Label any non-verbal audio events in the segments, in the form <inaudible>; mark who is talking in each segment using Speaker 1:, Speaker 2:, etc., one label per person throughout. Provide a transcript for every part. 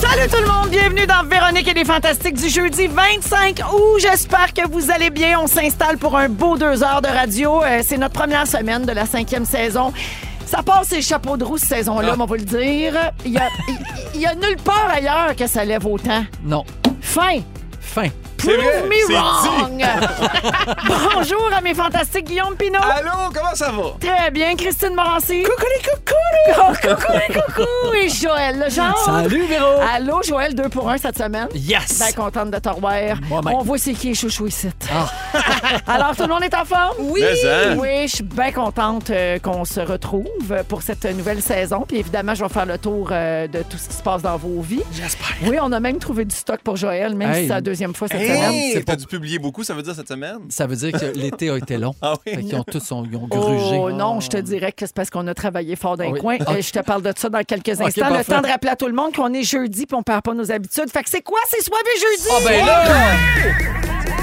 Speaker 1: Salut tout le monde, bienvenue dans Véronique et les Fantastiques du jeudi 25 août. J'espère que vous allez bien. On s'installe pour un beau deux heures de radio. Euh, c'est notre première semaine de la cinquième saison. Ça passe les chapeaux de roue cette
Speaker 2: Ah.
Speaker 1: saison-là, on va le dire. Il y, a, il- il y a nulle part ailleurs que ça lève autant.
Speaker 2: Non.
Speaker 1: Fin.
Speaker 2: Fin.
Speaker 1: Prove
Speaker 3: vrai,
Speaker 1: me
Speaker 3: c'est
Speaker 1: wrong. Bonjour à mes fantastiques Guillaume Pinot.
Speaker 4: Ah.
Speaker 3: Allô, comment ça va?
Speaker 1: Très bien, Christine Morancy. Coucou les coucous. <laughs> coucou les coucous. Et Joël Legendre.
Speaker 2: Salut, Véro! Ben,
Speaker 1: Allô, Joël, deux pour un cette semaine.
Speaker 2: Ah, Yes!
Speaker 1: Bien contente de te revoir.
Speaker 2: Moi-même.
Speaker 1: On voit c'est qui est chouchou ici.
Speaker 2: Ah.
Speaker 1: <laughs> Alors, tout le monde est en forme? Oui!
Speaker 3: Mais, hein?
Speaker 1: Oui, je suis bien contente euh, qu'on se retrouve euh, pour cette nouvelle saison. Puis évidemment, je vais faire le tour euh, de tout ce qui se passe dans vos vies.
Speaker 2: J'espère.
Speaker 1: Oui, on a même trouvé du stock pour Joël, même
Speaker 2: Hey.
Speaker 1: si c'est la deuxième fois cette semaine.
Speaker 3: Hey,
Speaker 2: c'est
Speaker 3: t'as
Speaker 2: pas-
Speaker 3: dû publier beaucoup, ça veut dire cette semaine?
Speaker 2: Ça veut dire que l'été a été long.
Speaker 3: Ah oui?
Speaker 2: Fait qu'ils ont tous sont, ils ont grugé.
Speaker 1: Oh non, je te dirais que c'est parce qu'on a travaillé fort d'un
Speaker 2: Ah Oui.
Speaker 1: coin.
Speaker 2: Ok.
Speaker 1: Euh, Je te parle de ça dans quelques
Speaker 2: Ok,
Speaker 1: instants. le
Speaker 2: parfait.
Speaker 1: temps de rappeler à tout le monde qu'on est jeudi puis on perd pas nos habitudes. Fait que c'est quoi? C'est soir et jeudi!
Speaker 2: Ah ben là!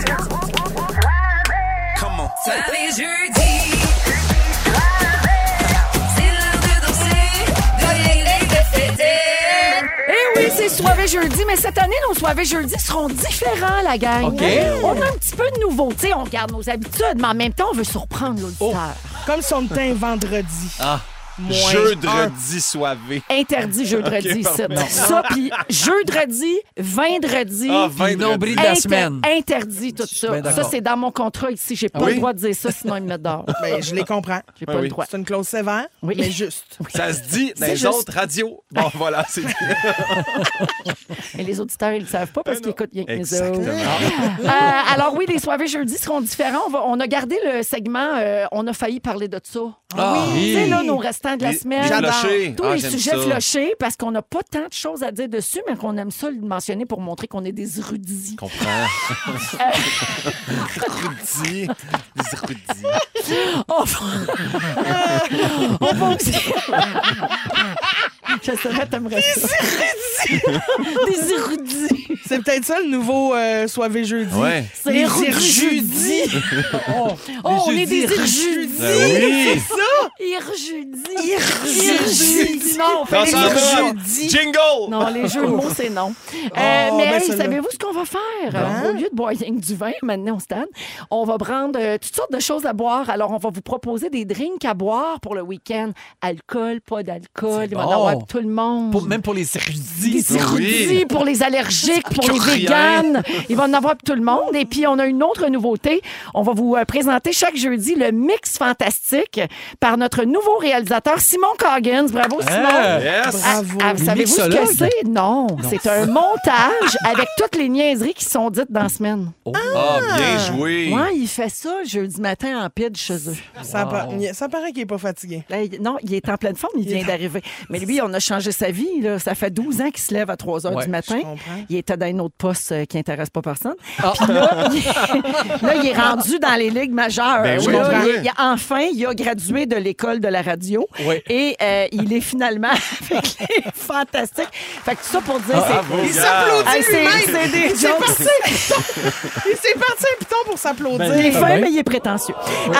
Speaker 1: Eh oui, c'est soirée jeudi, mais cette année, nos soirées jeudi seront différents, la gang.
Speaker 2: OK.
Speaker 1: On a un petit peu de nouveauté, on garde nos habitudes, mais en même temps, on veut surprendre l'auditeur.
Speaker 2: Oh.
Speaker 5: Comme son teint vendredi.
Speaker 2: Ah.
Speaker 5: Moins un.
Speaker 3: Jeudi soivé.
Speaker 1: Interdit jeudi ici.
Speaker 3: pardon.
Speaker 1: Ça, puis jeudi, vendredi.
Speaker 3: Ah,
Speaker 2: Puis nombril Ah, de
Speaker 1: inter-
Speaker 2: la semaine.
Speaker 1: Interdit tout ça.
Speaker 2: bien
Speaker 1: Ça,
Speaker 2: d'accord.
Speaker 1: c'est dans mon contrat ici. J'ai pas
Speaker 3: oui?
Speaker 1: le droit de dire ça, sinon ils me
Speaker 2: <laughs>
Speaker 1: mettent dehors.
Speaker 5: Ben, je les comprends.
Speaker 1: J'ai pas
Speaker 3: Ben
Speaker 1: le
Speaker 3: oui.
Speaker 1: droit.
Speaker 5: C'est une clause sévère,
Speaker 1: Oui.
Speaker 5: mais juste.
Speaker 3: Ça se dit dans
Speaker 1: C'est
Speaker 3: les
Speaker 1: juste-
Speaker 3: autres radios. Bon, voilà, c'est dit.
Speaker 1: Mais les auditeurs, ils le savent pas parce qu'ils écoutent rien que nous autres.
Speaker 3: Exactement.
Speaker 1: Euh, alors oui, les soirées jeudi seront différents. On, va- on a gardé le segment euh, On a failli parler de ça.
Speaker 2: Ah
Speaker 1: Tu sais,
Speaker 2: oui.
Speaker 1: là, nos restants de la
Speaker 3: Les-
Speaker 1: semaine.
Speaker 3: les
Speaker 1: J'adore.
Speaker 3: flochés.
Speaker 1: Tous
Speaker 3: Ah,
Speaker 1: les
Speaker 3: j'aime
Speaker 1: sujets
Speaker 3: ça.
Speaker 1: flochés, parce qu'on n'a pas tant de choses à dire dessus, mais qu'on aime ça le mentionner pour montrer qu'on est
Speaker 2: <laughs>
Speaker 1: des érudits.
Speaker 3: Comprends. Rudy. Rudy.
Speaker 2: Oh,
Speaker 1: On va... <laughs> On va aussi... Je saurais, t'aimerais ça. Des érudits.
Speaker 5: C'est peut-être ça le nouveau euh, Soivé jeudi.
Speaker 3: Ouais.
Speaker 1: C'est
Speaker 5: Les
Speaker 1: érudits.
Speaker 5: <laughs>
Speaker 1: Oh, oh, on est des
Speaker 2: érudits.
Speaker 1: érudits.
Speaker 3: Ben oui.
Speaker 1: Irjudis.
Speaker 5: Irjudis.
Speaker 1: Non, on fait
Speaker 3: Dans
Speaker 1: les
Speaker 3: son
Speaker 1: jeux de
Speaker 3: ordre.
Speaker 1: mots.
Speaker 5: Jeudi.
Speaker 3: Jingle!
Speaker 1: Non, les jeux de mots, c'est non. Euh,
Speaker 5: Oh,
Speaker 1: mais
Speaker 5: ben
Speaker 1: hey,
Speaker 5: celle-là.
Speaker 1: savez-vous ce qu'on va faire? Au lieu de boire rien que du vin, maintenant on se tanne, on va prendre euh, toutes sortes de choses à boire. Alors, on va vous proposer des drinks à boire pour le week-end. Alcool, pas d'alcool. Il va y en
Speaker 2: bon.
Speaker 1: avoir pour tout le monde.
Speaker 2: Pour- même pour les érudits.
Speaker 1: Des érudits pour les allergiques, pour les
Speaker 3: Rien.
Speaker 1: véganes. Il va en avoir pour tout le monde. Et puis, on a une autre nouveauté. On va vous euh, présenter chaque jeudi le mix fantastique par notre nouveau réalisateur, Simon Coggins. Bravo, Simon.
Speaker 3: Yes!
Speaker 1: Ah,
Speaker 5: Bravo.
Speaker 1: ah,
Speaker 5: Le
Speaker 1: Savez-vous ce que
Speaker 2: mixologue?
Speaker 1: c'est? Non, c'est un montage avec toutes les niaiseries qui sont dites dans la semaine.
Speaker 3: Ah, bien joué!
Speaker 1: Moi, il fait ça le jeudi matin en pide chez eux.
Speaker 5: Ça, pa- ça paraît qu'il est pas fatigué.
Speaker 1: Là, il- non, il est en pleine forme, il vient d'arriver. Mais lui, on a changé sa vie. là. Ça fait 12 ans qu'il se lève à 3 heures
Speaker 2: Ouais,
Speaker 1: du matin.
Speaker 5: je comprends.
Speaker 1: Il était dans un autre poste euh, qui n'intéresse pas personne.
Speaker 2: Ah.
Speaker 1: Puis là, il est, là, il est rendu dans les ligues majeures.
Speaker 3: Ben oui,
Speaker 1: Là,
Speaker 3: je comprends.
Speaker 1: il- il- enfin, il a gradué de l'école de la radio.
Speaker 2: Oui.
Speaker 1: Et euh, il est finalement <laughs> avec les fantastiques. Fait que tout ça pour dire...
Speaker 3: Bravo,
Speaker 1: c'est-
Speaker 5: Il
Speaker 3: gars.
Speaker 5: s'applaudit
Speaker 1: Hey, c'est-
Speaker 5: lui-même.
Speaker 1: c'est
Speaker 5: <laughs>
Speaker 1: des
Speaker 5: Il s'est
Speaker 1: jokes.
Speaker 5: parti un piton. Il s'est parti un piton pour s'applaudir.
Speaker 1: Il est
Speaker 2: Ah
Speaker 1: fin,
Speaker 2: ben.
Speaker 1: mais il est prétentieux.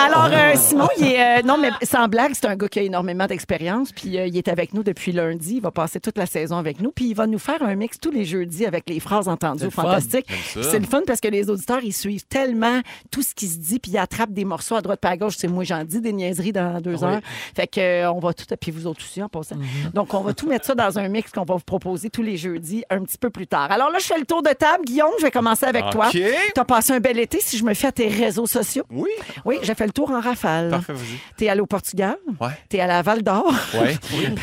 Speaker 1: Alors,
Speaker 2: <laughs>
Speaker 1: euh, Simon, il est. euh, non, mais sans blague, c'est un gars qui a énormément d'expérience. Puis, euh, il est avec nous depuis lundi. Il va passer toute la saison avec nous. Puis, il va nous faire un mix tous les jeudis avec les phrases entendues
Speaker 2: C'est
Speaker 1: au
Speaker 2: le fun.
Speaker 1: fantastiques.
Speaker 3: ça.
Speaker 1: Puis C'est le fun parce que les auditeurs, ils suivent tellement tout ce qui se dit. Puis, ils attrapent des morceaux à droite par à gauche. C'est moi, j'en dis des niaiseries dans deux heures. Fait que, euh, on va tout. Puis, vous autres aussi en passant.
Speaker 2: Mm-hmm.
Speaker 1: Donc, on va tout mettre ça dans un mix qu'on va vous proposer tous les jeudis un petit peu plus tard. Alors là, je fais le tour de table. Guillaume, je vais commencer avec toi.
Speaker 3: OK.
Speaker 1: T'as passé un bel été si je me fie à tes réseaux sociaux.
Speaker 3: Oui.
Speaker 1: Oui, j'ai fait le tour en rafale.
Speaker 3: Parfait, vas-y.
Speaker 1: T'es allé au Portugal.
Speaker 3: Ouais.
Speaker 1: T'es allé à Val d'Or.
Speaker 3: Ouais.
Speaker 1: <laughs>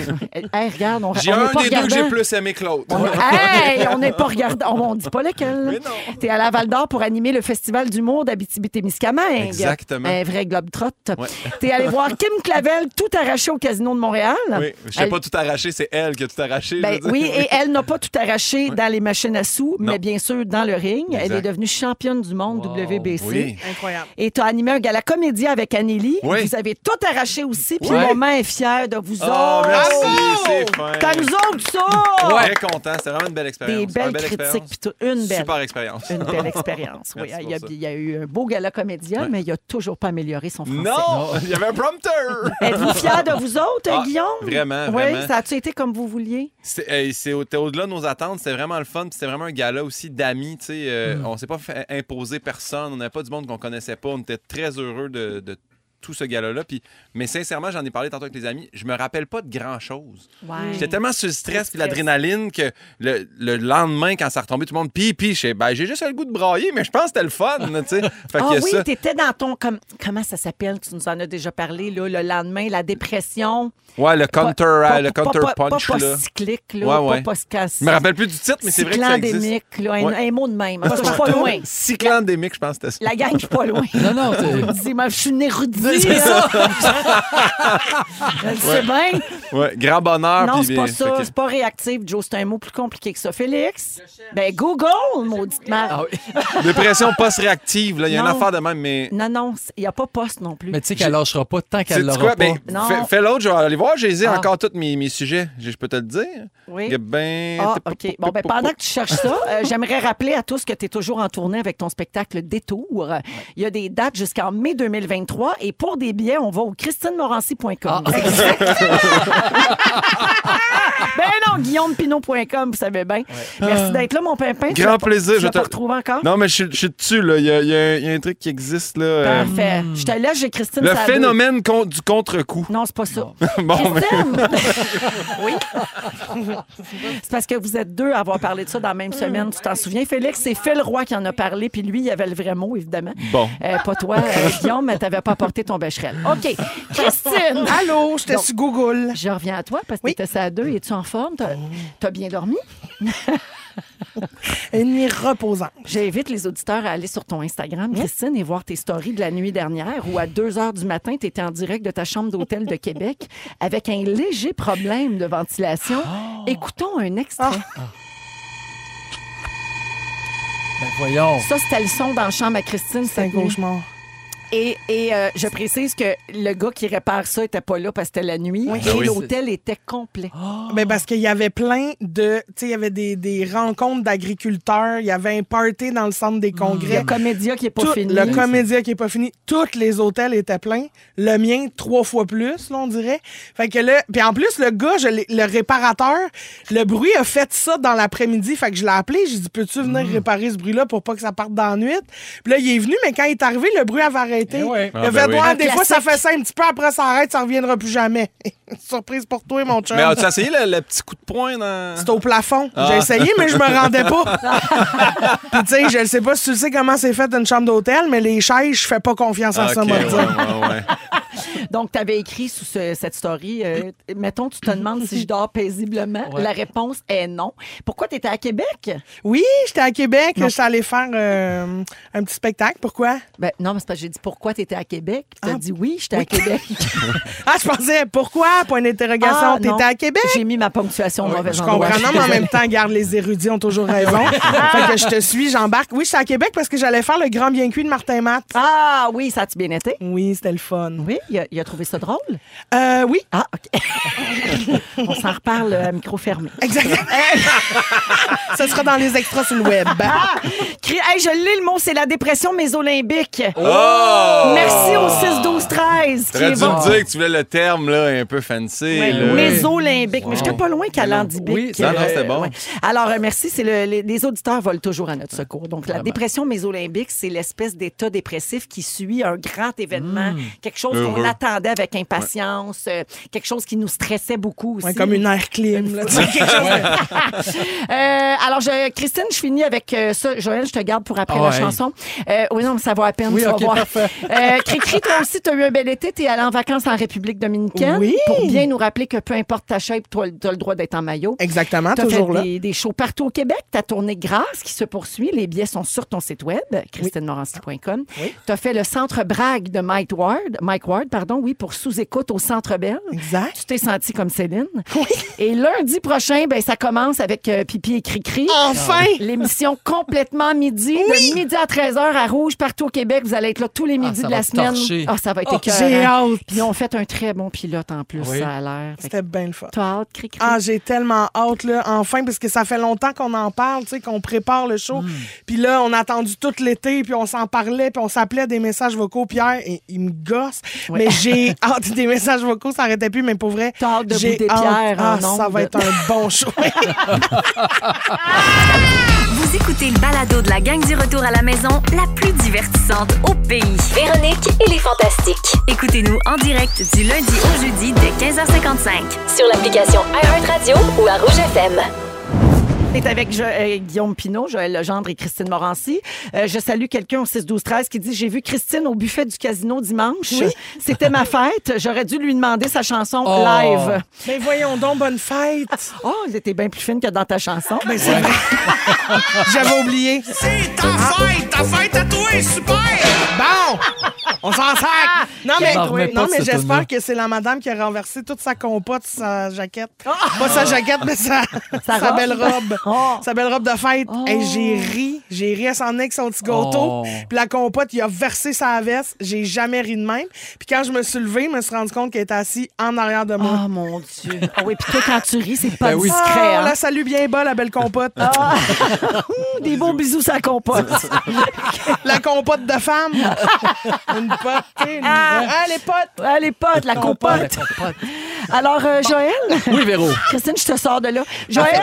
Speaker 1: hey, regarde, on, on
Speaker 3: J'ai
Speaker 1: est
Speaker 3: un
Speaker 1: pas
Speaker 3: des deux que
Speaker 1: regardant.
Speaker 3: j'ai plus aimé que l'autre.
Speaker 1: <laughs> Hey, on n'est pas regardant. On, on dit pas lequel.
Speaker 3: Mais non.
Speaker 1: T'es allé à Val d'Or pour animer le Festival d'humour d'Abitibi-Témiscamingue.
Speaker 3: Exactement.
Speaker 1: Un vrai globetrotte.
Speaker 3: Ouais.
Speaker 1: T'es allé voir Kim Clavel révèle tout arraché au Casino de Montréal.
Speaker 3: Oui, je sais
Speaker 1: Elle-
Speaker 3: pas tout arraché, c'est elle qui a tout arraché.
Speaker 1: Ben
Speaker 3: je veux dire.
Speaker 1: oui, et elle n'a pas tout arraché dans les machines à sous,
Speaker 3: Non.
Speaker 1: mais bien sûr dans le ring. Elle
Speaker 3: Exact.
Speaker 1: est devenue championne du monde
Speaker 2: Wow.
Speaker 1: WBC.
Speaker 3: Oui.
Speaker 5: Incroyable.
Speaker 1: Et tu as animé un gala comédie avec Anneli.
Speaker 3: Oui.
Speaker 1: Vous avez tout arraché aussi. Puis
Speaker 2: Oui.
Speaker 1: le moment est fier de vous
Speaker 3: Oh,
Speaker 1: autres.
Speaker 3: merci,
Speaker 5: Bravo!
Speaker 3: c'est fin.
Speaker 1: T'as nous autres, ça!
Speaker 3: Très content, c'était vraiment une belle expérience.
Speaker 1: Des
Speaker 3: Une
Speaker 1: belles
Speaker 3: belle
Speaker 1: critiques.
Speaker 3: expérience.
Speaker 1: puis tout. une belle.
Speaker 3: Super expérience.
Speaker 1: Une
Speaker 3: <laughs>
Speaker 1: belle expérience. oui.
Speaker 3: Merci
Speaker 1: il, y a,
Speaker 3: pour ça.
Speaker 1: il y a eu un beau gala comédien, mais il n'a toujours pas amélioré son français.
Speaker 3: Non, <laughs> il y avait un prompteur.
Speaker 1: Êtes-vous fiers de vous autres,
Speaker 3: Ah,
Speaker 1: Guillaume?
Speaker 3: vraiment,
Speaker 1: Oui,
Speaker 3: vraiment.
Speaker 1: ça a-tu été comme vous vouliez?
Speaker 3: C'est hey, c'est au- t'es au-delà de nos attentes, c'est vraiment le fun, puis c'est vraiment un gala aussi d'amis, tu sais, euh,
Speaker 1: Mm.
Speaker 3: on s'est pas fait imposer personne, on n'avait pas du monde qu'on connaissait pas, on était très heureux de, de tout ce gala-là, puis mais sincèrement, j'en ai parlé tantôt avec les amis, je me rappelle pas de grand-chose. J'étais tellement sur le stress et l'adrénaline que le, le lendemain, quand ça retombait, tout le monde pi pi, j'ai ben, j'ai juste le goût de brailler, mais je pense que c'était le fun, tu
Speaker 1: <laughs>
Speaker 3: sais. Fait
Speaker 1: Ah
Speaker 3: que
Speaker 1: oui,
Speaker 3: ça-
Speaker 1: t'étais dans ton... comme- comment ça s'appelle? Tu nous en as déjà parlé, là, le lendemain, la dépression.
Speaker 3: Ouais, le
Speaker 1: Pas-
Speaker 3: counter, hein, euh,
Speaker 1: pas-
Speaker 3: le
Speaker 1: pas-
Speaker 3: counter
Speaker 1: pas- pas-
Speaker 3: punch
Speaker 1: Pas
Speaker 3: là.
Speaker 1: cyclique, là.
Speaker 3: Ouais, ouais.
Speaker 1: Pas pas
Speaker 3: Je me rappelle plus du titre, mais c'est vrai que ça existe.
Speaker 1: Cyclandémique, là, un,
Speaker 3: Ouais.
Speaker 1: un mot de même. En tout cas, Je suis pas loin.
Speaker 3: Cyclandémique, je pense que c'était ça.
Speaker 1: La gang, je suis pas loin.
Speaker 2: Non, non, c'est- <laughs>
Speaker 1: Je dis, moi, je suis une érudite. C'est ça. <laughs> Je le sais bien.
Speaker 3: Ouais, grand bonheur.
Speaker 1: Non,
Speaker 3: puis
Speaker 1: c'est pas
Speaker 3: bien-
Speaker 1: ça.
Speaker 3: fait que-
Speaker 1: C'est pas réactif, Joe. C'est un mot plus compliqué que ça. Félix? Ben, Google, maudite merde.
Speaker 2: Ah oui.
Speaker 3: Dépression post-réactive, là. Il y a une
Speaker 1: Non.
Speaker 3: affaire de même, mais.
Speaker 1: Non, non, c- il n'y a pas poste non plus.
Speaker 2: Mais tu sais qu'elle lâchera pas tant qu'elle
Speaker 3: Sais-tu
Speaker 2: l'aura pas.
Speaker 3: Ben,
Speaker 1: Non.
Speaker 3: fais, fais l'autre, je vais aller voir. J'ai
Speaker 2: Ah.
Speaker 3: encore tous mes, mes sujets. Je je peux te le dire.
Speaker 1: Oui.
Speaker 3: Eh Ben,
Speaker 1: Ah,
Speaker 3: t'es-
Speaker 1: OK. Bon, ben, pendant que tu cherches
Speaker 3: <laughs>
Speaker 1: ça, euh, j'aimerais rappeler à tous que tu es toujours en tournée avec ton spectacle Détour. Il y a des dates jusqu'en mai 2023 et pour des billets, on va au christinemorancy.com.
Speaker 3: Ah. <laughs>
Speaker 1: ben non, guillaumepinot.com, vous savez bien. Merci d'être là, mon pimpin. Tu
Speaker 3: Euh, Grand
Speaker 1: vas pas-
Speaker 3: plaisir,
Speaker 1: Tu
Speaker 3: je
Speaker 1: vas
Speaker 3: te-
Speaker 1: pas retrouver encore?
Speaker 3: Non, mais je, suis- je suis dessus, là. Il y a, il y a un- il y a un truc qui existe, là. euh,
Speaker 1: Parfait. Je te laisse, j'ai Christine
Speaker 3: le
Speaker 1: Sablé.
Speaker 3: phénomène con- du
Speaker 1: <laughs>
Speaker 3: contre-coup.
Speaker 1: Non, c'est pas ça.
Speaker 3: bon, Oh, mais.
Speaker 1: Christine! <laughs> oui. c'est parce que vous êtes deux à avoir parlé de ça dans la même semaine. Tu t'en souviens, Félix? C'est Phil Roy qui en a parlé, puis lui, il avait le vrai mot, évidemment.
Speaker 3: Bon.
Speaker 1: Euh, pas toi, euh, Guillaume, mais t'avais pas apporté ton becherel. OK. Christine!
Speaker 5: Allô, j'étais
Speaker 1: Donc-
Speaker 5: sur Google.
Speaker 1: Je reviens à toi parce que
Speaker 5: Oui.
Speaker 1: t'étais ça à deux. Es-tu en forme? T'as t'as bien dormi?
Speaker 5: Une nuit reposante.
Speaker 1: J'invite les auditeurs à aller sur ton Instagram, Christine, et voir tes stories de la nuit dernière où à 2 heures du matin, tu étais en direct de ta chambre d'hôtel de Québec avec un léger problème de ventilation. Écoutons un extrait.
Speaker 2: Ben, voyons.
Speaker 1: Ça, c'était le son dans la chambre à Christine.
Speaker 5: C'est un
Speaker 1: cette nuit.
Speaker 5: cauchemar.
Speaker 1: Et, et, euh, je précise que le gars qui répare ça était pas là parce que c'était la nuit
Speaker 3: Ah
Speaker 1: et
Speaker 3: oui.
Speaker 1: l'hôtel était complet.
Speaker 5: Ben, parce qu'il y avait plein de. Tu sais, il y avait des, des rencontres d'agriculteurs, il y avait un party dans le centre des congrès.
Speaker 1: Hmm, Le comédia qui est pas
Speaker 5: Tout-
Speaker 1: fini.
Speaker 5: le comédien qui est pas fini. Tous les hôtels étaient pleins. Le mien, trois fois plus, là, on dirait. Fait que là, puis en plus, le gars, je l'ai- le réparateur, le bruit a fait ça dans l'après-midi. Fait que je l'ai appelé. J'ai dit, peux-tu venir
Speaker 1: Hmm.
Speaker 5: réparer ce bruit-là pour pas que ça parte dans la nuit? Puis là, il est venu, mais quand il est arrivé, le bruit avait arrêté.
Speaker 2: ouais.
Speaker 5: Le
Speaker 3: Ah, ben
Speaker 5: Védois,
Speaker 1: oui. Un
Speaker 5: des fois, ça
Speaker 1: Eh classique.
Speaker 5: fait ça un petit peu, après ça arrête, ça reviendra plus jamais. <laughs> Surprise pour toi, mon chum.
Speaker 3: Mais as-tu essayé le, le petit coup de poing dans.
Speaker 5: C'est au plafond.
Speaker 3: Ah.
Speaker 5: J'ai essayé, mais je me rendais pas.
Speaker 3: <laughs>
Speaker 5: Puis tu sais, je ne sais pas si tu sais comment c'est fait une chambre d'hôtel, mais les chaises, je fais pas confiance en
Speaker 3: Ah,
Speaker 5: ça,
Speaker 3: ok,
Speaker 5: moi.
Speaker 3: ouais, ouais, ouais.
Speaker 1: Donc, tu avais écrit sous ce- cette story, euh, mettons, tu te demandes si je dors paisiblement.
Speaker 2: Ouais.
Speaker 1: La réponse est non. Pourquoi tu étais à Québec?
Speaker 5: Oui, j'étais à Québec, j'étais allée faire euh, un petit spectacle. Pourquoi?
Speaker 1: Ben, non, mais c'est parce que j'ai dit pourquoi tu étais à Québec. Tu as
Speaker 5: Ah.
Speaker 1: dit oui, j'étais à
Speaker 5: <laughs>
Speaker 1: Québec.
Speaker 5: Ah, je pensais, pourquoi? Point d'interrogation,
Speaker 1: Ah, non.
Speaker 5: t'étais à Québec?
Speaker 1: j'ai mis ma ponctuation au mauvais
Speaker 5: Je
Speaker 1: endroit.
Speaker 5: comprends, non, mais en même temps, garde les érudits ont toujours raison. fait que je te suis, j'embarque. Oui, j'étais à Québec parce que j'allais faire le grand bien cuit de Martin Matt.
Speaker 1: Ah oui, ça a-tu bien été?
Speaker 5: Oui, c'était le fun.
Speaker 1: Oui, il a, il a trouvé ça drôle.
Speaker 5: Euh, oui,
Speaker 1: Ah, OK. <laughs> On s'en reparle euh, à micro fermé. <laughs>
Speaker 5: exactement. Ça sera dans les extras sur le web.
Speaker 1: Ah, Cri- Hey, je l'ai, le mot, c'est la dépression mésolymbique.
Speaker 3: Oh!
Speaker 1: Merci au 6, 12, 13. Qui
Speaker 3: T'aurais
Speaker 1: est
Speaker 3: dû me
Speaker 1: bon.
Speaker 3: dire que tu voulais le terme là, un peu fancy. là.
Speaker 1: Mésolymbique. Mais j'étais pas loin calendibique.
Speaker 2: Oui,
Speaker 3: non, non, c'était bon.
Speaker 1: Alors, euh, merci. C'est le- les, les auditeurs volent toujours à notre secours. Donc, la dépression mésolymbique, c'est l'espèce d'état dépressif qui suit un grand événement, quelque chose qu'on
Speaker 3: Heureux.
Speaker 1: attendait avec impatience, euh, quelque chose qui nous stressait beaucoup aussi.
Speaker 5: Ouais, comme une air clim. là, tu sais,
Speaker 1: <laughs>
Speaker 5: quelque chose de-
Speaker 1: Euh, alors, je- Christine, je finis avec euh, ça. Joël, je te garde pour après
Speaker 2: Ah
Speaker 1: la
Speaker 2: ouais.
Speaker 1: chanson. Euh, oui, non, mais ça va à peine.
Speaker 2: Oui,
Speaker 1: tu vas
Speaker 2: ok,
Speaker 1: voir.
Speaker 2: parfait.
Speaker 1: Euh, Cricri, toi aussi, tu as eu un bel été. Tu es allé en vacances en République dominicaine.
Speaker 5: Oui.
Speaker 1: Pour bien nous rappeler que peu importe ta shape, toi, tu as le droit d'être en maillot.
Speaker 5: Exactement,
Speaker 1: Tu as
Speaker 5: toujours
Speaker 1: fait
Speaker 5: là.
Speaker 1: des, des shows partout au Québec. Ta tournée Grâce qui se poursuit. Les billets sont sur ton site web, christinemorancy.com. Tu as fait le centre Brague de Mike Ward. Mike Award, pardon, oui, pour sous-écoute au Centre Bell.
Speaker 5: Exact.
Speaker 1: Tu t'es senti comme Céline. Et lundi prochain, ben, ça commence avec euh, Pipi et Cricri.
Speaker 5: Enfin!
Speaker 1: L'émission complètement midi, de midi à 13h à Rouge, partout au Québec. Vous allez être là tous les midis
Speaker 2: Ah, ça
Speaker 1: de
Speaker 2: va
Speaker 1: la semaine.
Speaker 2: torcher.
Speaker 1: Ah, ça va être écœurant.
Speaker 5: Oh, J'ai hâte.
Speaker 1: Puis ils ont fait un très bon pilote en plus,
Speaker 2: Oui.
Speaker 1: ça a l'air. Fait que
Speaker 5: C'était bien le fun.
Speaker 1: T'as hâte, Cricri?
Speaker 5: Ah, j'ai tellement hâte, là, enfin, parce que ça fait longtemps qu'on en parle, tu sais, qu'on prépare le
Speaker 1: Hmm.
Speaker 5: show. Puis là, on a attendu tout l'été, puis on s'en parlait, puis on s'appelait des messages vocaux. Pierre, et, il me gosse, mais j'ai <laughs> hâte des messages vocaux, ça n'arrêtait plus, mais pour vrai,
Speaker 1: T'as hâte de
Speaker 5: j'ai
Speaker 1: bouder
Speaker 5: hâte.
Speaker 1: Pierre en
Speaker 5: Ah, ça
Speaker 1: ondes.
Speaker 5: va être un
Speaker 1: <laughs>
Speaker 5: bon show.
Speaker 6: Vous écoutez le balado de la gang du retour à la maison, la plus divertissante au pays.
Speaker 7: Véronique et les Fantastiques.
Speaker 6: Écoutez-nous en direct du lundi au jeudi dès 15h55.
Speaker 7: Sur l'application iHeartRadio ou à Rouge FM.
Speaker 1: On est avec Jo- euh, Guillaume Pinault, Joël Legendre et Christine Morancy. Euh, je salue quelqu'un au 6-12-13 qui dit « J'ai vu Christine au buffet du casino dimanche. C'était ma fête. J'aurais dû lui demander sa chanson
Speaker 2: Oh.
Speaker 1: live.
Speaker 5: mais voyons donc, bonne fête! »
Speaker 1: Oh, elle était bien plus fine que dans ta chanson.
Speaker 5: J'avais oublié.
Speaker 8: C'est ta fête! Ta fête à toi! Super!
Speaker 5: Bon! On s'en sac! Non, mais,
Speaker 2: m'en remets pas
Speaker 5: non,
Speaker 2: de
Speaker 5: mais
Speaker 2: cette
Speaker 5: j'espère
Speaker 2: toune-là.
Speaker 5: que c'est la madame qui a renversé toute sa compote, sa jaquette.
Speaker 8: Ah!
Speaker 5: Pas sa jaquette,
Speaker 2: <laughs>
Speaker 5: mais sa, sa,
Speaker 1: robe.
Speaker 5: belle robe.
Speaker 2: Ah!
Speaker 1: Oh.
Speaker 5: Sa belle robe de fête. Hey, j'ai ri. J'ai ri. Elle s'en est avec son petit gâteau.
Speaker 2: Oh.
Speaker 5: Puis la compote, il a versé sa veste. J'ai jamais ri de même. Puis quand je me suis levée, je me suis rendu compte qu'elle était assise en arrière de moi.
Speaker 1: Oh mon Dieu. Ah oui, puis toi, quand tu ris, c'est pas
Speaker 2: Ben oui.
Speaker 1: discret.
Speaker 5: Ah,
Speaker 1: hein.
Speaker 5: là, salut bien bas, la belle compote.
Speaker 2: Ah!
Speaker 1: Des beaux bisous, ça compote.
Speaker 5: La compote de femme. <laughs> une pote. tu sais, Une... Ah, les potes.
Speaker 1: Ah, les potes, la compote. Alors, euh, Joël...
Speaker 2: Oui, Véro.
Speaker 1: Christine, je te sors de là. Joël,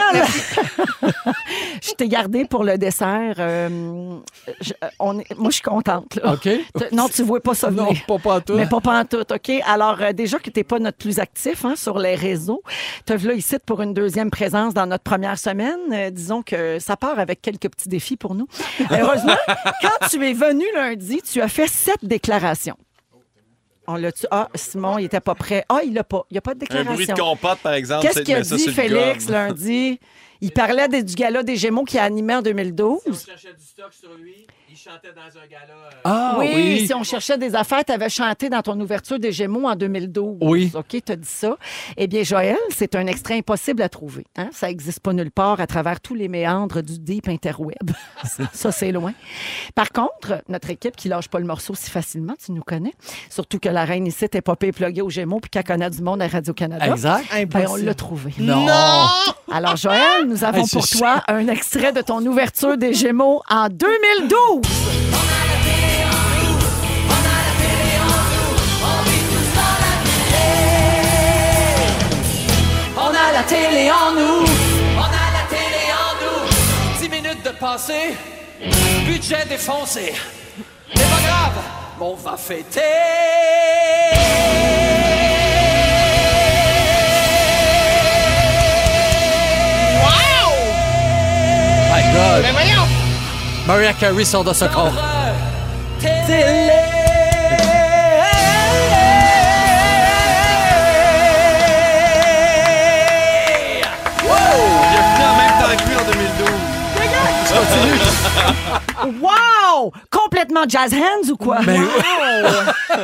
Speaker 1: <laughs> je t'ai gardé pour le dessert. euh, je- euh, on est- moi, je suis contente. là.
Speaker 2: OK.
Speaker 1: Tu- Non, tu ne vois pas ça venir.
Speaker 2: Non, pas pantoute.
Speaker 1: Mais pas pantoute, OK? Alors, euh, déjà que tu n'es pas notre plus actif hein, sur les réseaux, te voilà ici pour une deuxième présence dans notre première semaine. Euh, disons que ça part avec quelques petits défis pour
Speaker 2: <laughs>
Speaker 1: nous. Heureusement, quand tu es venu lundi, tu as fait sept déclarations. On l'a tu Ah, Simon, il n'était pas prêt. Ah, il l'a pas. Il n'y a pas de
Speaker 3: Un
Speaker 1: déclaration.
Speaker 3: bruit de compote, par exemple.
Speaker 1: Qu'est-ce
Speaker 3: c'est-
Speaker 1: qu'il a
Speaker 3: Ah, mais ça,
Speaker 1: dit
Speaker 3: c'est le
Speaker 1: Félix
Speaker 3: gomme. <laughs>
Speaker 1: lundi? Il parlait des- du gala des Gémeaux qui a animé en 2012.
Speaker 9: cherchait du stock sur lui, il chantait dans un gala. euh,
Speaker 2: Ah
Speaker 1: oui,
Speaker 2: oui.
Speaker 1: si on cherchait des affaires, tu avais chanté dans ton ouverture des Gémeaux en 2012.
Speaker 2: Oui.
Speaker 1: OK, tu as dit ça. Eh bien, Joël, c'est un extrait impossible à trouver. hein. Ça n'existe pas nulle part à travers tous les méandres du deep <laughs> interweb. ça, c'est loin. Par contre, notre équipe qui lâche pas le morceau si facilement, tu nous connais. Surtout que la reine ici t'es popée pluguée aux Gémeaux puis qu'elle connaît du monde à Radio-Canada.
Speaker 2: Exact.
Speaker 1: Ben, on
Speaker 5: Impossible.
Speaker 1: l'a trouvé.
Speaker 2: Non.
Speaker 1: Alors, Joël, nous avons
Speaker 2: Hey, c'est
Speaker 1: pour toi un extrait de ton ouverture des Gémeaux en 2012. On a la télé en nous.
Speaker 9: On a la télé en nous! 10 minutes de passé, budget défoncé. C'est pas grave, on va fêter!
Speaker 2: My God. Mais Ben, voyons. Maria Carey sort de ce corps.
Speaker 3: Il est venu en même temps que lui en 2012.
Speaker 1: Wow! Complètement jazz hands ou quoi? Wow! <laughs>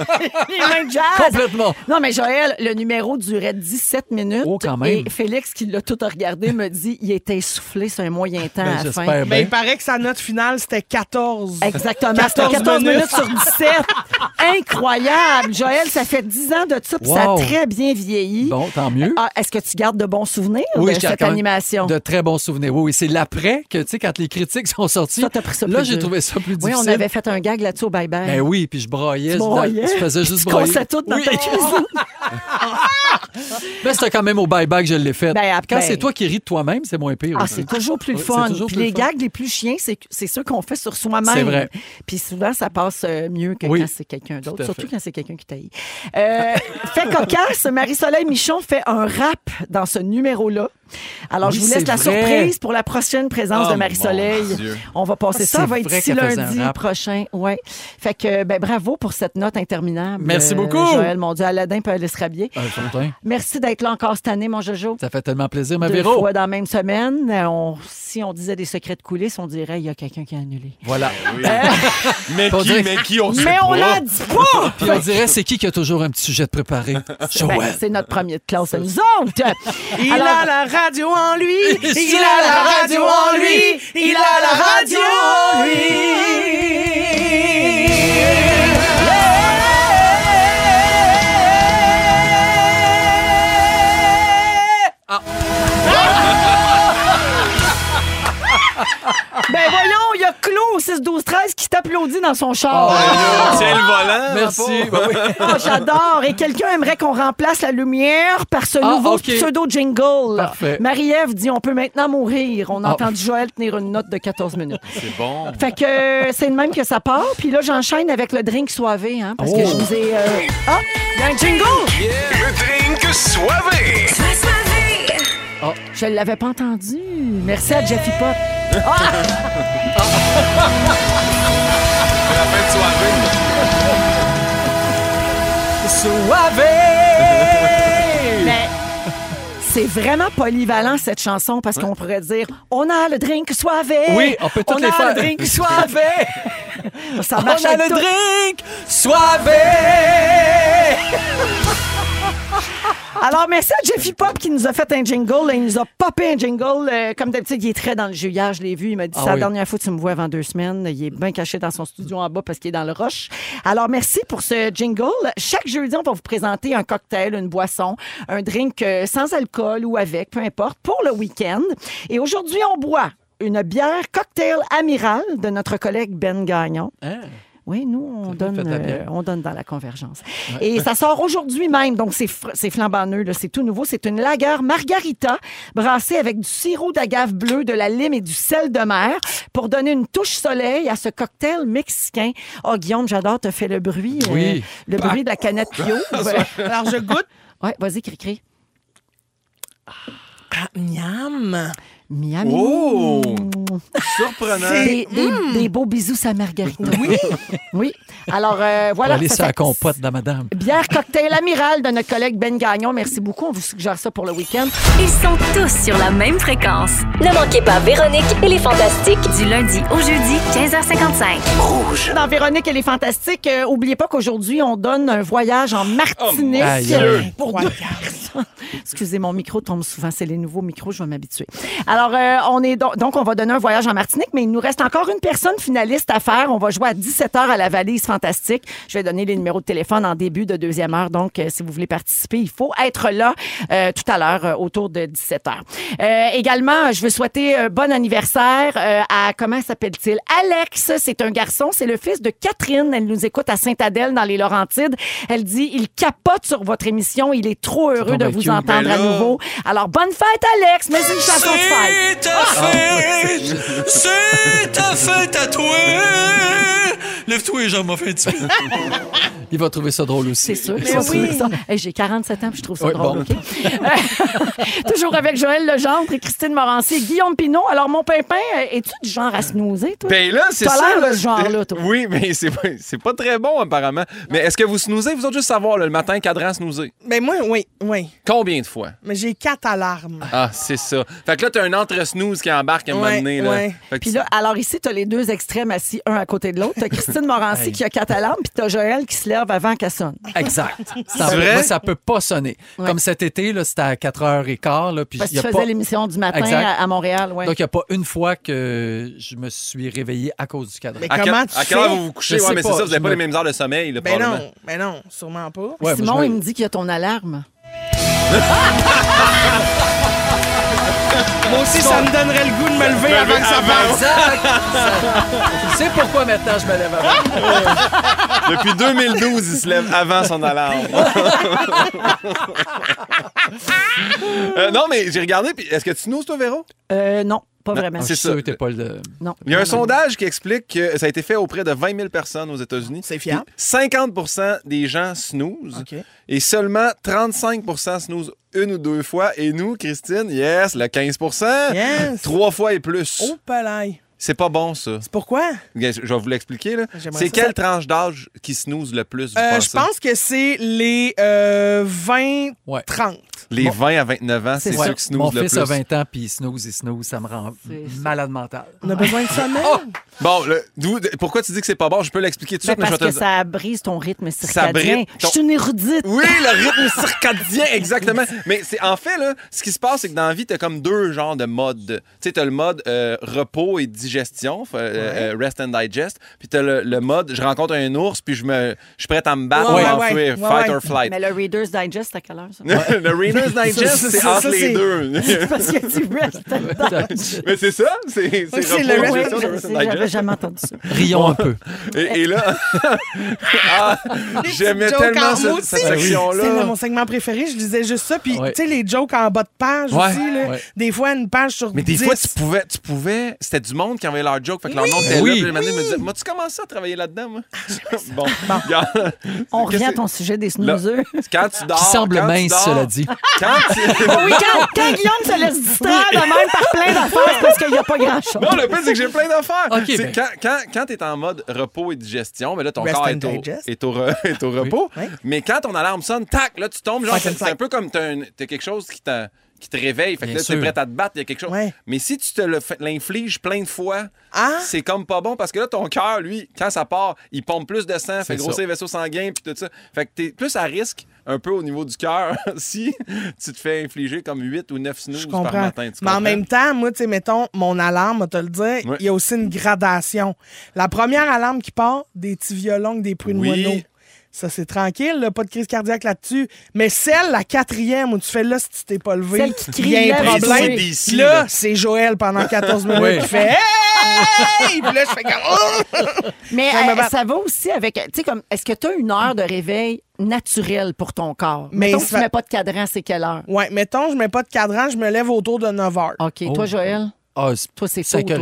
Speaker 1: Les mains jazz.
Speaker 2: Complètement.
Speaker 1: Non, mais Joël, le numéro durait 17 minutes.
Speaker 2: Oh, quand même.
Speaker 1: Et Félix, qui l'a tout regardé, me dit il était essoufflé sur un moyen temps
Speaker 2: Ben,
Speaker 1: à la fin.
Speaker 2: J'espère
Speaker 5: Mais
Speaker 2: bien.
Speaker 5: il paraît que sa note finale, c'était 14.
Speaker 1: Exactement.
Speaker 5: 14
Speaker 1: 14, 14 minutes.
Speaker 5: minutes
Speaker 1: sur 17. Incroyable. Joël, ça fait 10 ans de ça, puis ça a
Speaker 2: Wow.
Speaker 1: très bien vieilli.
Speaker 2: Bon, tant mieux.
Speaker 1: Ah, Est-ce que tu gardes de bons souvenirs de
Speaker 2: je garde
Speaker 1: Ah, ben, cette
Speaker 2: quand même
Speaker 1: animation?
Speaker 2: De très bons souvenirs. Oui, oui. C'est l'après que, tu sais, quand les critiques sont sorties.
Speaker 1: Ça, t'as pris ça
Speaker 2: là,
Speaker 1: plus
Speaker 2: j'ai
Speaker 1: dur.
Speaker 2: trouvé ça plus
Speaker 1: Oui,
Speaker 2: difficile.
Speaker 1: on avait fait un gag là-dessus au Bye Bye.
Speaker 2: Ben oui, puis je broyais.
Speaker 1: Tu
Speaker 2: je-
Speaker 1: broyais.
Speaker 2: je faisais
Speaker 1: Puis
Speaker 2: juste
Speaker 1: tu
Speaker 2: broyer.
Speaker 1: cassais tout dans
Speaker 2: Oui. <laughs>
Speaker 1: ta cuisine.
Speaker 2: Mais c'était quand même au bye-bye que je l'ai fait.
Speaker 1: Ben,
Speaker 2: quand
Speaker 1: ben-
Speaker 2: c'est toi qui ris de toi-même, c'est moins pire.
Speaker 1: Ah,
Speaker 2: aussi.
Speaker 1: c'est toujours plus le
Speaker 2: Oui,
Speaker 1: fun.
Speaker 2: c'est toujours
Speaker 1: Puis
Speaker 2: plus
Speaker 1: les
Speaker 2: le fun.
Speaker 1: gags les plus chiens, c'est c'est ceux qu'on fait sur soi-même.
Speaker 2: C'est vrai.
Speaker 1: Puis souvent, ça passe euh, mieux que
Speaker 2: Oui.
Speaker 1: quand c'est quelqu'un d'autre,
Speaker 2: à
Speaker 1: surtout
Speaker 2: fait.
Speaker 1: quand c'est quelqu'un qui taille. Euh, <laughs> fait cocasse, Marie-Soleil Michon fait un rap dans ce numéro-là. Alors,
Speaker 2: Oui,
Speaker 1: je vous laisse
Speaker 2: c'est
Speaker 1: la
Speaker 2: vrai.
Speaker 1: surprise pour la prochaine présence
Speaker 3: Oh,
Speaker 1: de
Speaker 3: mon
Speaker 1: Marie-Soleil.
Speaker 3: Dieu.
Speaker 1: On va passer
Speaker 2: Ah,
Speaker 1: ça. Ça
Speaker 2: c'est
Speaker 1: va être
Speaker 2: vrai
Speaker 1: d'ici
Speaker 2: qu'elle faisait un
Speaker 1: lundi
Speaker 2: rap.
Speaker 1: prochain. Ouais. Fait que, ben, bravo pour cette note interminable.
Speaker 2: Merci
Speaker 1: euh,
Speaker 2: beaucoup.
Speaker 1: Joël, mon Dieu, Aladdin peut aller se rhabiller.
Speaker 2: Ah, certain.
Speaker 1: Merci d'être là encore cette année, mon Jojo.
Speaker 2: Ça fait tellement plaisir, ma
Speaker 1: Deux
Speaker 2: Véro.
Speaker 1: fois dans la même semaine. Euh, on- si on disait des secrets de coulisses, on dirait il y a quelqu'un qui a annulé.
Speaker 2: Voilà.
Speaker 3: Mais
Speaker 2: Faut
Speaker 3: qui,
Speaker 2: dire-
Speaker 3: mais qui, on sait
Speaker 1: Euh. Mais on
Speaker 3: pas.
Speaker 1: l'a dit
Speaker 2: <laughs>
Speaker 1: pas!
Speaker 2: Puis on dirait, c'est qui qui a toujours un petit sujet de
Speaker 8: <laughs>
Speaker 2: préparé?
Speaker 1: Ben,
Speaker 2: Joël.
Speaker 1: c'est notre premier de classe, à nous autres.
Speaker 5: Il
Speaker 1: Alors-
Speaker 5: a la radio en lui. <laughs> Il
Speaker 2: ça,
Speaker 5: a la radio en lui. Il a la radio en <laughs> lui.
Speaker 1: Ben voyons, il y a Claude 6 12 13 qui t'applaudit dans son char.
Speaker 2: Ah
Speaker 3: Tiens le volant.
Speaker 2: Merci. Ben oui.
Speaker 1: Oh, j'adore. Et quelqu'un aimerait qu'on remplace la lumière par ce
Speaker 2: Ah,
Speaker 1: nouveau
Speaker 2: ok.
Speaker 1: pseudo-jingle.
Speaker 2: Parfait.
Speaker 1: Marie-Ève dit on peut maintenant mourir. On a
Speaker 2: Ah.
Speaker 1: entendu Joël tenir une note de 14 minutes.
Speaker 3: C'est bon.
Speaker 1: Fait que euh, c'est de même que ça part. Puis là, j'enchaîne avec le drink soivé, hein, parce
Speaker 2: Oh.
Speaker 1: que je vous ai. euh, Ah, il y a un jingle!
Speaker 8: Le drink soivé.
Speaker 1: Je l'avais pas entendu. Merci à Jeffy Ah! Pop.
Speaker 3: C'est la fin de soirée.
Speaker 1: Mais Ben, c'est vraiment polyvalent cette chanson parce qu'on pourrait dire on a le drink soivé.
Speaker 2: Oui, on peut toutes les
Speaker 1: On a
Speaker 2: faire.
Speaker 1: le
Speaker 2: <laughs>
Speaker 1: drink soivé. ça marche
Speaker 2: On a
Speaker 1: avec
Speaker 2: le
Speaker 1: tout.
Speaker 2: drink soivé.
Speaker 1: Alors merci à Jeffy Pop qui nous a fait un jingle et il nous a popé un jingle euh, comme d'habitude, il est très dans le jeu hier, je l'ai vu, il m'a dit
Speaker 2: Ah
Speaker 1: c'est la
Speaker 2: oui.
Speaker 1: dernière fois que tu me vois avant deux semaines, il est bien caché dans son studio en bas parce qu'il est dans le roche. Alors merci pour ce jingle. Chaque jeudi, on va vous présenter un cocktail, une boisson, un drink euh, sans alcool ou avec, peu importe, pour le week-end. Et aujourd'hui, on boit une bière cocktail amiral de notre collègue Ben Gagnon.
Speaker 2: Hein?
Speaker 1: Oui, nous, on
Speaker 2: lui
Speaker 1: donne,
Speaker 2: fait de la
Speaker 1: euh,
Speaker 2: bière.
Speaker 1: on donne dans la convergence. Et ça sort aujourd'hui même, donc c'est fr- c'est flambant neuf, là, c'est tout nouveau. C'est une lagueur margarita brassée avec du sirop d'agave bleu, de la lime et du sel de mer pour donner une touche soleil à ce cocktail mexicain. Oh, Guillaume, j'adore, t'as fait le bruit. euh,
Speaker 2: Oui. Bah. Ah,
Speaker 1: le bruit de la canette
Speaker 2: <laughs>
Speaker 1: bio. ouais,
Speaker 5: Alors, je goûte.
Speaker 1: Ouais, vas-y, cri-cri.
Speaker 5: Ah, miam.
Speaker 1: Miami.
Speaker 3: Oh! Surprenant.
Speaker 1: Des, des-
Speaker 2: Mmh.
Speaker 1: des beaux bisous à margarita. Oui. oui. Alors, euh,
Speaker 2: Pour
Speaker 1: voilà.
Speaker 2: aller
Speaker 1: ça
Speaker 2: sur la
Speaker 1: fait-
Speaker 2: compote de la madame.
Speaker 1: Bière cocktail amiral de notre collègue Ben Gagnon. Merci beaucoup. On vous suggère ça pour le week-end.
Speaker 6: Ils sont tous sur la même fréquence.
Speaker 7: Ne manquez pas Véronique et les Fantastiques.
Speaker 6: Du lundi au jeudi, 15h55.
Speaker 1: Dans Véronique, elle est fantastique. Euh, oubliez pas qu'aujourd'hui, on donne un voyage en Martinique.
Speaker 2: Oh, mon Dieu.
Speaker 1: pour deux personnes. Excusez, mon micro tombe souvent. C'est les nouveaux micros, je vais m'habituer. Alors, euh, on est donc, donc, on va donner un voyage en Martinique, mais il nous reste encore une personne finaliste à faire. On va jouer à 17h à la valise fantastique. Je vais donner les numéros de téléphone en début de deuxième heure. Donc, euh, si vous voulez participer, il faut être là euh, tout à l'heure euh, autour de 17h. Euh, également, je veux souhaiter un bon anniversaire euh, à, comment s'appelle-t-il? Alex, c'est un garçon, c'est le fils de Catherine. Elle nous écoute à Sainte-Adèle dans les Laurentides. Elle dit, il capote sur votre émission. Il est trop heureux
Speaker 2: donc
Speaker 1: de
Speaker 2: bien
Speaker 1: vous
Speaker 2: cute.
Speaker 1: entendre
Speaker 3: Ben là.
Speaker 1: à nouveau. Alors, bonne fête, Alex. Mais c'est une chanson de fête.
Speaker 8: C'est ta fête. C'est ta fête à toi. Lève-toi les jambes, on fait un petit peu.
Speaker 2: Il va trouver ça drôle aussi.
Speaker 1: C'est sûr.
Speaker 2: Ça,
Speaker 1: c'est
Speaker 2: c'est-
Speaker 1: ça. <laughs> Hey, J'ai 47 ans, puis je trouve ça
Speaker 2: Oui,
Speaker 1: drôle.
Speaker 2: bon.
Speaker 1: OK? Euh, <laughs> Toujours avec Joël Legendre et Christine Morancier, Guillaume Pinot. Alors, mon pimpin, euh, es-tu du genre à snoozer, toi?
Speaker 3: Ben là, c'est
Speaker 1: T'as
Speaker 3: ça.
Speaker 1: l'air
Speaker 3: là.
Speaker 1: de ce genre-là, toi.
Speaker 3: Oui, mais c'est pas, c'est pas très bon, apparemment. Mais est-ce que vous snoozez? Vous autres, juste savoir, là, le matin, cadran snoozé.
Speaker 5: Mais Ben, moi, oui, oui.
Speaker 3: Combien de fois?
Speaker 5: Mais j'ai quatre alarmes.
Speaker 3: Ah, c'est ça. Fait que là, t'as un entre-snooze qui embarque à un moment
Speaker 5: Ouais,
Speaker 3: donné. Là.
Speaker 5: ouais.
Speaker 3: Fait que
Speaker 1: Puis là, alors ici, t'as les deux extrêmes assis, un à côté de l'autre. T'as
Speaker 3: <laughs>
Speaker 1: Christine Morancy qui a quatre alarmes, puis t'as Joël qui se lève avant qu'elle sonne. <laughs>
Speaker 2: Exact. Ça,
Speaker 3: C'est
Speaker 2: moi,
Speaker 3: vrai?
Speaker 2: ça peut pas sonner.
Speaker 1: Ouais.
Speaker 2: Comme cet été, là, c'était à 4h15. Là, puis
Speaker 1: Parce que
Speaker 2: il y
Speaker 1: tu
Speaker 2: a
Speaker 1: faisais
Speaker 2: pas...
Speaker 1: l'émission du matin
Speaker 2: Exact.
Speaker 1: à, à Montréal, ouais.
Speaker 2: Donc, il n'y a pas une fois que je me suis réveillé à cause du cadran.
Speaker 5: Mais
Speaker 3: à quel-
Speaker 5: comment tu
Speaker 3: À quelle heure
Speaker 5: fais?
Speaker 3: vous vous couchez?
Speaker 2: Je
Speaker 3: Ouais,
Speaker 2: sais
Speaker 3: mais c'est
Speaker 2: pas,
Speaker 3: ça, vous
Speaker 2: je
Speaker 3: n'avez pas
Speaker 2: me-
Speaker 3: les mêmes heures de sommeil, là,
Speaker 5: Ben
Speaker 3: probablement.
Speaker 5: non, ben non, sûrement pas.
Speaker 2: Ouais, moi,
Speaker 1: Simon,
Speaker 2: je
Speaker 1: il me dit qu'il y a ton alarme.
Speaker 5: Moi aussi, ça me donnerait le goût de me lever avant que ça passe.
Speaker 2: Exact. Tu sais pourquoi maintenant je me lève avant.
Speaker 3: <laughs> Depuis 2012, il se lève avant son alarme. <laughs> Euh, non, mais j'ai regardé. puis Est-ce que tu snoozes, toi, Véro?
Speaker 1: Euh, non, pas vraiment.
Speaker 2: Je
Speaker 3: c'est
Speaker 2: suis sûr
Speaker 3: ça.
Speaker 2: que t'es pas le... euh,
Speaker 1: Non.
Speaker 3: Il y a un
Speaker 1: Non, Ben, non, non.
Speaker 3: sondage qui explique que ça a été fait auprès de 20 000 personnes aux États-Unis.
Speaker 5: C'est fiable.
Speaker 3: Puis 50 des gens snooze
Speaker 5: OK.
Speaker 3: et seulement 35 snooze une ou deux fois. Et nous, Christine, yes, le 15
Speaker 5: Yes.
Speaker 3: trois fois et plus.
Speaker 5: Oh, palais.
Speaker 3: C'est pas bon, ça.
Speaker 5: Pourquoi?
Speaker 3: Je je vais vous l'expliquer. là.
Speaker 5: J'aimerais
Speaker 3: C'est
Speaker 5: ça.
Speaker 3: quelle tranche d'âge qui snooze le plus, vous
Speaker 5: Euh,
Speaker 3: pensez?
Speaker 5: je pense que c'est les euh, 20-30.
Speaker 2: Ouais.
Speaker 3: Les 20 à 29 ans, c'est
Speaker 2: Ouais.
Speaker 3: ceux qui
Speaker 2: Mon
Speaker 3: snoozent le
Speaker 2: fils
Speaker 3: plus.
Speaker 2: a 20 ans, puis il snooze, il snooze, ça me rend malade mental.
Speaker 3: Ah.
Speaker 5: On a besoin de
Speaker 3: <laughs>
Speaker 5: sommeil.
Speaker 3: Oh, Bon, le- d'où- de- pourquoi tu dis que c'est pas bon? Je peux l'expliquer tout de
Speaker 1: Ben,
Speaker 3: suite, mais je
Speaker 1: parce
Speaker 3: vais te
Speaker 1: que
Speaker 3: le dire.
Speaker 1: ça brise ton rythme
Speaker 3: Ça brise
Speaker 1: circadien. Je suis une érudite.
Speaker 3: Oui, le rythme circadien, exactement. Mais c'est en fait, là, ce qui se passe, c'est que dans la vie, t'as comme deux genres de modes. Tu sais, t'as le mode euh, repos et digestion, f- euh, euh, rest and digest, puis t'as le, le mode je rencontre un ours, puis je me, je suis prête à me battre
Speaker 5: Ouais,
Speaker 3: ou
Speaker 5: ouais,
Speaker 3: m'enfuir,
Speaker 5: ouais. Ouais,
Speaker 3: fight
Speaker 5: ouais.
Speaker 3: or flight.
Speaker 1: Mais
Speaker 3: <laughs>
Speaker 1: le Reader's Digest, à quelle heure, ça?
Speaker 3: le Reader's Digest,
Speaker 5: ça,
Speaker 3: c'est
Speaker 5: ça,
Speaker 3: entre
Speaker 5: ça,
Speaker 3: les
Speaker 5: c'est- <laughs>
Speaker 3: deux.
Speaker 1: <laughs>
Speaker 3: <laughs>
Speaker 1: Parce que tu restes
Speaker 3: Mais c'est ça, c'est
Speaker 5: Oui, c'est le
Speaker 3: repos,
Speaker 5: rest-
Speaker 3: digestion,
Speaker 1: Je
Speaker 3: rest
Speaker 1: sais,
Speaker 3: and digest.
Speaker 1: J'avais jamais entendu
Speaker 3: <laughs>
Speaker 1: ça.
Speaker 2: Rions un peu.
Speaker 3: Et, et là, <laughs> Ah, j'aimais
Speaker 5: Jokes
Speaker 3: tellement
Speaker 5: en
Speaker 3: ce-
Speaker 5: mots aussi.
Speaker 3: cette
Speaker 5: C'est le-
Speaker 3: section-là.
Speaker 5: mon segment préféré. Je lisais juste ça. Puis,
Speaker 2: Ouais.
Speaker 5: tu sais, les jokes en bas de page
Speaker 3: Ouais.
Speaker 5: aussi. Là.
Speaker 2: Ouais.
Speaker 5: Des fois, une page sur
Speaker 3: Mais des
Speaker 5: 10.
Speaker 3: fois, tu pouvais, tu pouvais, c'était du monde qui envoyait leur joke, fait que leur monde était
Speaker 2: Oui. Ah,
Speaker 3: là. Puis le matin, ils me disaient, moi, tu commences à travailler là-dedans, moi. <laughs> bon, regarde.
Speaker 1: On
Speaker 3: Qu'est-ce
Speaker 1: revient à
Speaker 3: que-
Speaker 1: ton sujet des snoozeux.
Speaker 3: Là, Quand tu dors.
Speaker 2: Qui semble
Speaker 3: Ah, quand tu
Speaker 2: mince,
Speaker 3: dors-
Speaker 2: cela dit.
Speaker 3: Quand tu-
Speaker 1: <laughs> Oui, quand,
Speaker 3: <laughs>
Speaker 1: quand Guillaume se laisse distraire de même par plein d'affaires, c'est parce qu'il n'y a pas grand-chose.
Speaker 3: Non, le pire, c'est que j'ai plein d'affaires.
Speaker 2: Ok,
Speaker 3: C'est
Speaker 2: ben.
Speaker 3: Quand, quand, quand t'es en mode repos et digestion, ben là, ton
Speaker 5: Rest
Speaker 3: corps
Speaker 5: and
Speaker 3: est au,
Speaker 5: digest.
Speaker 3: est au re- <laughs> est au repos. Mais quand ton alarme sonne, tac, là, tu tombes. Genre,
Speaker 5: Fucking
Speaker 3: c'est c'est un peu comme t'as une- t'as quelque chose qui, t'a- qui te réveille. Fait que
Speaker 2: Bien
Speaker 3: là, t'es
Speaker 2: sûr.
Speaker 3: prêt à te battre, il y a quelque chose.
Speaker 5: Ouais.
Speaker 3: Mais si tu te le fais- l'infliges plein de fois,
Speaker 5: Ah!
Speaker 3: c'est comme pas bon parce que là, ton cœur, lui, quand ça part, il pompe plus de sang, fait
Speaker 2: C'est
Speaker 3: grossir
Speaker 2: ça.
Speaker 3: les vaisseaux sanguins, puis tout ça. Fait que t'es plus à risque un peu au niveau du cœur <laughs> si tu te fais infliger comme 8 ou 9 snooze
Speaker 5: Je
Speaker 3: par
Speaker 5: comprends.
Speaker 3: matin. Tu
Speaker 5: Mais en
Speaker 3: comprends?
Speaker 5: même temps, moi, tu sais, mettons, mon alarme, on va te le dire, il
Speaker 3: Ouais.
Speaker 5: y a aussi une gradation. La première alarme qui part, des petits violons, avec des prunes
Speaker 3: Oui.
Speaker 5: moineaux. Ça, c'est tranquille, là, pas de crise cardiaque là-dessus. Mais celle, la quatrième, où tu fais là si tu t'es pas levé,
Speaker 1: Celle qui
Speaker 5: il y a un
Speaker 1: criait,
Speaker 5: problème.
Speaker 3: c'est d'ici,
Speaker 5: Puis là,
Speaker 3: là.
Speaker 5: c'est Joël pendant
Speaker 3: <laughs>
Speaker 5: 14 minutes
Speaker 2: Oui.
Speaker 5: qui fait Hey! Puis là, je fais comme Oh!
Speaker 1: Mais
Speaker 5: vais me
Speaker 1: euh,
Speaker 5: battre.
Speaker 1: ça va aussi avec, tu sais, comme, est-ce que tu as une heure de réveil naturelle pour ton corps?
Speaker 5: Mais
Speaker 1: Mais Mettons que
Speaker 5: ça
Speaker 1: tu
Speaker 5: fait-
Speaker 1: mets pas de cadran, c'est quelle heure?
Speaker 5: Ouais, mettons, je mets pas de cadran, je me lève autour de 9 h.
Speaker 1: OK, toi, Joël?
Speaker 2: Ah,
Speaker 1: <laughs> Toi, c'est tôt,
Speaker 2: 5h30,
Speaker 1: toi.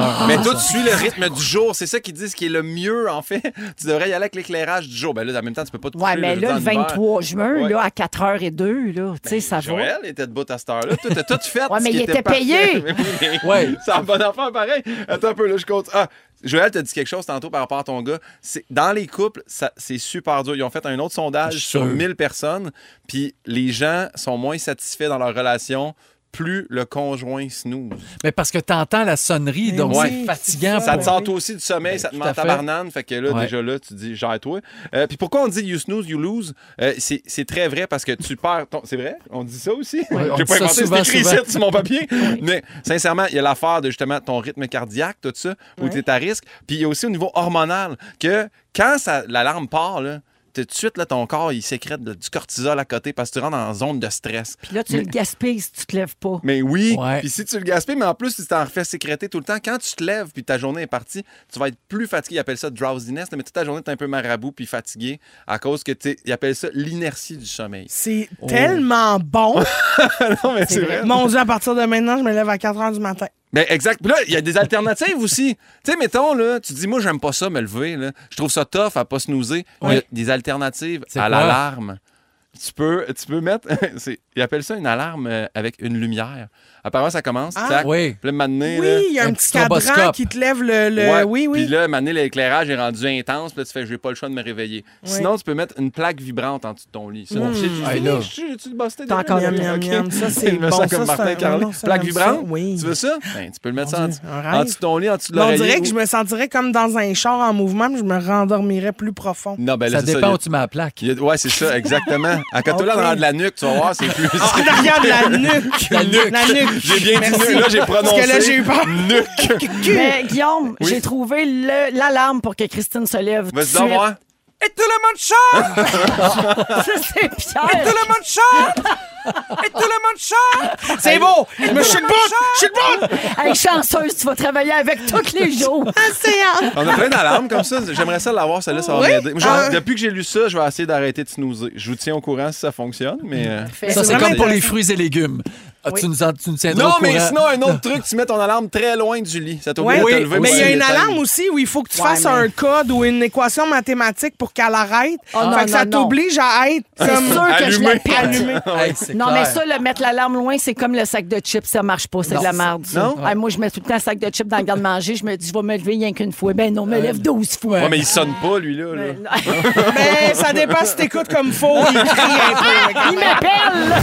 Speaker 1: Ah,
Speaker 2: 6h.
Speaker 3: Mais toi, tu suis le rythme du jour. C'est ça qu'ils disent qui est le mieux, en fait. <laughs> Tu devrais y aller avec l'éclairage du jour. Ben là, en même temps, tu peux pas te coucher.
Speaker 1: Ouais, mais
Speaker 3: je veux
Speaker 1: là,
Speaker 3: dire,
Speaker 1: le
Speaker 3: en hiver.
Speaker 1: 23 juin,
Speaker 3: Ouais. Ben,
Speaker 1: là, à 4h02, là, tu sais, ça va.
Speaker 3: Joël était debout à cette heure-là. Toi, t'as tout fait.
Speaker 1: Ouais, mais
Speaker 3: ce qui
Speaker 1: il était
Speaker 3: parfait.
Speaker 1: payé.
Speaker 3: <laughs> Mais oui, mais
Speaker 2: Ouais.
Speaker 3: C'est un bon enfant, pareil. Attends un peu, là, je compte. Ah, Joël, t'as dit quelque chose tantôt par rapport à ton gars. C'est- Dans les couples, ça- c'est super dur. Ils ont fait un autre
Speaker 2: Je
Speaker 3: sondage
Speaker 2: suis
Speaker 3: sur
Speaker 2: sûr.
Speaker 3: 1000 personnes, puis les gens sont moins satisfaits dans leur relation, plus le conjoint snooze.
Speaker 2: Mais parce que t'entends la sonnerie, donc
Speaker 3: oui,
Speaker 2: c'est fatigant.
Speaker 3: Ça
Speaker 2: pour-
Speaker 3: te sort toi aussi du sommeil, ça te
Speaker 2: Ben, tout
Speaker 3: met en
Speaker 2: à fait.
Speaker 3: tabarnane. Fait que là,
Speaker 2: Ouais.
Speaker 3: déjà là, tu dis gère-toi. Euh, Puis pourquoi on dit you snooze, you lose? Euh, c'est c'est très vrai parce que tu perds ton. C'est vrai? On dit ça aussi?
Speaker 2: on
Speaker 3: J'ai
Speaker 2: dit
Speaker 3: pas
Speaker 2: ça
Speaker 3: inventé, c'est
Speaker 2: souvent,
Speaker 3: écrit ici
Speaker 2: souvent.
Speaker 3: sur
Speaker 2: <laughs>
Speaker 3: mon papier. Mais sincèrement, il y a l'affaire de justement ton rythme cardiaque, tout ça, où tu es à risque. Puis il y a aussi au niveau hormonal que quand ça- l'alarme part, là, tout de suite, là, ton corps, il sécrète de- du cortisol à côté parce que tu rentres en zone de stress.
Speaker 1: Puis là, tu le gaspilles si tu te lèves pas.
Speaker 3: Mais oui.
Speaker 2: Ouais.
Speaker 3: Puis si tu le gaspilles, mais en plus, si tu t'en refais sécréter tout le temps, quand tu te lèves puis ta journée est partie, tu vas être plus fatigué. Ils appellent ça drowsiness, mais toute ta journée, tu es un peu marabout puis fatigué à cause que tu Ils appellent ça l'inertie du
Speaker 5: <laughs>
Speaker 3: sommeil.
Speaker 5: C'est tellement bon.
Speaker 3: non, mais <laughs> c'est
Speaker 5: Mon Dieu, à partir de maintenant, je me lève à 4 h du matin.
Speaker 3: Ben, exact. Puis là, il y a des alternatives aussi. <laughs> tu sais, mettons, là, tu dis, moi, j'aime pas ça me lever. Là. Je trouve ça tough à pas snoozer. Il y a des alternatives
Speaker 2: C'est quoi?
Speaker 3: à l'alarme. Tu peux, tu peux mettre. <laughs> c'est- ils appellent ça une alarme euh, avec une lumière. Apparemment, ça commence.
Speaker 5: Ah,
Speaker 3: tac,
Speaker 2: oui.
Speaker 3: Puis là, maintenant, là,
Speaker 5: Oui, il y a un,
Speaker 2: un
Speaker 5: petit
Speaker 2: petit
Speaker 5: cadran
Speaker 2: stroboscope.
Speaker 5: qui te lève le. le-
Speaker 3: Ouais.
Speaker 5: Euh, Oui, oui.
Speaker 3: Puis là, mané, l'éclairage est rendu intense. Puis là, tu fais, j'ai pas le choix de me réveiller. Sinon, tu peux mettre une plaque vibrante en dessous de ton lit. Ça, tu sais, tu-
Speaker 2: Hey, là.
Speaker 3: Je suis- je suis busté
Speaker 5: Hmm. T'as
Speaker 3: déjà?
Speaker 5: encore miam, miam,
Speaker 3: Ok.
Speaker 5: miam.
Speaker 3: <laughs>
Speaker 5: Ça, c'est
Speaker 3: Je me
Speaker 5: bon.
Speaker 3: sens
Speaker 5: Ça,
Speaker 3: comme
Speaker 5: c'est un-
Speaker 3: Martin Carly.
Speaker 5: non, ça,
Speaker 3: Plaque
Speaker 5: j'aime
Speaker 3: vibrante?
Speaker 5: ça. Oui.
Speaker 3: Tu veux ça? Ben, tu peux le mettre ça en,
Speaker 5: Dieu, un rêve.
Speaker 3: en dessous de ton lit, en dessous de
Speaker 5: Là, on
Speaker 3: l'oreiller.
Speaker 5: dirait que
Speaker 3: ou-
Speaker 5: je me sentirais comme dans un char en mouvement, mais je me rendormirais plus profond.
Speaker 3: Non, ben là,
Speaker 2: Ça
Speaker 3: c'est
Speaker 2: dépend où
Speaker 3: ça.
Speaker 2: tu mets la plaque.
Speaker 3: il y a- il y a- Ouais, c'est ça, exactement. À
Speaker 5: <laughs>
Speaker 3: côté là,
Speaker 5: Ok.
Speaker 3: dans de la nuque, tu vas voir, c'est plus.
Speaker 5: Ah, <laughs> en arrière de la nuque.
Speaker 2: La nuque.
Speaker 3: <laughs> J'ai bien dit
Speaker 5: Merci.
Speaker 3: nuque. Là, j'ai prononcé.
Speaker 5: Parce que là, j'ai
Speaker 3: <laughs>
Speaker 5: eu peur.
Speaker 3: Nuque.
Speaker 1: Mais Guillaume,
Speaker 3: Oui.
Speaker 1: j'ai trouvé le- l'alarme pour que Christine se lève. tout de
Speaker 3: Vas-y,
Speaker 1: suite. <laughs>
Speaker 3: donne-moi.
Speaker 10: Et tout le monde chante!
Speaker 3: <laughs>
Speaker 1: C'est Pierre.
Speaker 10: Tout le monde chante! Et tout le monde chante!
Speaker 5: C'est beau. Je
Speaker 3: <laughs>
Speaker 5: me suis de bout. Je suis de bout.
Speaker 1: Hey, chanceuse, tu vas travailler avec tous les jours.
Speaker 5: hein.
Speaker 3: On a plein d'alarmes comme ça. J'aimerais ça l'avoir, celle-là, ça va
Speaker 5: Oui?
Speaker 3: m'aider. Moi, j'ai-
Speaker 5: Ah.
Speaker 3: Depuis que j'ai lu ça, je vais essayer d'arrêter de snoozer. Je vous tiens au courant si ça fonctionne, mais. euh,
Speaker 1: Fait-
Speaker 2: Ça,
Speaker 3: c'est
Speaker 2: c'est comme
Speaker 3: vrai.
Speaker 2: pour les fruits et légumes.
Speaker 4: Ah, tu, nous en- tu nous tiendras
Speaker 3: Non,
Speaker 4: au
Speaker 3: mais <laughs>
Speaker 4: courant.
Speaker 3: sinon, un autre truc, tu mets ton alarme très loin du lit. Ça t'oblige
Speaker 5: Ouais,
Speaker 3: de te lever.
Speaker 5: mais
Speaker 3: pour
Speaker 5: il y a
Speaker 3: aller
Speaker 5: une
Speaker 3: l'éteindre.
Speaker 5: alarme aussi où il faut que tu
Speaker 1: Ouais,
Speaker 5: fasses
Speaker 1: mais-
Speaker 5: un code ou une équation mathématique pour qu'elle arrête.
Speaker 1: Oh, non,
Speaker 5: fait que ça
Speaker 1: non, non.
Speaker 5: t'oblige à être
Speaker 1: C'est
Speaker 5: comme.
Speaker 1: sûr que je la
Speaker 3: Allumé.
Speaker 1: pète.
Speaker 5: Allumé.
Speaker 4: Hey, <laughs> c'est
Speaker 1: Non,
Speaker 4: clair.
Speaker 1: mais ça, le mettre l'alarme loin, c'est comme le sac de chips, ça marche pas, c'est de la merde. ça.
Speaker 3: Non?
Speaker 1: Ah, moi, je mets tout le temps un sac de chips dans le garde-manger, je me dis, je vais me lever rien qu'une fois. Ben non, me lève 12 fois.
Speaker 3: Ouais, mais il sonne pas, lui-là. là.
Speaker 5: <laughs> Ben, ça dépend si t'écoutes comme faux. Il crie un peu, mais quand
Speaker 1: <laughs> Il
Speaker 5: même.
Speaker 1: m'appelle!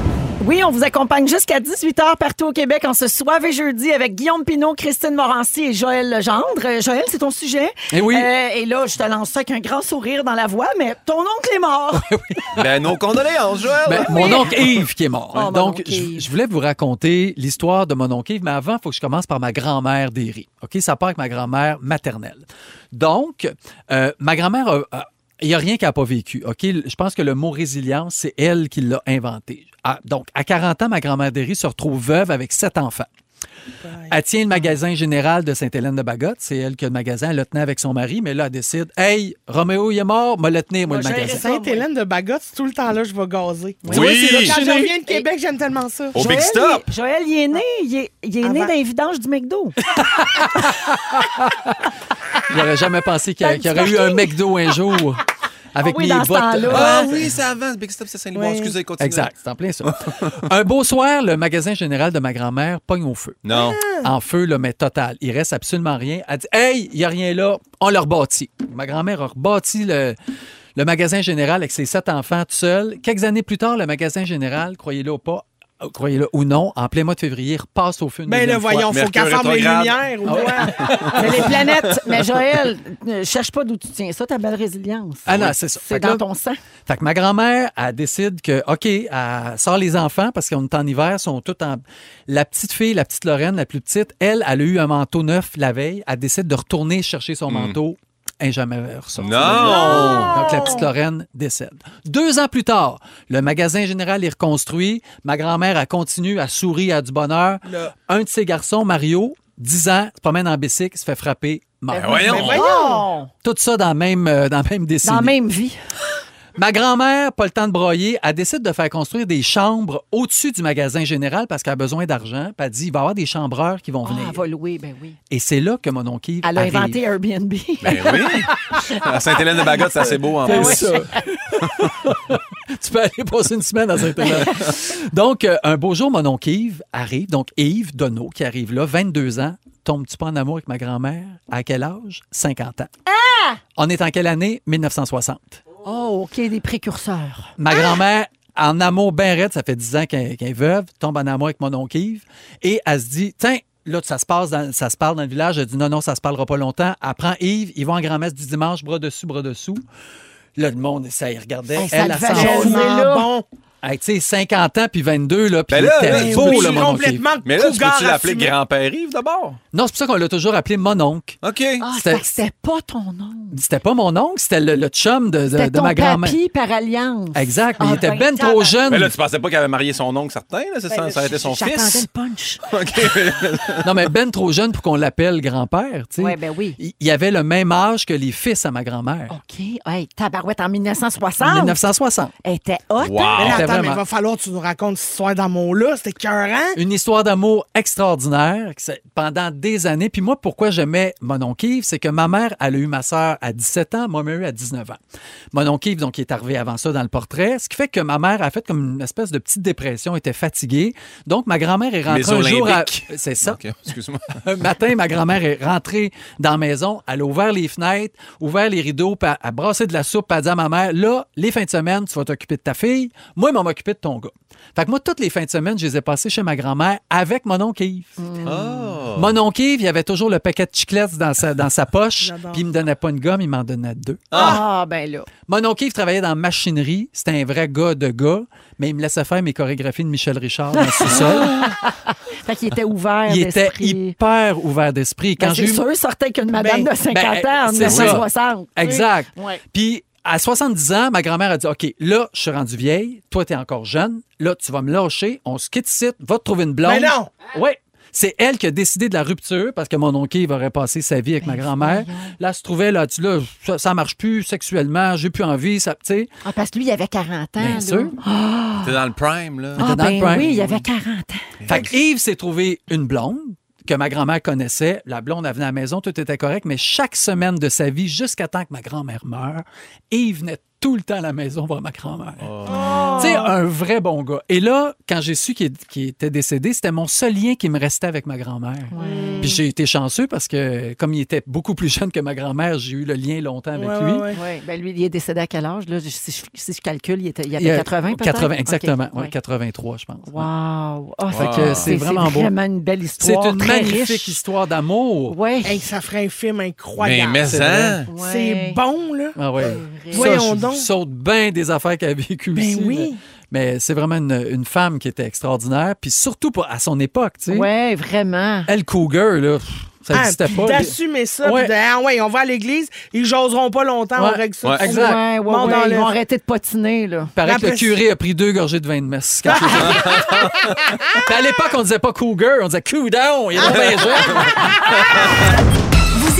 Speaker 1: Oui, on vous accompagne jusqu'à 18h partout au Québec en ce soir et jeudi avec Guillaume Pinot, Christine Morancy et Joël Legendre. Euh, Joël, c'est ton sujet.
Speaker 4: Eh oui.
Speaker 1: Euh, et là, je te lance ça avec un grand sourire dans la voix, mais ton oncle est mort.
Speaker 4: <laughs>
Speaker 3: Ben, nos condoléances, Joël.
Speaker 4: Ben, mon oncle Yves qui est mort.
Speaker 1: Oh, mon
Speaker 4: Donc,
Speaker 1: oncle
Speaker 4: je,
Speaker 1: Yves.
Speaker 4: je voulais vous raconter l'histoire de mon oncle Yves, mais avant, il faut que je commence par ma grand-mère d'Éry. OK? Ça part avec ma grand-mère maternelle. Donc, euh, ma grand-mère a- a- Il n'y a rien qu'elle n'a pas vécu. OK? Je pense que le mot résilience, c'est elle qui l'a inventé. Ah, donc, à 40 ans, ma grand-mère d'Éry se retrouve veuve avec sept enfants. Elle tient le magasin général de Sainte-Hélène-de-Bagotte. C'est elle qui a le magasin. Elle le tenait avec son mari, mais là, elle décide Hey, Roméo, il est mort, me le tenir, moi, le
Speaker 1: Moi, j'ai
Speaker 4: magasin.
Speaker 5: Sainte-Hélène de Bagotte, c'est tout le temps là, je vais gazer.
Speaker 3: Oui. Oui.
Speaker 5: Quand je reviens de Québec, j'aime tellement ça.
Speaker 3: Au Big
Speaker 1: Joël,
Speaker 3: Stop.
Speaker 1: il- Joël, il est né. Il est, il est né
Speaker 5: Avant.
Speaker 1: dans les vidanges du McDo.
Speaker 4: J'aurais jamais pensé qu'il y, a-
Speaker 1: Dans le
Speaker 4: qu'il y aurait eu un McDo un jour avec
Speaker 1: Ah oui,
Speaker 4: mes
Speaker 1: dans ce
Speaker 4: bottes.
Speaker 1: temps-là.
Speaker 3: Ah oui, ça avance. Big Stop, c'est Saint-Louis.
Speaker 5: Oui.
Speaker 3: Excusez, continuez.
Speaker 4: Exact, c'est en plein ça. un beau soir, le magasin général de ma grand-mère pogne au feu.
Speaker 5: Ben,
Speaker 3: Non.
Speaker 1: Ah.
Speaker 4: En feu, là, mais total. Il reste absolument rien. Elle dit Hey, il n'y a rien là, on le rebâtit. Ma grand-mère a rebâti le, le magasin général avec ses sept enfants tout seul. Quelques années plus tard, le magasin général, croyez-le ou pas, euh, croyez-le ou non, en plein mois de février, repasse au feu. une
Speaker 5: Ben
Speaker 4: deuxième
Speaker 5: là,
Speaker 4: fois.
Speaker 5: voyons, faut
Speaker 3: Mercure
Speaker 5: qu'elle ferme les
Speaker 3: rétrograde.
Speaker 5: lumières. ou quoi.
Speaker 1: Mais les planètes. Mais Joël, ne cherche pas d'où tu tiens ça, ta belle résilience.
Speaker 4: Ah non, c'est ça.
Speaker 1: C'est
Speaker 4: Fait que là-
Speaker 1: dans ton sang.
Speaker 4: Fait que ma grand-mère, elle décide que, OK, elle sort les enfants parce qu'on est en hiver, sont tous en. La petite fille, la petite Lorraine, la plus petite, elle, elle a eu un manteau neuf la veille. Elle décide de retourner chercher son manteau. Et jamais ressorti.
Speaker 3: Hmm. Non!
Speaker 4: Donc, la petite Lorraine décède. Deux ans plus tard, le magasin général est reconstruit. Ma grand-mère, elle continue à sourire, à du bonheur. Un de ses garçons, Mario, 10 ans, se promène en bicycle, se fait frapper, mort.
Speaker 3: Ben voyons.
Speaker 5: Ben
Speaker 1: Oh!
Speaker 5: voyons.
Speaker 4: Tout ça dans la même, euh, dans la même
Speaker 1: Dans
Speaker 4: décennie.
Speaker 1: la même vie.
Speaker 4: Ma grand-mère, pas le temps de broyer, elle décide de faire construire des chambres au-dessus du magasin général parce qu'elle a besoin d'argent. Puis elle dit, il va y avoir des chambreurs qui vont
Speaker 1: Ah,
Speaker 4: venir.
Speaker 1: elle va louer, ben oui.
Speaker 4: Et c'est là que mon oncle Yves
Speaker 1: Elle a
Speaker 4: arrive. <laughs>
Speaker 1: inventé Airbnb.
Speaker 3: Ben oui. À Sainte-Hélène-de-Bagotte, c'est assez beau en
Speaker 5: Ben
Speaker 4: C'est
Speaker 3: plus.
Speaker 4: ça. <laughs> tu peux aller passer une semaine à Saint-Hélène. donc, euh, un beau jour, mon oncle Yves arrive. Donc, Yves Donneau, qui arrive là, 22 ans. Tombes-tu pas en amour avec ma grand-mère? À quel âge? 50 ans.
Speaker 1: Ah!
Speaker 4: On est en quelle année? 1960.
Speaker 1: Oh, OK, des précurseurs.
Speaker 4: Ma grand-mère, en amour ben raide, ça fait 10 ans qu'elle qu'elle est veuve, tombe en amour avec mon oncle Yves. Et elle se dit, tiens, là, ça se, passe dans, ça se parle dans le village. Elle dit, non, non, ça se parlera pas longtemps. Elle prend Yves, ils vont en grand-messe du dimanche, bras dessus, bras dessous. Là, le monde, ça y regardait.
Speaker 1: Hey, ça
Speaker 4: elle, elle
Speaker 1: devait
Speaker 4: s'en
Speaker 1: jaser,
Speaker 4: fout.
Speaker 1: là.
Speaker 5: bon.
Speaker 4: Hey, tu sais, 50 ans, puis 22, là, puis
Speaker 3: Ben là,
Speaker 4: il était
Speaker 3: là,
Speaker 4: beau,
Speaker 3: tu
Speaker 4: là,
Speaker 3: peux
Speaker 4: mon oncle Yves.
Speaker 5: complètement
Speaker 3: Mais là, tu
Speaker 5: cougar
Speaker 3: peux-tu
Speaker 5: à
Speaker 3: l'appeler
Speaker 5: fumer.
Speaker 3: grand-père Yves d'abord?
Speaker 4: Non, c'est pour ça qu'on l'a toujours appelé mon oncle.
Speaker 3: OK.
Speaker 1: Ah,
Speaker 4: C'était-
Speaker 1: c'est parce que c'était pas ton nom.
Speaker 4: C'était pas mon oncle, c'était le, le chum de, de-
Speaker 1: C'était
Speaker 4: de
Speaker 1: ton
Speaker 4: ma grand-mère.
Speaker 1: papy par alliance.
Speaker 4: Exact, mais
Speaker 1: Ah,
Speaker 4: il était
Speaker 1: ben,
Speaker 4: ben trop
Speaker 1: tabarnak.
Speaker 4: jeune.
Speaker 3: Mais là, tu pensais pas qu'elle avait marié son oncle certain, là? c'est
Speaker 5: Ben
Speaker 3: ça, ça a été son
Speaker 1: J'attendais
Speaker 3: fils. <laughs>
Speaker 1: le punch.
Speaker 3: OK.
Speaker 4: Non, mais ben trop jeune pour qu'on l'appelle grand-père. tu sais.
Speaker 1: Ouais, ben oui. Oh.
Speaker 4: Il il avait le même âge que les fils à ma grand-mère.
Speaker 1: OK. Hey, tabarouette, en 1960,
Speaker 4: En 1960.
Speaker 1: elle était hot. hein?
Speaker 3: Wow.
Speaker 5: Mais
Speaker 4: C'était
Speaker 5: là, attends, mais
Speaker 4: vraiment-
Speaker 5: il va falloir que tu nous racontes cette histoire dans mon là. C'était écœurant.
Speaker 4: Une histoire d'amour extraordinaire que c'est- pendant des années. Puis moi, pourquoi j'aimais mon oncle Yves, c'est que ma mère, elle a eu ma sœur à 17 ans, moi, j'ai eu à 19 ans. Mon oncle Yves, donc, il est arrivé avant ça dans le portrait, ce qui fait que ma mère a fait comme une espèce de petite dépression, était fatiguée. Donc, ma grand-mère est rentrée
Speaker 3: Les
Speaker 4: un jour à...
Speaker 3: Olympiques.
Speaker 4: C'est ça.
Speaker 3: OK, excuse-moi.
Speaker 4: <laughs> Un matin, ma grand-mère est rentrée dans la maison. Elle a ouvert les fenêtres, ouvert les rideaux, puis elle a brassé de la soupe, puis elle a dit à ma mère Là, les fins de semaine, tu vas t'occuper de ta fille. Moi, je vais m'occuper de ton gars. Fait que moi, toutes les fins de semaine, je les ai passées chez ma grand-mère avec mon oncle Yves.
Speaker 1: Hmm.
Speaker 4: Mon oncle Yves, il avait toujours le paquet de chiclettes dans sa, dans
Speaker 1: <laughs>
Speaker 4: sa poche,
Speaker 5: J'adore.
Speaker 4: puis il me donnait pas une gomme, il m'en donnait deux.
Speaker 1: Ah, ben là.
Speaker 4: Mon oncle Yves travaillait dans la machinerie. C'était un vrai gars de gars, mais il me laissait faire mes chorégraphies de Michel Richard dans le sous-sol.
Speaker 1: Fait qu'il était ouvert
Speaker 4: Il était
Speaker 1: Ah. d'esprit.
Speaker 4: hyper ouvert d'esprit. Quand
Speaker 1: Ben,
Speaker 4: j'ai
Speaker 1: c'est
Speaker 4: eu
Speaker 1: sûr, sortait qu'une madame
Speaker 4: Ben,
Speaker 1: de 50
Speaker 4: ben,
Speaker 1: ans en
Speaker 4: c'est ça.
Speaker 1: 1960.
Speaker 4: Exact.
Speaker 1: Ouais.
Speaker 4: Puis à 70 ans, ma grand-mère a dit OK, là, je suis rendu vieille, toi, t'es encore jeune, là, tu vas me lâcher, on se quitte ici, va te trouver une blonde.
Speaker 5: Mais non!
Speaker 4: Ouais. C'est elle qui a décidé de la rupture parce que mon oncle Yves aurait passé sa vie avec
Speaker 11: Ben,
Speaker 4: ma grand-mère. Là, se trouvait là, tu, là ça, ça marche plus sexuellement, j'ai plus envie, ça, tu sais.
Speaker 11: Ah, parce que lui, il avait 40 ans.
Speaker 4: Bien
Speaker 11: là.
Speaker 4: sûr.
Speaker 11: Ah,
Speaker 3: T'es dans le prime, là.
Speaker 11: Ah,
Speaker 4: T'es dans le
Speaker 11: ben
Speaker 4: prime.
Speaker 11: oui, il avait 40 ans.
Speaker 4: Fait que Yves s'est trouvé une blonde que ma grand-mère connaissait. La blonde, elle venait à la maison, tout était correct, mais chaque semaine de sa vie, jusqu'à temps que ma grand-mère meure, Yves venait tout le temps à la maison voir ma grand-mère. Tu sais, un vrai bon gars. Et là, quand j'ai su qu'il qu'il était décédé, c'était mon seul lien qui me restait avec ma grand-mère. Puis j'ai été chanceux parce que, comme il était beaucoup plus jeune que ma grand-mère, j'ai eu le lien longtemps avec lui.
Speaker 11: Ouais, ben lui, il est décédé à quel âge? Là? Je- Si, je, si je calcule, il, était, il avait
Speaker 4: Et, euh,
Speaker 11: 80 peut-être?
Speaker 4: 80,
Speaker 11: Ok,
Speaker 4: exactement. ouais,
Speaker 11: ouais.
Speaker 4: 83, je pense.
Speaker 11: Wow! Ah,
Speaker 4: Fait
Speaker 11: c'est-
Speaker 4: que c'est vraiment beau.
Speaker 11: vraiment une belle histoire.
Speaker 4: C'est une
Speaker 11: très
Speaker 4: magnifique
Speaker 11: riche.
Speaker 4: histoire d'amour.
Speaker 11: Ouais.
Speaker 5: Hey, ça ferait un film incroyable.
Speaker 4: Mais, mais,
Speaker 5: C'est
Speaker 4: hein?
Speaker 5: vrai. C'est bon, là.
Speaker 4: Ah ouais.
Speaker 5: C'est vrai.
Speaker 4: Ça,
Speaker 5: Voyons
Speaker 4: je
Speaker 5: donc.
Speaker 4: saute bien des affaires qu'elle a vécues
Speaker 5: Ben
Speaker 4: aussi.
Speaker 5: oui.
Speaker 4: Mais, mais c'est vraiment une, une femme qui était extraordinaire, puis surtout pour- à son époque, tu sais.
Speaker 11: Ouais, vraiment.
Speaker 4: Elle Cougar, là, pff, ça
Speaker 5: Ah,
Speaker 4: n'existait
Speaker 5: puis
Speaker 4: pas.
Speaker 5: D'assumer ça,
Speaker 4: Ouais.
Speaker 5: puis de, ah ouais, on va à l'église, ils jaseront pas longtemps, on
Speaker 4: Ouais.
Speaker 5: règle ça.
Speaker 4: Ouais,
Speaker 5: <laughs> tout de
Speaker 4: exact.
Speaker 5: suite.
Speaker 11: Ouais, ouais,
Speaker 5: Bon,
Speaker 11: ouais,
Speaker 5: dans
Speaker 11: ils
Speaker 5: le-
Speaker 11: vont arrêter de patiner, là.
Speaker 4: Il paraît que le
Speaker 5: Après-
Speaker 4: curé a pris deux gorgées de vin de messe. quand il était là.
Speaker 5: <laughs>
Speaker 4: Puis à l'époque, on disait pas Cougar, on disait Coudon, il est donc bien
Speaker 5: <laughs>
Speaker 4: jeune.
Speaker 6: Vous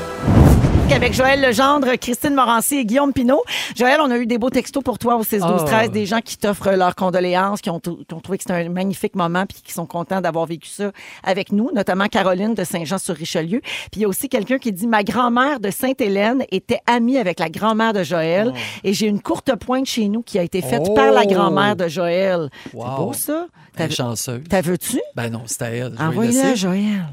Speaker 1: Avec Joël Legendre, Christine Morancy et Guillaume Pinault. Joël, on a eu des beaux textos pour toi au 6 12 13
Speaker 4: Ah.
Speaker 1: des gens qui t'offrent leurs condoléances, qui ont, tou- qui ont trouvé que c'était un magnifique moment puis qui sont contents d'avoir vécu ça avec nous, notamment Caroline de Saint-Jean-sur-Richelieu. Puis il y a aussi quelqu'un qui dit ma grand-mère de Sainte-Hélène était amie avec la grand-mère de Joël et j'ai une courte pointe chez nous qui a été faite
Speaker 4: Ah. Oh.
Speaker 1: par la grand-mère de Joël. C'est
Speaker 4: Wow.
Speaker 1: beau ça
Speaker 4: Elle est
Speaker 1: T'as-
Speaker 4: chanceuse.
Speaker 1: T'as veux-tu
Speaker 4: Ben non, c'était elle. Je vais y
Speaker 1: Envoie-le,
Speaker 4: laisser. <laughs>
Speaker 1: Joël.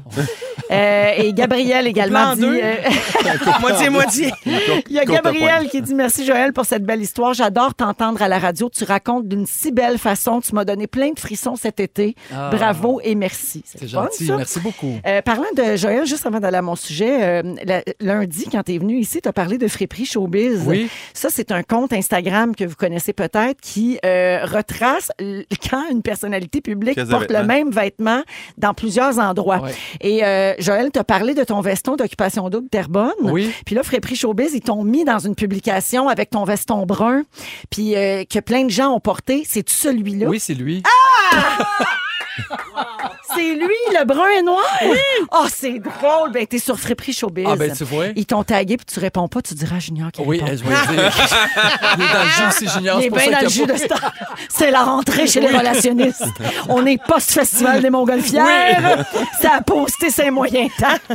Speaker 1: Euh, et Gabriel également
Speaker 5: Plan
Speaker 1: dit.
Speaker 5: deux.
Speaker 1: euh,
Speaker 5: Moitié-moitié.
Speaker 1: Il y a
Speaker 3: Courte
Speaker 1: Gabriel
Speaker 3: pointe.
Speaker 1: qui dit merci Joël pour cette belle histoire. J'adore t'entendre à la radio. Tu racontes d'une si belle façon. Tu m'as donné plein de frissons cet été.
Speaker 4: Ah.
Speaker 1: Bravo et merci.
Speaker 4: C'est
Speaker 1: le fun,
Speaker 4: gentil,
Speaker 1: ça.
Speaker 4: merci beaucoup.
Speaker 1: Euh, parlant de Joël, juste avant d'aller à mon sujet, euh, la- lundi, quand tu es venu ici, tu as parlé de Friperie Showbiz.
Speaker 4: Oui.
Speaker 1: Ça, c'est un compte Instagram que vous connaissez peut-être qui euh, retrace l- quand une personnalité publique
Speaker 3: Pièce de
Speaker 1: porte le
Speaker 3: vêtement.
Speaker 1: même vêtement dans plusieurs endroits.
Speaker 4: Ouais.
Speaker 1: Et euh, Joël, tu as parlé de ton veston d'occupation double Terrebonne.
Speaker 4: Oui.
Speaker 1: Puis là, Fréprix Showbiz, ils t'ont mis dans une publication avec ton veston brun, puis euh, que plein de gens ont porté. C'est-tu celui-là?
Speaker 4: Oui, c'est lui.
Speaker 1: C'est lui, le brun et noir? Oui! Oh, c'est drôle! Ben, t'es sur Fréprix Showbiz.
Speaker 4: Ah, ben tu vois.
Speaker 1: Ils t'ont tagué, puis tu réponds pas, tu diras à Junior qu'il
Speaker 4: Oui,
Speaker 1: répond.
Speaker 4: je vais le
Speaker 1: <laughs>
Speaker 4: dire. Il est dans le jus aussi, Junior.
Speaker 1: Hein? Il est
Speaker 4: c'est pour
Speaker 1: bien
Speaker 4: ça
Speaker 1: dans le
Speaker 4: qu'il
Speaker 1: jus
Speaker 4: a pas-
Speaker 1: de star.
Speaker 4: <laughs>
Speaker 1: C'est la rentrée chez les relationnistes. On est post-festival des Montgolfières. <laughs> Ça a posté c'est un moyen temps.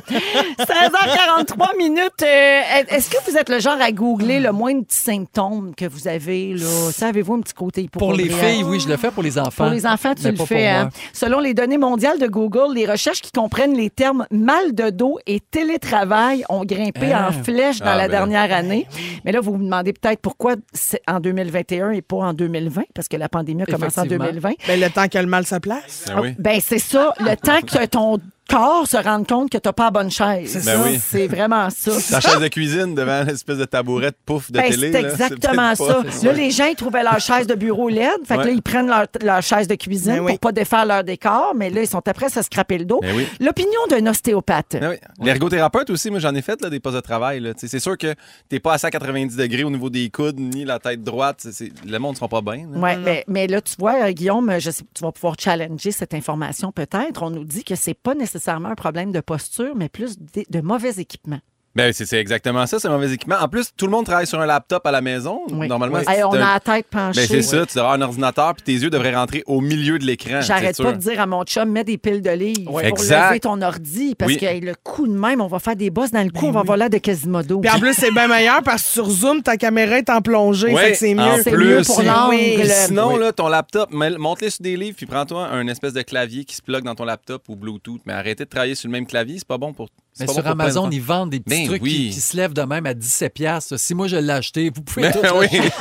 Speaker 1: 16h43 minutes. Euh, Est-ce que vous êtes le genre à googler le moins de petits symptômes que vous avez? Là? Savez-vous un petit côté
Speaker 4: Pour les
Speaker 1: hypochondriaque?
Speaker 4: filles, oui, je le fais pour les enfants.
Speaker 1: Pour
Speaker 3: Hein?
Speaker 1: les enfants, tu
Speaker 3: Ben,
Speaker 4: mais
Speaker 1: le
Speaker 4: pas
Speaker 1: fais.
Speaker 4: pour
Speaker 1: hein.
Speaker 4: moi.
Speaker 1: Selon les données mondiales de Google, les recherches qui comprennent les termes mal de dos et télétravail ont grimpé
Speaker 4: Ah.
Speaker 1: en flèche dans
Speaker 3: Ah,
Speaker 1: la
Speaker 3: ben.
Speaker 1: dernière année. Mais là, vous vous demandez peut-être pourquoi c'est en 2021 et pas en 2020, parce que la pandémie a commencé en
Speaker 4: Effectivement.
Speaker 1: 2020.
Speaker 5: Ben, le temps que le mal se place.
Speaker 3: Ben oui.
Speaker 1: Ben, c'est ça, le temps que ton corps se rende compte que t'as pas la bonne chaise.
Speaker 5: C'est
Speaker 3: Ben ça. oui.
Speaker 1: C'est vraiment ça.
Speaker 3: Ta chaise de cuisine devant l'espèce de tabourette pouf de
Speaker 1: Ben,
Speaker 3: télé.
Speaker 1: c'est
Speaker 3: là,
Speaker 1: exactement
Speaker 3: peut-être pas-
Speaker 1: ça. Là, les gens, ils trouvaient leur chaise de bureau LED. Fait que
Speaker 3: Ouais.
Speaker 1: là, ils prennent leur, leur chaise de cuisine
Speaker 5: Ben oui.
Speaker 1: pour pas défaire leur décor, mais là, ils sont après à se scraper le dos.
Speaker 3: Ben oui.
Speaker 1: L'opinion d'un ostéopathe.
Speaker 3: Ah oui. L'ergothérapeute aussi, moi j'en ai fait là, des postes de travail. là. Tu sais, C'est sûr que t'es pas à 190 degrés au niveau des coudes ni la tête droite. C'est- c'est- Le monde ne sera pas bien. là.
Speaker 1: Ouais, mais, mais là, tu vois, euh, Guillaume, je sais, tu vas pouvoir challenger cette information peut-être. On nous dit que c'est pas nécessairement un problème de posture, mais plus de, de mauvais équipement.
Speaker 3: Ben, c'est c'est exactement ça, c'est mauvais équipement. En plus, tout le monde travaille sur un laptop à la maison.
Speaker 1: Oui.
Speaker 3: Normalement,
Speaker 1: Oui.
Speaker 3: si
Speaker 1: Hey, on
Speaker 3: t'as-
Speaker 1: a la tête penchée.
Speaker 3: Ben, c'est ça, tu devrais avoir un ordinateur puis tes yeux devraient rentrer au milieu de l'écran.
Speaker 1: J'arrête
Speaker 3: c'est
Speaker 1: pas
Speaker 3: sûr.
Speaker 1: de dire à mon chum, mets des piles de livres
Speaker 3: Ouais.
Speaker 1: pour
Speaker 3: Exact.
Speaker 1: lever ton ordi, parce
Speaker 3: Oui. Ben
Speaker 1: que hey, le coup de même, on va faire des bosses dans le cou, on va voir là de Quasimodo.
Speaker 5: Puis en plus, c'est bien meilleur parce que sur Zoom, ta caméra est en plongée.
Speaker 3: Ouais,
Speaker 5: fait que c'est
Speaker 3: en
Speaker 5: mieux.
Speaker 1: C'est mieux pour
Speaker 3: Oui.
Speaker 1: l'angle.
Speaker 3: Puis Sinon,
Speaker 1: Oui.
Speaker 3: là, ton laptop, mets- monte-le sur des livres, puis prends-toi un espèce de clavier qui se plug dans ton laptop ou Bluetooth. Mais arrêtez de travailler sur le même clavier, c'est pas bon pour. c'est
Speaker 4: Mais
Speaker 3: pas
Speaker 4: sur
Speaker 3: bon pour plein
Speaker 4: Amazon,
Speaker 3: d'affaires.
Speaker 4: ils vendent des petits
Speaker 3: Ben
Speaker 4: trucs
Speaker 3: oui.
Speaker 4: qui, qui se lèvent de même à 17 piastres. Si moi, je l'ai acheté, vous pouvez
Speaker 3: Ben
Speaker 4: tout l'acheter.
Speaker 3: <laughs> oui,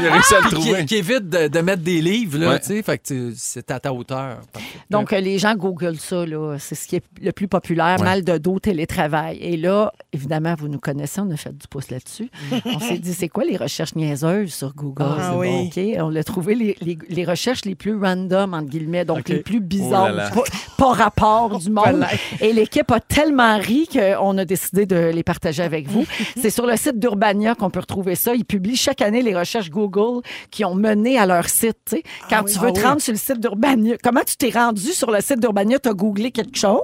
Speaker 3: il a réussi à le
Speaker 4: Puis <laughs> qui,
Speaker 3: trouver.
Speaker 4: qui évite de, de mettre des livres, là,
Speaker 3: Ouais.
Speaker 4: tu sais. Fait que tu- c'est à ta hauteur. Parfait.
Speaker 1: Donc, euh, les gens googlent ça, là. C'est ce qui est le plus populaire,
Speaker 3: Ouais.
Speaker 1: mal de dos, télétravail. Et là, évidemment, vous nous connaissez, on a fait du pouce là-dessus. on s'est dit, c'est quoi les recherches niaiseuses sur Google?
Speaker 5: Ah,
Speaker 1: C'est
Speaker 5: oui.
Speaker 1: bon, OK. On a trouvé les, les- les recherches les plus random, entre guillemets, donc
Speaker 4: OK.
Speaker 1: les plus bizarres,
Speaker 3: Oh là là.
Speaker 1: Pas, pas rapport du monde. Et l'équipe a tellement ri paris qu'on a décidé de les partager avec vous. C'est sur le site d'Urbania qu'on peut retrouver ça. Ils publient chaque année les recherches Google qui ont mené à leur site. tu sais. Quand
Speaker 11: oui.
Speaker 1: tu veux
Speaker 11: Ah
Speaker 1: te
Speaker 11: oui.
Speaker 1: rendre sur le site d'Urbania, comment tu t'es rendu sur le site d'Urbania? Tu as googlé quelque chose,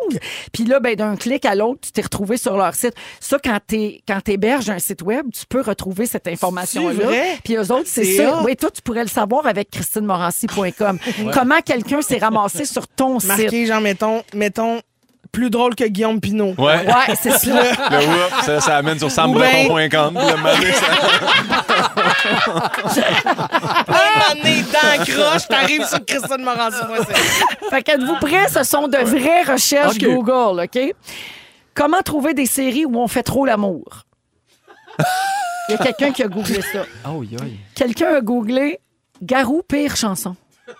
Speaker 1: puis là, ben, d'un clic à l'autre, tu t'es retrouvé sur leur site. Ça, quand tu quand héberges un site web, tu peux retrouver cette information-là.
Speaker 11: vrai?
Speaker 1: Puis eux autres, c'est
Speaker 11: C'est
Speaker 1: ça.
Speaker 11: hot.
Speaker 1: Oui, toi, tu pourrais le savoir
Speaker 11: <laughs>
Speaker 1: avec christinemorancy.com. Comment quelqu'un s'est ramassé sur ton
Speaker 5: Marqué,
Speaker 1: site?
Speaker 5: genre, mettons, mettons, plus drôle que Guillaume Pinot.
Speaker 3: Ouais.
Speaker 1: Ouais, c'est ça.
Speaker 11: <laughs>
Speaker 3: Le whoop, ça, ça amène sur sambreton.com. puis le matin,
Speaker 4: <laughs>
Speaker 5: On est dans la croche, t'arrives sur Christine Morancy.
Speaker 1: Fait que vous prêts? Ce sont de vraies recherches
Speaker 5: OK.
Speaker 1: Google, OK? Comment trouver des séries où on fait
Speaker 11: <laughs>
Speaker 1: trop l'amour? Il y a quelqu'un qui a googlé ça.
Speaker 4: Oh, yoï.
Speaker 1: Quelqu'un a googlé Garou, pire chanson.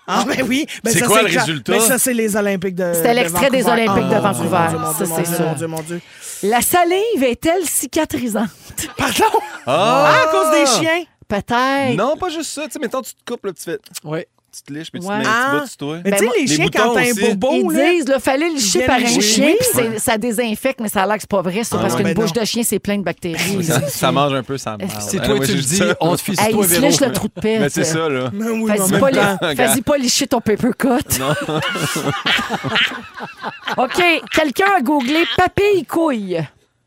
Speaker 5: Ah, ben oui. Ben,
Speaker 4: C'est
Speaker 5: ça,
Speaker 4: quoi le
Speaker 5: clair.
Speaker 4: résultat?
Speaker 5: Ben, ça, c'est les Olympiques de.
Speaker 1: C'était
Speaker 5: de
Speaker 1: l'extrait des
Speaker 5: Vancouver.
Speaker 1: Olympiques de
Speaker 5: Ah, mon Dieu,
Speaker 1: Vancouver.
Speaker 5: mon
Speaker 1: Ça,
Speaker 5: Dieu, mon
Speaker 1: c'est
Speaker 5: Dieu,
Speaker 1: ça.
Speaker 5: Mon Dieu, mon Dieu.
Speaker 1: La salive est-elle cicatrisante?
Speaker 5: Pardon?
Speaker 3: Ah!
Speaker 5: Ah, à cause des chiens.
Speaker 1: Peut-être.
Speaker 3: Non, pas juste ça. Tu sais, mettons, tu te coupes, là, puis tu fais.
Speaker 4: Ouais.
Speaker 3: Tu te liches, puis tu te
Speaker 1: Ouais.
Speaker 3: mets un
Speaker 1: Ah.
Speaker 3: petit bout sur toi.
Speaker 5: Mais tu sais, les chiens, quand
Speaker 3: boutons
Speaker 5: t'as un
Speaker 3: aussi.
Speaker 5: bobo,
Speaker 1: Ils
Speaker 5: là,
Speaker 1: disent, là, fallait le chier
Speaker 5: viennent
Speaker 1: par un
Speaker 5: jouer.
Speaker 1: chien,
Speaker 5: Oui.
Speaker 1: puis c'est- ça désinfecte, mais ça a l'air que c'est pas vrai, ça,
Speaker 3: Ah
Speaker 1: parce
Speaker 3: ouais, ben
Speaker 1: qu'une bouche
Speaker 3: non.
Speaker 1: de chien, c'est plein de bactéries.
Speaker 3: Ça, ça mange un peu, ça marche.
Speaker 4: C'est toi, tu le dis, on te fie sur
Speaker 1: Hey,
Speaker 4: toi,
Speaker 1: il se
Speaker 4: Véro.
Speaker 1: lèche le trou de pète.
Speaker 3: Mais c'est ça, là.
Speaker 5: Mais Ah, oui,
Speaker 3: mais
Speaker 1: Vas-y pas,
Speaker 3: en même temps,
Speaker 1: li- vas-y
Speaker 3: gars.
Speaker 1: pas licher ton paper cut.
Speaker 3: Non.
Speaker 1: <laughs> OK, quelqu'un a googlé papille couille.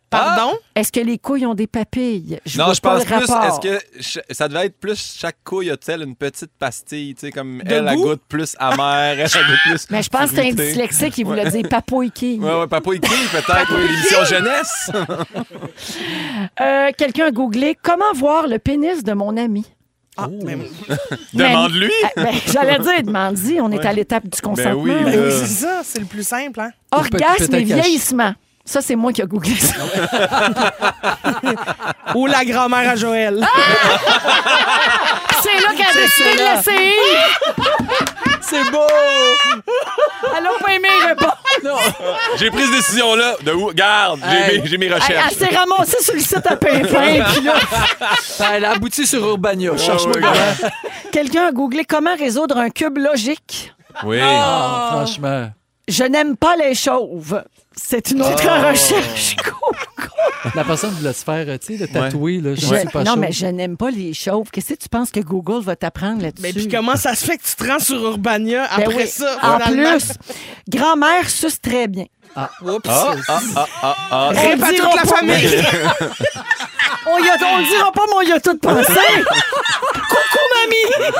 Speaker 5: Pardon?
Speaker 1: Est-ce que les couilles ont des papilles?
Speaker 3: non,
Speaker 1: vois
Speaker 3: je
Speaker 1: pas
Speaker 3: pense
Speaker 1: le
Speaker 3: plus,
Speaker 1: rapport.
Speaker 3: est-ce que ch- ça devait être plus chaque couille a-t-elle une petite pastille, tu sais, comme
Speaker 1: De
Speaker 3: elle, la
Speaker 1: goût?
Speaker 3: goûte plus amère, elle,
Speaker 4: Ah!
Speaker 3: elle goûte plus.
Speaker 1: Mais Ben, je pense que c'est un
Speaker 3: fruitée.
Speaker 1: dyslexique qui voulait
Speaker 3: Ouais.
Speaker 1: dire papouille quille.
Speaker 3: Ouais, ouais, papa et King, peut-être, oui, l'émission jeunesse.
Speaker 1: Euh, quelqu'un a googlé comment voir le pénis de
Speaker 3: <laughs>
Speaker 1: mon ami.
Speaker 5: Ah,
Speaker 3: Demande-lui.
Speaker 1: Mais- Ah, ben, J'allais dire, demande-y, on est
Speaker 3: Ouais.
Speaker 1: à l'étape du
Speaker 3: Ben
Speaker 1: consentement.
Speaker 3: oui,
Speaker 5: Ben
Speaker 3: là.
Speaker 5: oui, c'est ça, c'est le plus simple, hein.
Speaker 1: Orgasme et
Speaker 4: Peut-être qu'elle-
Speaker 1: vieillissement. Ça, c'est moi qui a googlé ça.
Speaker 5: Ou la grand-mère à Joël.
Speaker 1: <laughs> C'est là qu'elle a décidé de
Speaker 5: là.
Speaker 1: l'essayer.
Speaker 4: C'est beau!
Speaker 1: Elle a pas aimé
Speaker 3: <laughs>
Speaker 1: les réponses.
Speaker 3: J'ai pris cette décision-là. De où? Garde, j'ai
Speaker 4: Hey.
Speaker 3: mes, j'ai mes
Speaker 1: Elle,
Speaker 3: recherches.
Speaker 1: elle s'est ramassée sur le site
Speaker 3: <laughs>
Speaker 1: à Pimpin. Puis là,
Speaker 4: Ben, Elle a abouti sur Urbania. Cherche-moi
Speaker 3: ouais,
Speaker 4: comment.
Speaker 1: quelqu'un a googlé comment résoudre un cube logique.
Speaker 3: Oui.
Speaker 4: Ah, franchement.
Speaker 1: Je n'aime pas les chauves. C'est une autre
Speaker 3: Ah.
Speaker 1: recherche. <laughs>
Speaker 4: La personne voulait se faire, euh, tu sais, le tatouer, là. Je,
Speaker 1: Je-
Speaker 4: ne suis pas
Speaker 1: non,
Speaker 4: chaud.
Speaker 1: mais je n'aime pas les chauves. Qu'est-ce que tu penses que Google va t'apprendre là-dessus?
Speaker 3: Ben,
Speaker 5: Mais puis comment ça se fait que tu te rends sur Urbania
Speaker 1: Ben
Speaker 5: après
Speaker 1: oui.
Speaker 5: ça?
Speaker 1: En
Speaker 5: finalement?
Speaker 1: plus, grand-mère suce très bien.
Speaker 4: Ah,
Speaker 5: Oups.
Speaker 3: Ah, ah, ah, ah, ah.
Speaker 1: On
Speaker 5: Rip à
Speaker 1: dira
Speaker 5: toute la
Speaker 1: <laughs> pas.
Speaker 5: famille.
Speaker 1: On, y a- on le dira pas, mais on y a tout pensé. Coucou, mamie!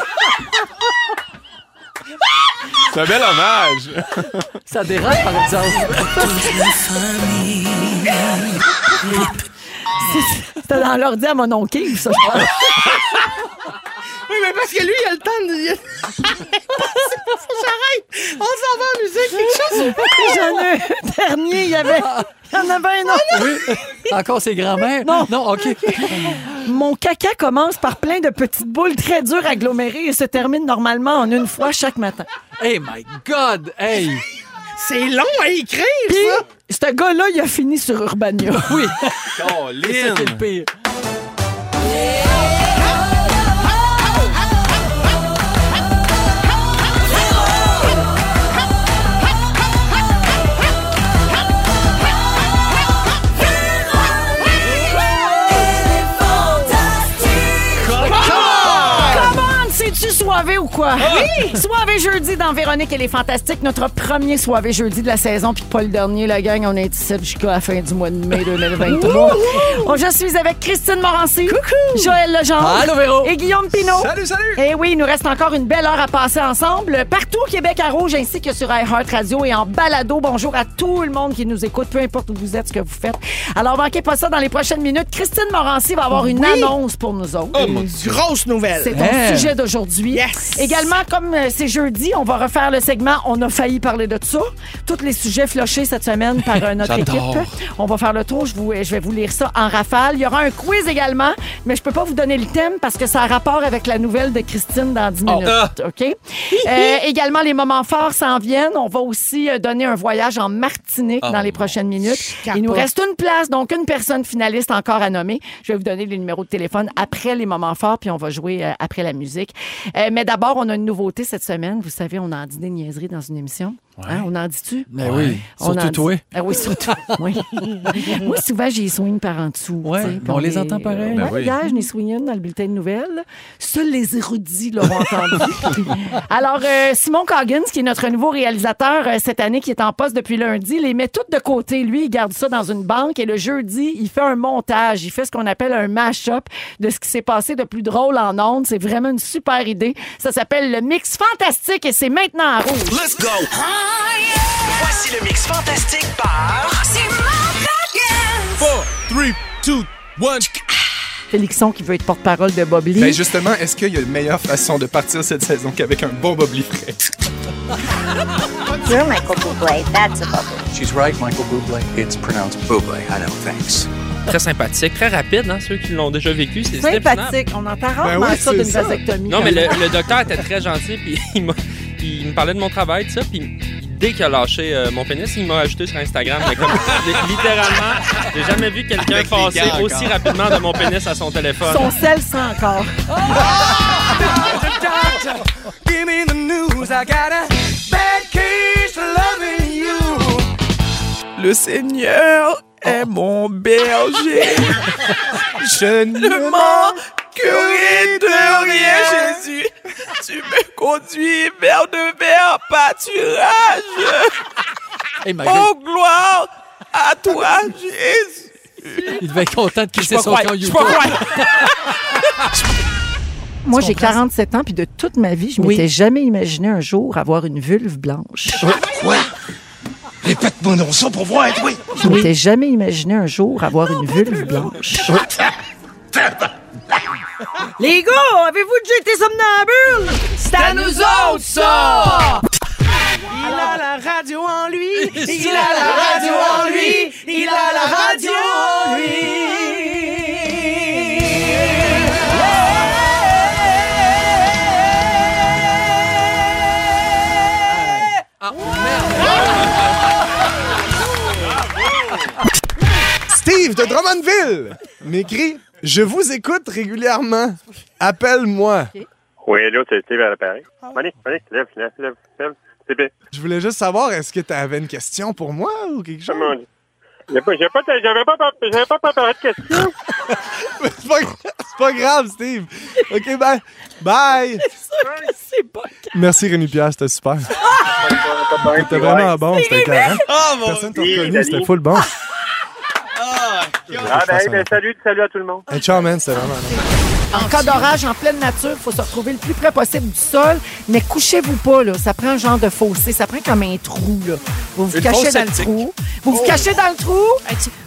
Speaker 3: C'est un bel hommage.
Speaker 4: Ça dérape, par exemple.
Speaker 1: C'était dans l'ordi à mon oncle, ça, je pense.
Speaker 5: <laughs> Oui, mais parce que lui, il a le temps de. <laughs> il a- J'arrête! On s'en va en musique, quelque chose.
Speaker 1: J'en ai un dernier, il y avait... Il y en avait un autre.
Speaker 4: <laughs> Encore ses grands-mères?
Speaker 1: Non.
Speaker 4: Non, OK.
Speaker 1: Mon caca commence par plein de petites boules très dures agglomérées et se termine normalement en une fois chaque matin.
Speaker 4: Hey, my God! Hey!
Speaker 5: C'est long à écrire,
Speaker 1: Puis,
Speaker 5: ça!
Speaker 1: ce gars-là, il a fini sur Urbania.
Speaker 4: Oui, c'est
Speaker 3: Colin.
Speaker 4: ça qui est le pire.
Speaker 1: Commande, c'est-tu soivé ou quoi? Oui! Soivé jeudi dans Véronique et les Fantastiques, notre premier soivé jeudi de la saison, puis pas le dernier, la gang. On est ici jusqu'à la fin du mois de mai 2023. Oh, je suis avec Christine Morancy, Joël Legendre
Speaker 4: Allô, Véro.
Speaker 1: et Guillaume Pinot.
Speaker 3: Salut, salut.
Speaker 1: Eh oui, il nous reste encore une belle heure à passer ensemble. Partout au Québec à Rouge, ainsi que sur iHeart Radio et en balado. Bonjour à tout le monde qui nous écoute, peu importe où vous êtes, ce que vous faites. Alors, manquez pas ça dans les prochaines minutes. Christine Morancy va avoir une annonce pour nous autres.
Speaker 5: Grosse nouvelle!
Speaker 1: C'est ton
Speaker 4: Hey.
Speaker 1: sujet d'aujourd'hui.
Speaker 5: Yes.
Speaker 1: Également, comme euh, c'est jeudi, on va refaire le segment On a failli parler de ça. Tous les sujets flochés cette semaine par euh, notre équipe.
Speaker 4: J'adore.
Speaker 1: On va faire le tour. Je, vous, euh, je vais vous lire ça en rafale. Il y aura un quiz également, mais je peux pas vous donner le thème parce que ça a rapport avec la nouvelle de Christine dans 10 minutes.
Speaker 3: ah.
Speaker 1: OK? Euh, également, les moments forts s'en viennent. On va aussi euh, donner un voyage en Martinique
Speaker 4: Oh
Speaker 1: dans les prochaines minutes. Il nous
Speaker 5: capote.
Speaker 1: reste une place, donc une personne finaliste encore à nommer. Je vais vous donner les numéros de téléphone après les moments forts, puis on va jouer euh, après la musique. Euh, mais d'abord, on a une nouveauté cette semaine. Vous savez, on a en dîner niaiserie dans une émission. Hein, on en dit-tu?
Speaker 4: Mais Ben oui,
Speaker 1: On
Speaker 4: surtout
Speaker 1: en dit-
Speaker 4: toi.
Speaker 1: Ah oui, surtout. <laughs> oui. Moi, souvent, j'ai soigné par en dessous.
Speaker 4: Ouais,
Speaker 1: tu sais,
Speaker 4: mais
Speaker 1: puis
Speaker 4: on les entend pareil.
Speaker 1: Ouais,
Speaker 4: Ben oui.
Speaker 1: Hier, je n'ai soigné une dans le bulletin de nouvelles. Seuls les érudits l'auront entendu.
Speaker 4: <laughs>
Speaker 1: Alors, euh, Simon Coggins, qui est notre nouveau réalisateur euh, cette année, qui est en poste depuis lundi, les met toutes de côté. Lui, il garde ça dans une banque et le jeudi, il fait un montage. Il fait ce qu'on appelle un mash-up de ce qui s'est passé de plus drôle en ondes. C'est vraiment une super idée. Ça s'appelle le mix fantastique et c'est maintenant en rouge.
Speaker 12: Let's go! Voici le mix fantastique par. C'est
Speaker 13: 4, 3, 2, 1.
Speaker 1: Félixon qui veut être porte-parole de Bob Lee.
Speaker 13: Ben justement, est-ce qu'il y a une meilleure façon de partir cette saison qu'avec un bon Bob Lee frais?
Speaker 7: You're Michael Bublé. That's a bubble.
Speaker 14: She's right, Michael Bublé. It's pronounced Bublé. I know, thanks.
Speaker 15: Très sympathique, très rapide, hein, ceux qui l'ont déjà vécu. C'est c'est
Speaker 1: Sympathique. On entend rarement
Speaker 15: Ben oui,
Speaker 1: ça
Speaker 15: c'est
Speaker 1: d'une
Speaker 15: ça.
Speaker 1: vasectomie.
Speaker 15: Non, mais le, le docteur était très gentil, puis <laughs> il, m'a- il me parlait de mon travail, tout ça, puis dès qu'il a lâché euh, mon pénis, il m'a ajouté sur Instagram. Mais comme, <laughs> li- littéralement, j'ai jamais vu quelqu'un
Speaker 16: Avec les
Speaker 15: passer
Speaker 16: gars
Speaker 15: aussi
Speaker 16: encore.
Speaker 15: rapidement de mon pénis à son téléphone.
Speaker 1: Son sel sent encore.
Speaker 5: Doctor, give me the news. I got a bad case to loving you.
Speaker 13: Le Seigneur
Speaker 3: Eh,
Speaker 13: est mon berger. <laughs> Je ne manquerai de rien, Jésus. Tu me conduis vers de verts
Speaker 3: <laughs>
Speaker 13: pâturages. oh, gloire à toi, Jésus.
Speaker 4: Il devait être content de
Speaker 13: Je
Speaker 4: quitter
Speaker 13: pas
Speaker 4: son
Speaker 13: croyant,
Speaker 4: camp
Speaker 13: je
Speaker 4: YouTube.
Speaker 13: pas croyant.
Speaker 1: Moi, j'ai 47 ans, puis de toute ma vie, je
Speaker 4: Oui.
Speaker 1: m'étais jamais imaginé un jour avoir une vulve blanche.
Speaker 12: Ouais. Répète-moi non ça pour voir, oui.
Speaker 1: Je m'étais jamais imaginé un jour avoir une vulve blanche.
Speaker 5: Les gars, avez-vous déjà été somnambule? C'est à nous autres, ça!
Speaker 17: Il a la radio en lui.
Speaker 5: Il a la radio en lui. Il a la radio en lui.
Speaker 13: Steve de Drummondville m'écrit Je vous écoute régulièrement. Appelle-moi.
Speaker 18: Oui, allô, c'est Steve à l'appareil.
Speaker 10: Ah.
Speaker 18: Venez, venez, lève, lève, lève, lève. C'est bien.
Speaker 13: Je voulais juste savoir, est-ce que tu avais une question pour moi ou quelque chose?
Speaker 18: Comment on dit? J'ai pas- j'ai pas- J'avais pas, pas, j'avais pas
Speaker 1: Ah,
Speaker 18: préparé de questions.
Speaker 13: C'est pas,
Speaker 5: <laughs>
Speaker 13: c'est pas grave, Steve. OK, bye. Bye. Merci, Rémi Pierre,
Speaker 18: <laughs>
Speaker 13: c'était super. C'était vraiment bon, c'était carré.
Speaker 18: Oh, mon
Speaker 13: Personne t'a
Speaker 18: Dieu,
Speaker 13: reconnu,
Speaker 18: Dani.
Speaker 13: c'était full bon.
Speaker 18: Ah, ben, ben, salut, salut à tout le monde.
Speaker 13: Hey, ciao, man, c'était vraiment bon.
Speaker 1: En cas d'orage, en pleine nature, il faut se retrouver le plus près possible du sol. Mais couchez-vous pas, là. Ça prend un genre de fossé. Ça prend comme un trou, là. Vous vous
Speaker 5: Une
Speaker 1: cachez
Speaker 5: fosse
Speaker 1: dans le
Speaker 5: septique.
Speaker 1: trou. Vous vous
Speaker 5: Oh.
Speaker 1: cachez dans le trou.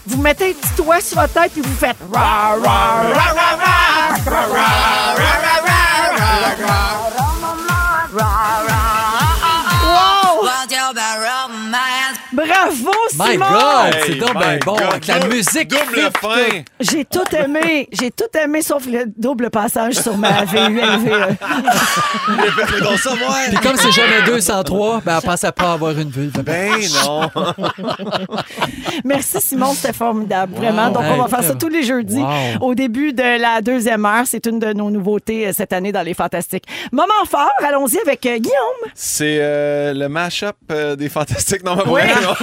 Speaker 1: Vous mettez un petit toit sur votre tête, puis vous faites... ra, ra, ra, ra, ra, ra, ra.
Speaker 5: Wow!
Speaker 1: Bravo,
Speaker 4: My
Speaker 1: Simon!
Speaker 4: God, c'est donc ben bon avec la musique.
Speaker 3: double fin.
Speaker 17: J'ai tout aimé, j'ai tout aimé sauf le double passage sur ma VULVE.
Speaker 1: E.
Speaker 4: Puis comme c'est jamais 203, ben elle pensait pas avoir une vulve. Ben non.
Speaker 17: Merci Simon, c'était formidable,
Speaker 4: Wow.
Speaker 17: vraiment. Donc on va
Speaker 4: Hey,
Speaker 17: faire ça tous les jeudis
Speaker 4: wow.
Speaker 17: au début de la deuxième heure. C'est une de nos nouveautés euh, cette année dans les Fantastiques. Moment fort, allons-y avec euh, Guillaume.
Speaker 3: C'est euh, le mash-up euh, des Fantastiques. Non, mais
Speaker 17: Oui. <laughs>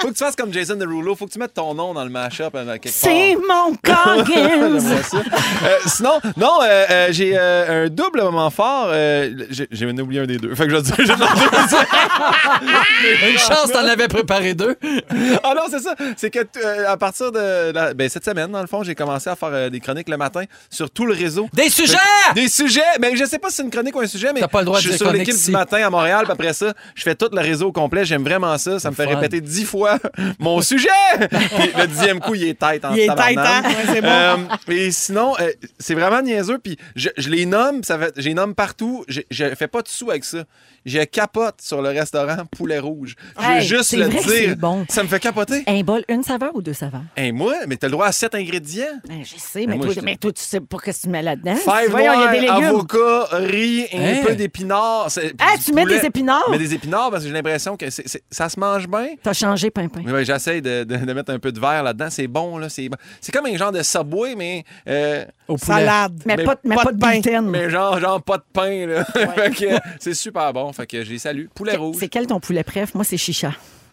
Speaker 3: faut que tu fasses comme Jason Derulo. Faut que tu mettes ton nom dans le mash-up euh, quelque part.
Speaker 17: C'est
Speaker 3: <laughs>
Speaker 17: mon
Speaker 3: J'aimerais
Speaker 17: Coggins.
Speaker 3: ça. Euh, sinon, non, euh, euh, j'ai euh, un double moment fort. Euh, j'ai j'ai oublié un des deux. Fait que je vais dire, j'ai
Speaker 4: Une chance, t'en avais préparé deux.
Speaker 3: Ah non, c'est ça. C'est que t- euh, à partir de la- ben, cette semaine, dans le fond, j'ai commencé à faire euh, des chroniques le matin sur tout le réseau.
Speaker 4: Des sujets!
Speaker 3: Des sujets! Mais je sais pas si c'est une chronique ou un sujet, mais
Speaker 4: T'as pas le droit de
Speaker 3: je suis
Speaker 4: dire
Speaker 3: sur
Speaker 4: chronique
Speaker 3: l'équipe
Speaker 4: ici.
Speaker 3: du matin à Montréal. Puis après ça, je fais tout le réseau au complet. J'aime vraiment ça. Ça me fait
Speaker 4: fun.
Speaker 3: répéter dix fois <laughs> mon sujet! Puis le dixième coup, il est tête en
Speaker 19: Il est
Speaker 3: tabarnak.
Speaker 19: tête, hein? Ouais, c'est bon.
Speaker 3: et sinon, euh, c'est vraiment niaiseux. Puis je, je les nomme, ça fait, je les nomme partout. Je, je fais pas de sous avec ça. Je capote sur le restaurant Poulet Rouge. Je veux
Speaker 1: Hey,
Speaker 3: juste
Speaker 1: c'est
Speaker 3: le
Speaker 1: vrai que c'est
Speaker 3: dire.
Speaker 1: bon.
Speaker 3: Ça me fait capoter.
Speaker 1: Un bol, une saveur ou deux saveurs?
Speaker 3: Hey, moi, mais t'as le droit à sept ingrédients.
Speaker 1: je sais, mais,
Speaker 3: Ben, moi,
Speaker 1: toi,
Speaker 3: je-
Speaker 1: mais toi, tu sais pas qu'est-ce que tu mets là-dedans.
Speaker 3: Five
Speaker 1: Voyons, il y a des
Speaker 3: wire,
Speaker 1: légumes.
Speaker 3: avocat, riz, et
Speaker 1: Hein?
Speaker 3: un peu d'épinards. C'est-
Speaker 1: Ah,
Speaker 3: du
Speaker 1: tu mets
Speaker 3: poulet.
Speaker 1: des épinards?
Speaker 3: Mais des épinards parce que j'ai l'impression que c'est- c'est- ça se mange mange bien.
Speaker 1: T'as changé, Pimpin.
Speaker 3: Mais ouais, j'essaie de, de- de mettre un peu de verre là-dedans. C'est bon, là. C'est bon. C'est comme un genre de subway, mais. euh,
Speaker 1: poulet. Salade. Mais pas de- mais pas de gluten.
Speaker 3: Mais genre, genre pas de pain, là. <laughs> Fait que, euh, c'est super bon. Fait que j'ai salué. Poulet rouge.
Speaker 1: C'est quel ton poulet préf? Moi, c'est chicha.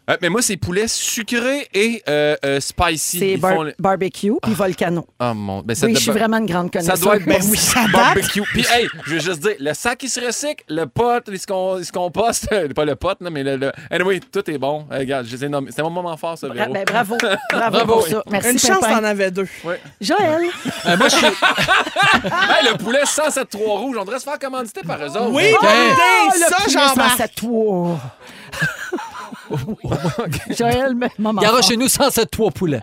Speaker 3: Euh, mais moi, c'est poulet sucré et euh, euh, spicy.
Speaker 1: C'est
Speaker 3: Ils
Speaker 1: bar-
Speaker 3: font le-
Speaker 1: barbecue puis volcano.
Speaker 3: Oh mon. ben,
Speaker 1: oui,
Speaker 3: doit-
Speaker 1: je suis vraiment une grande
Speaker 3: Ça
Speaker 1: connaisseur.
Speaker 3: doit être
Speaker 1: Ben
Speaker 3: bar- <laughs>
Speaker 1: oui, ça date.
Speaker 3: barbecue. Puis, hey, je veux juste dire, le sac, il se recycle, le pot, ce qu'on ce qu'on poste, <laughs> pas le pot, là, mais le, le- Anyway, tout est bon. Euh, regarde, je les ai nommés. C'était mon moment fort, ça, Véro.
Speaker 1: ben, bravo. Bravo, pour ça. Merci,
Speaker 5: Une chance,
Speaker 1: Pimpin.
Speaker 5: t'en avais deux.
Speaker 1: Joël.
Speaker 4: Euh, moi, je suis.
Speaker 3: Hey, le poulet 107 3 rouge, on devrait se faire commanditer par eux autres.
Speaker 5: Oui, bonne idée, Ah, Ben, ça, Jean-Marc. <laughs>
Speaker 1: toi. Joël, maman.
Speaker 4: Gara chez nous 107 3 poulets.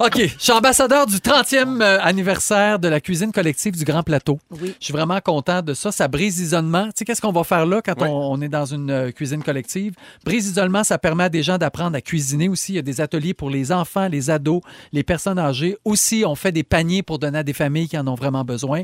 Speaker 4: OK, je suis ambassadeur du 30e euh, anniversaire de la cuisine collective du Grand Plateau. Je suis vraiment content de ça. Ça brise l'isolement. Tu sais, qu'est-ce qu'on va faire là quand on, on est dans une euh, cuisine collective? Brise l'isolement, ça permet à des gens d'apprendre à cuisiner aussi. Il y a des ateliers pour les enfants, les ados, les personnes âgées. Aussi, on fait des paniers pour donner à des familles qui en ont vraiment besoin.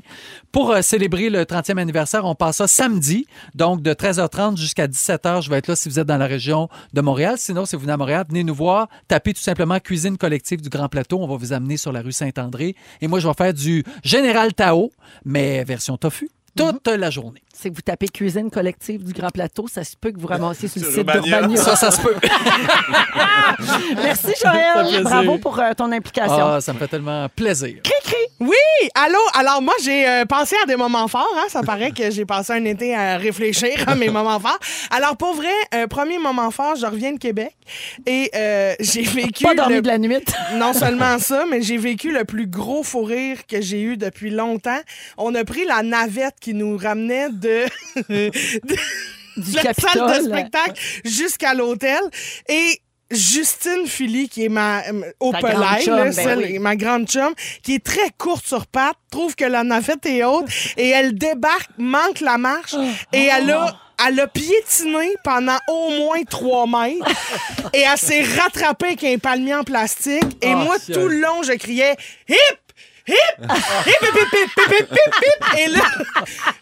Speaker 4: Pour euh, célébrer le 30e anniversaire, on passe ça samedi, donc de 13h30 jusqu'à 17h. Je vais être là si vous êtes dans la région de Montréal. Sinon, si vous venez à Montréal, venez nous voir. Tapez tout simplement Cuisine collective du Grand Plateau. On va vous amener sur la rue Saint-André. Et moi, je vais faire du Général Tao, mais version tofu, toute la journée.
Speaker 1: C'est que vous tapez cuisine collective du Grand Plateau, ça se peut que vous ramassiez sur le
Speaker 4: Sur
Speaker 1: site
Speaker 4: Urbania.
Speaker 1: d'Urbania.
Speaker 4: Ça, ça se peut.
Speaker 1: Merci,
Speaker 4: Ça fait
Speaker 1: Joël.
Speaker 4: plaisir.
Speaker 1: Bravo pour euh, ton implication.
Speaker 4: Ah, ça me fait tellement plaisir.
Speaker 5: Oui, allô. Alors moi, j'ai euh, pensé à des moments forts. hein. Ça paraît que j'ai passé un été à réfléchir à mes moments forts. Alors pour vrai, euh, premier moment fort, je reviens de Québec et euh, j'ai
Speaker 1: <laughs>
Speaker 5: vécu
Speaker 1: Pas dormi
Speaker 5: le-
Speaker 1: de la nuit.
Speaker 5: <laughs> Non seulement ça, mais j'ai vécu le plus gros fou rire que j'ai eu depuis longtemps. On a pris la navette qui nous ramenait de, de- de la
Speaker 1: Capitole.
Speaker 5: salle de spectacle jusqu'à l'hôtel et Justine Philly, qui est ma euh, au
Speaker 1: Ta
Speaker 5: Pelay,
Speaker 1: grande chum,
Speaker 5: là,
Speaker 1: ben
Speaker 5: celle-
Speaker 1: oui.
Speaker 5: ma grande chum, qui est très courte sur pattes, trouve que la navette
Speaker 1: <laughs>
Speaker 5: est haute et elle débarque, manque la marche
Speaker 1: Oh.
Speaker 5: et elle a. Elle a piétiné pendant au moins
Speaker 1: <laughs>
Speaker 5: trois mètres et elle s'est rattrapée avec un palmier en plastique. Et
Speaker 6: Oh,
Speaker 5: moi,
Speaker 6: ciel.
Speaker 5: tout le long, je criais Hip! Hip! Hip! Hip! Hip! Hip! Hip! Hip! Hip! Et là,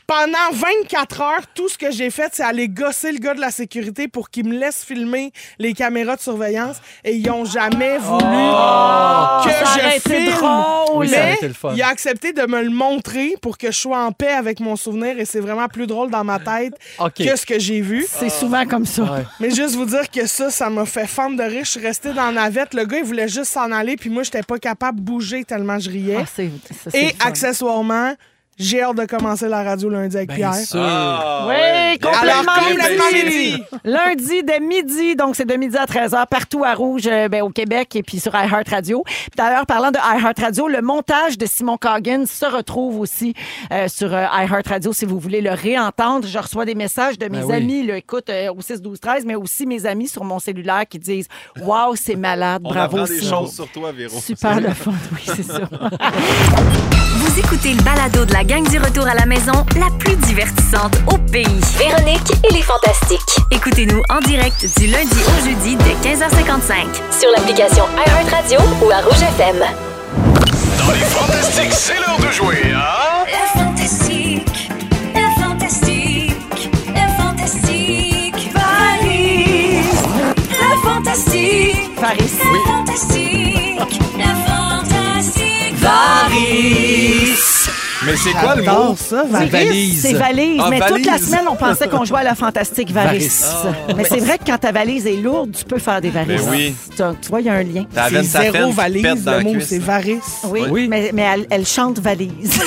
Speaker 5: pendant 24 heures, tout ce que j'ai fait, c'est aller gosser le gars de la sécurité pour qu'il me laisse filmer les caméras de surveillance. Et ils ont jamais voulu que
Speaker 6: Oh! Ça
Speaker 5: je
Speaker 6: aurait été
Speaker 5: filme.
Speaker 6: drôle. Oui, ça aurait
Speaker 5: Mais
Speaker 6: été le fun.
Speaker 5: il a accepté de me le montrer pour que je sois en paix avec mon souvenir. Et c'est vraiment plus drôle dans ma tête
Speaker 4: Ok.
Speaker 5: que ce que j'ai vu.
Speaker 1: C'est souvent comme ça.
Speaker 5: Mais juste vous dire que ça, ça m'a fait femme de riche. Je suis restée dans la navette. Le gars, il voulait juste s'en aller, puis moi, j'étais pas capable de bouger tellement je riais.
Speaker 1: Ah, c'est- ça, c'est
Speaker 5: Et
Speaker 1: le fun.
Speaker 5: accessoirement, j'ai hâte de commencer la radio lundi
Speaker 1: Ben,
Speaker 5: avec Pierre.
Speaker 6: sûr. Ah,
Speaker 1: oui,
Speaker 6: ouais.
Speaker 1: complètement,
Speaker 6: Alors, complètement
Speaker 1: midi.
Speaker 6: midi.
Speaker 1: Lundi dès midi, donc c'est de midi à 13h partout à Rouge, euh, ben, au Québec et puis sur iHeartRadio. Puis D'ailleurs, parlant de iHeartRadio, le montage de Simon Coggins se retrouve aussi euh, sur euh, iHeartRadio si vous voulez le réentendre. Je reçois des messages de mes
Speaker 7: Ben oui.
Speaker 1: amis, là, écoute, euh, au 6, 12, 13, mais aussi mes amis sur mon cellulaire qui disent « Wow, c'est malade,
Speaker 3: On
Speaker 1: bravo
Speaker 3: apprend des
Speaker 1: Simon.
Speaker 3: choses sur toi, Véro.
Speaker 1: Super le fun, oui, c'est ça.
Speaker 20: Vous écoutez le balado de la gang du retour à la maison, la plus divertissante au pays. Véronique et les Fantastiques. Écoutez-nous en direct du lundi au jeudi dès 15h55.
Speaker 7: Sur l'application iHeartRadio ou à Rouge FM.
Speaker 6: Dans les fantastiques, c'est l'heure de jouer à... Le fantastique, le fantastique, le fantastique, valise. Le fantastique, Paris. le fantastique, le fantastique,
Speaker 3: Mais c'est quoi le mot?
Speaker 5: ça,
Speaker 1: Varisse, C'est valise. mais toute la semaine, on pensait qu'on jouait à la fantastique varice.
Speaker 3: Varice. Ah.
Speaker 1: Mais c'est vrai que quand ta valise est lourde, tu peux faire des varices.
Speaker 3: Ben oui.
Speaker 1: Donc, tu vois, il y a un lien.
Speaker 3: Ta veine
Speaker 5: C'est zéro
Speaker 3: safraine qui te
Speaker 5: valise,
Speaker 3: pète dans la
Speaker 5: le mot,
Speaker 3: cuisse.
Speaker 5: c'est varice.
Speaker 1: Oui, mais, mais elle, elle chante
Speaker 5: <laughs>
Speaker 1: valise.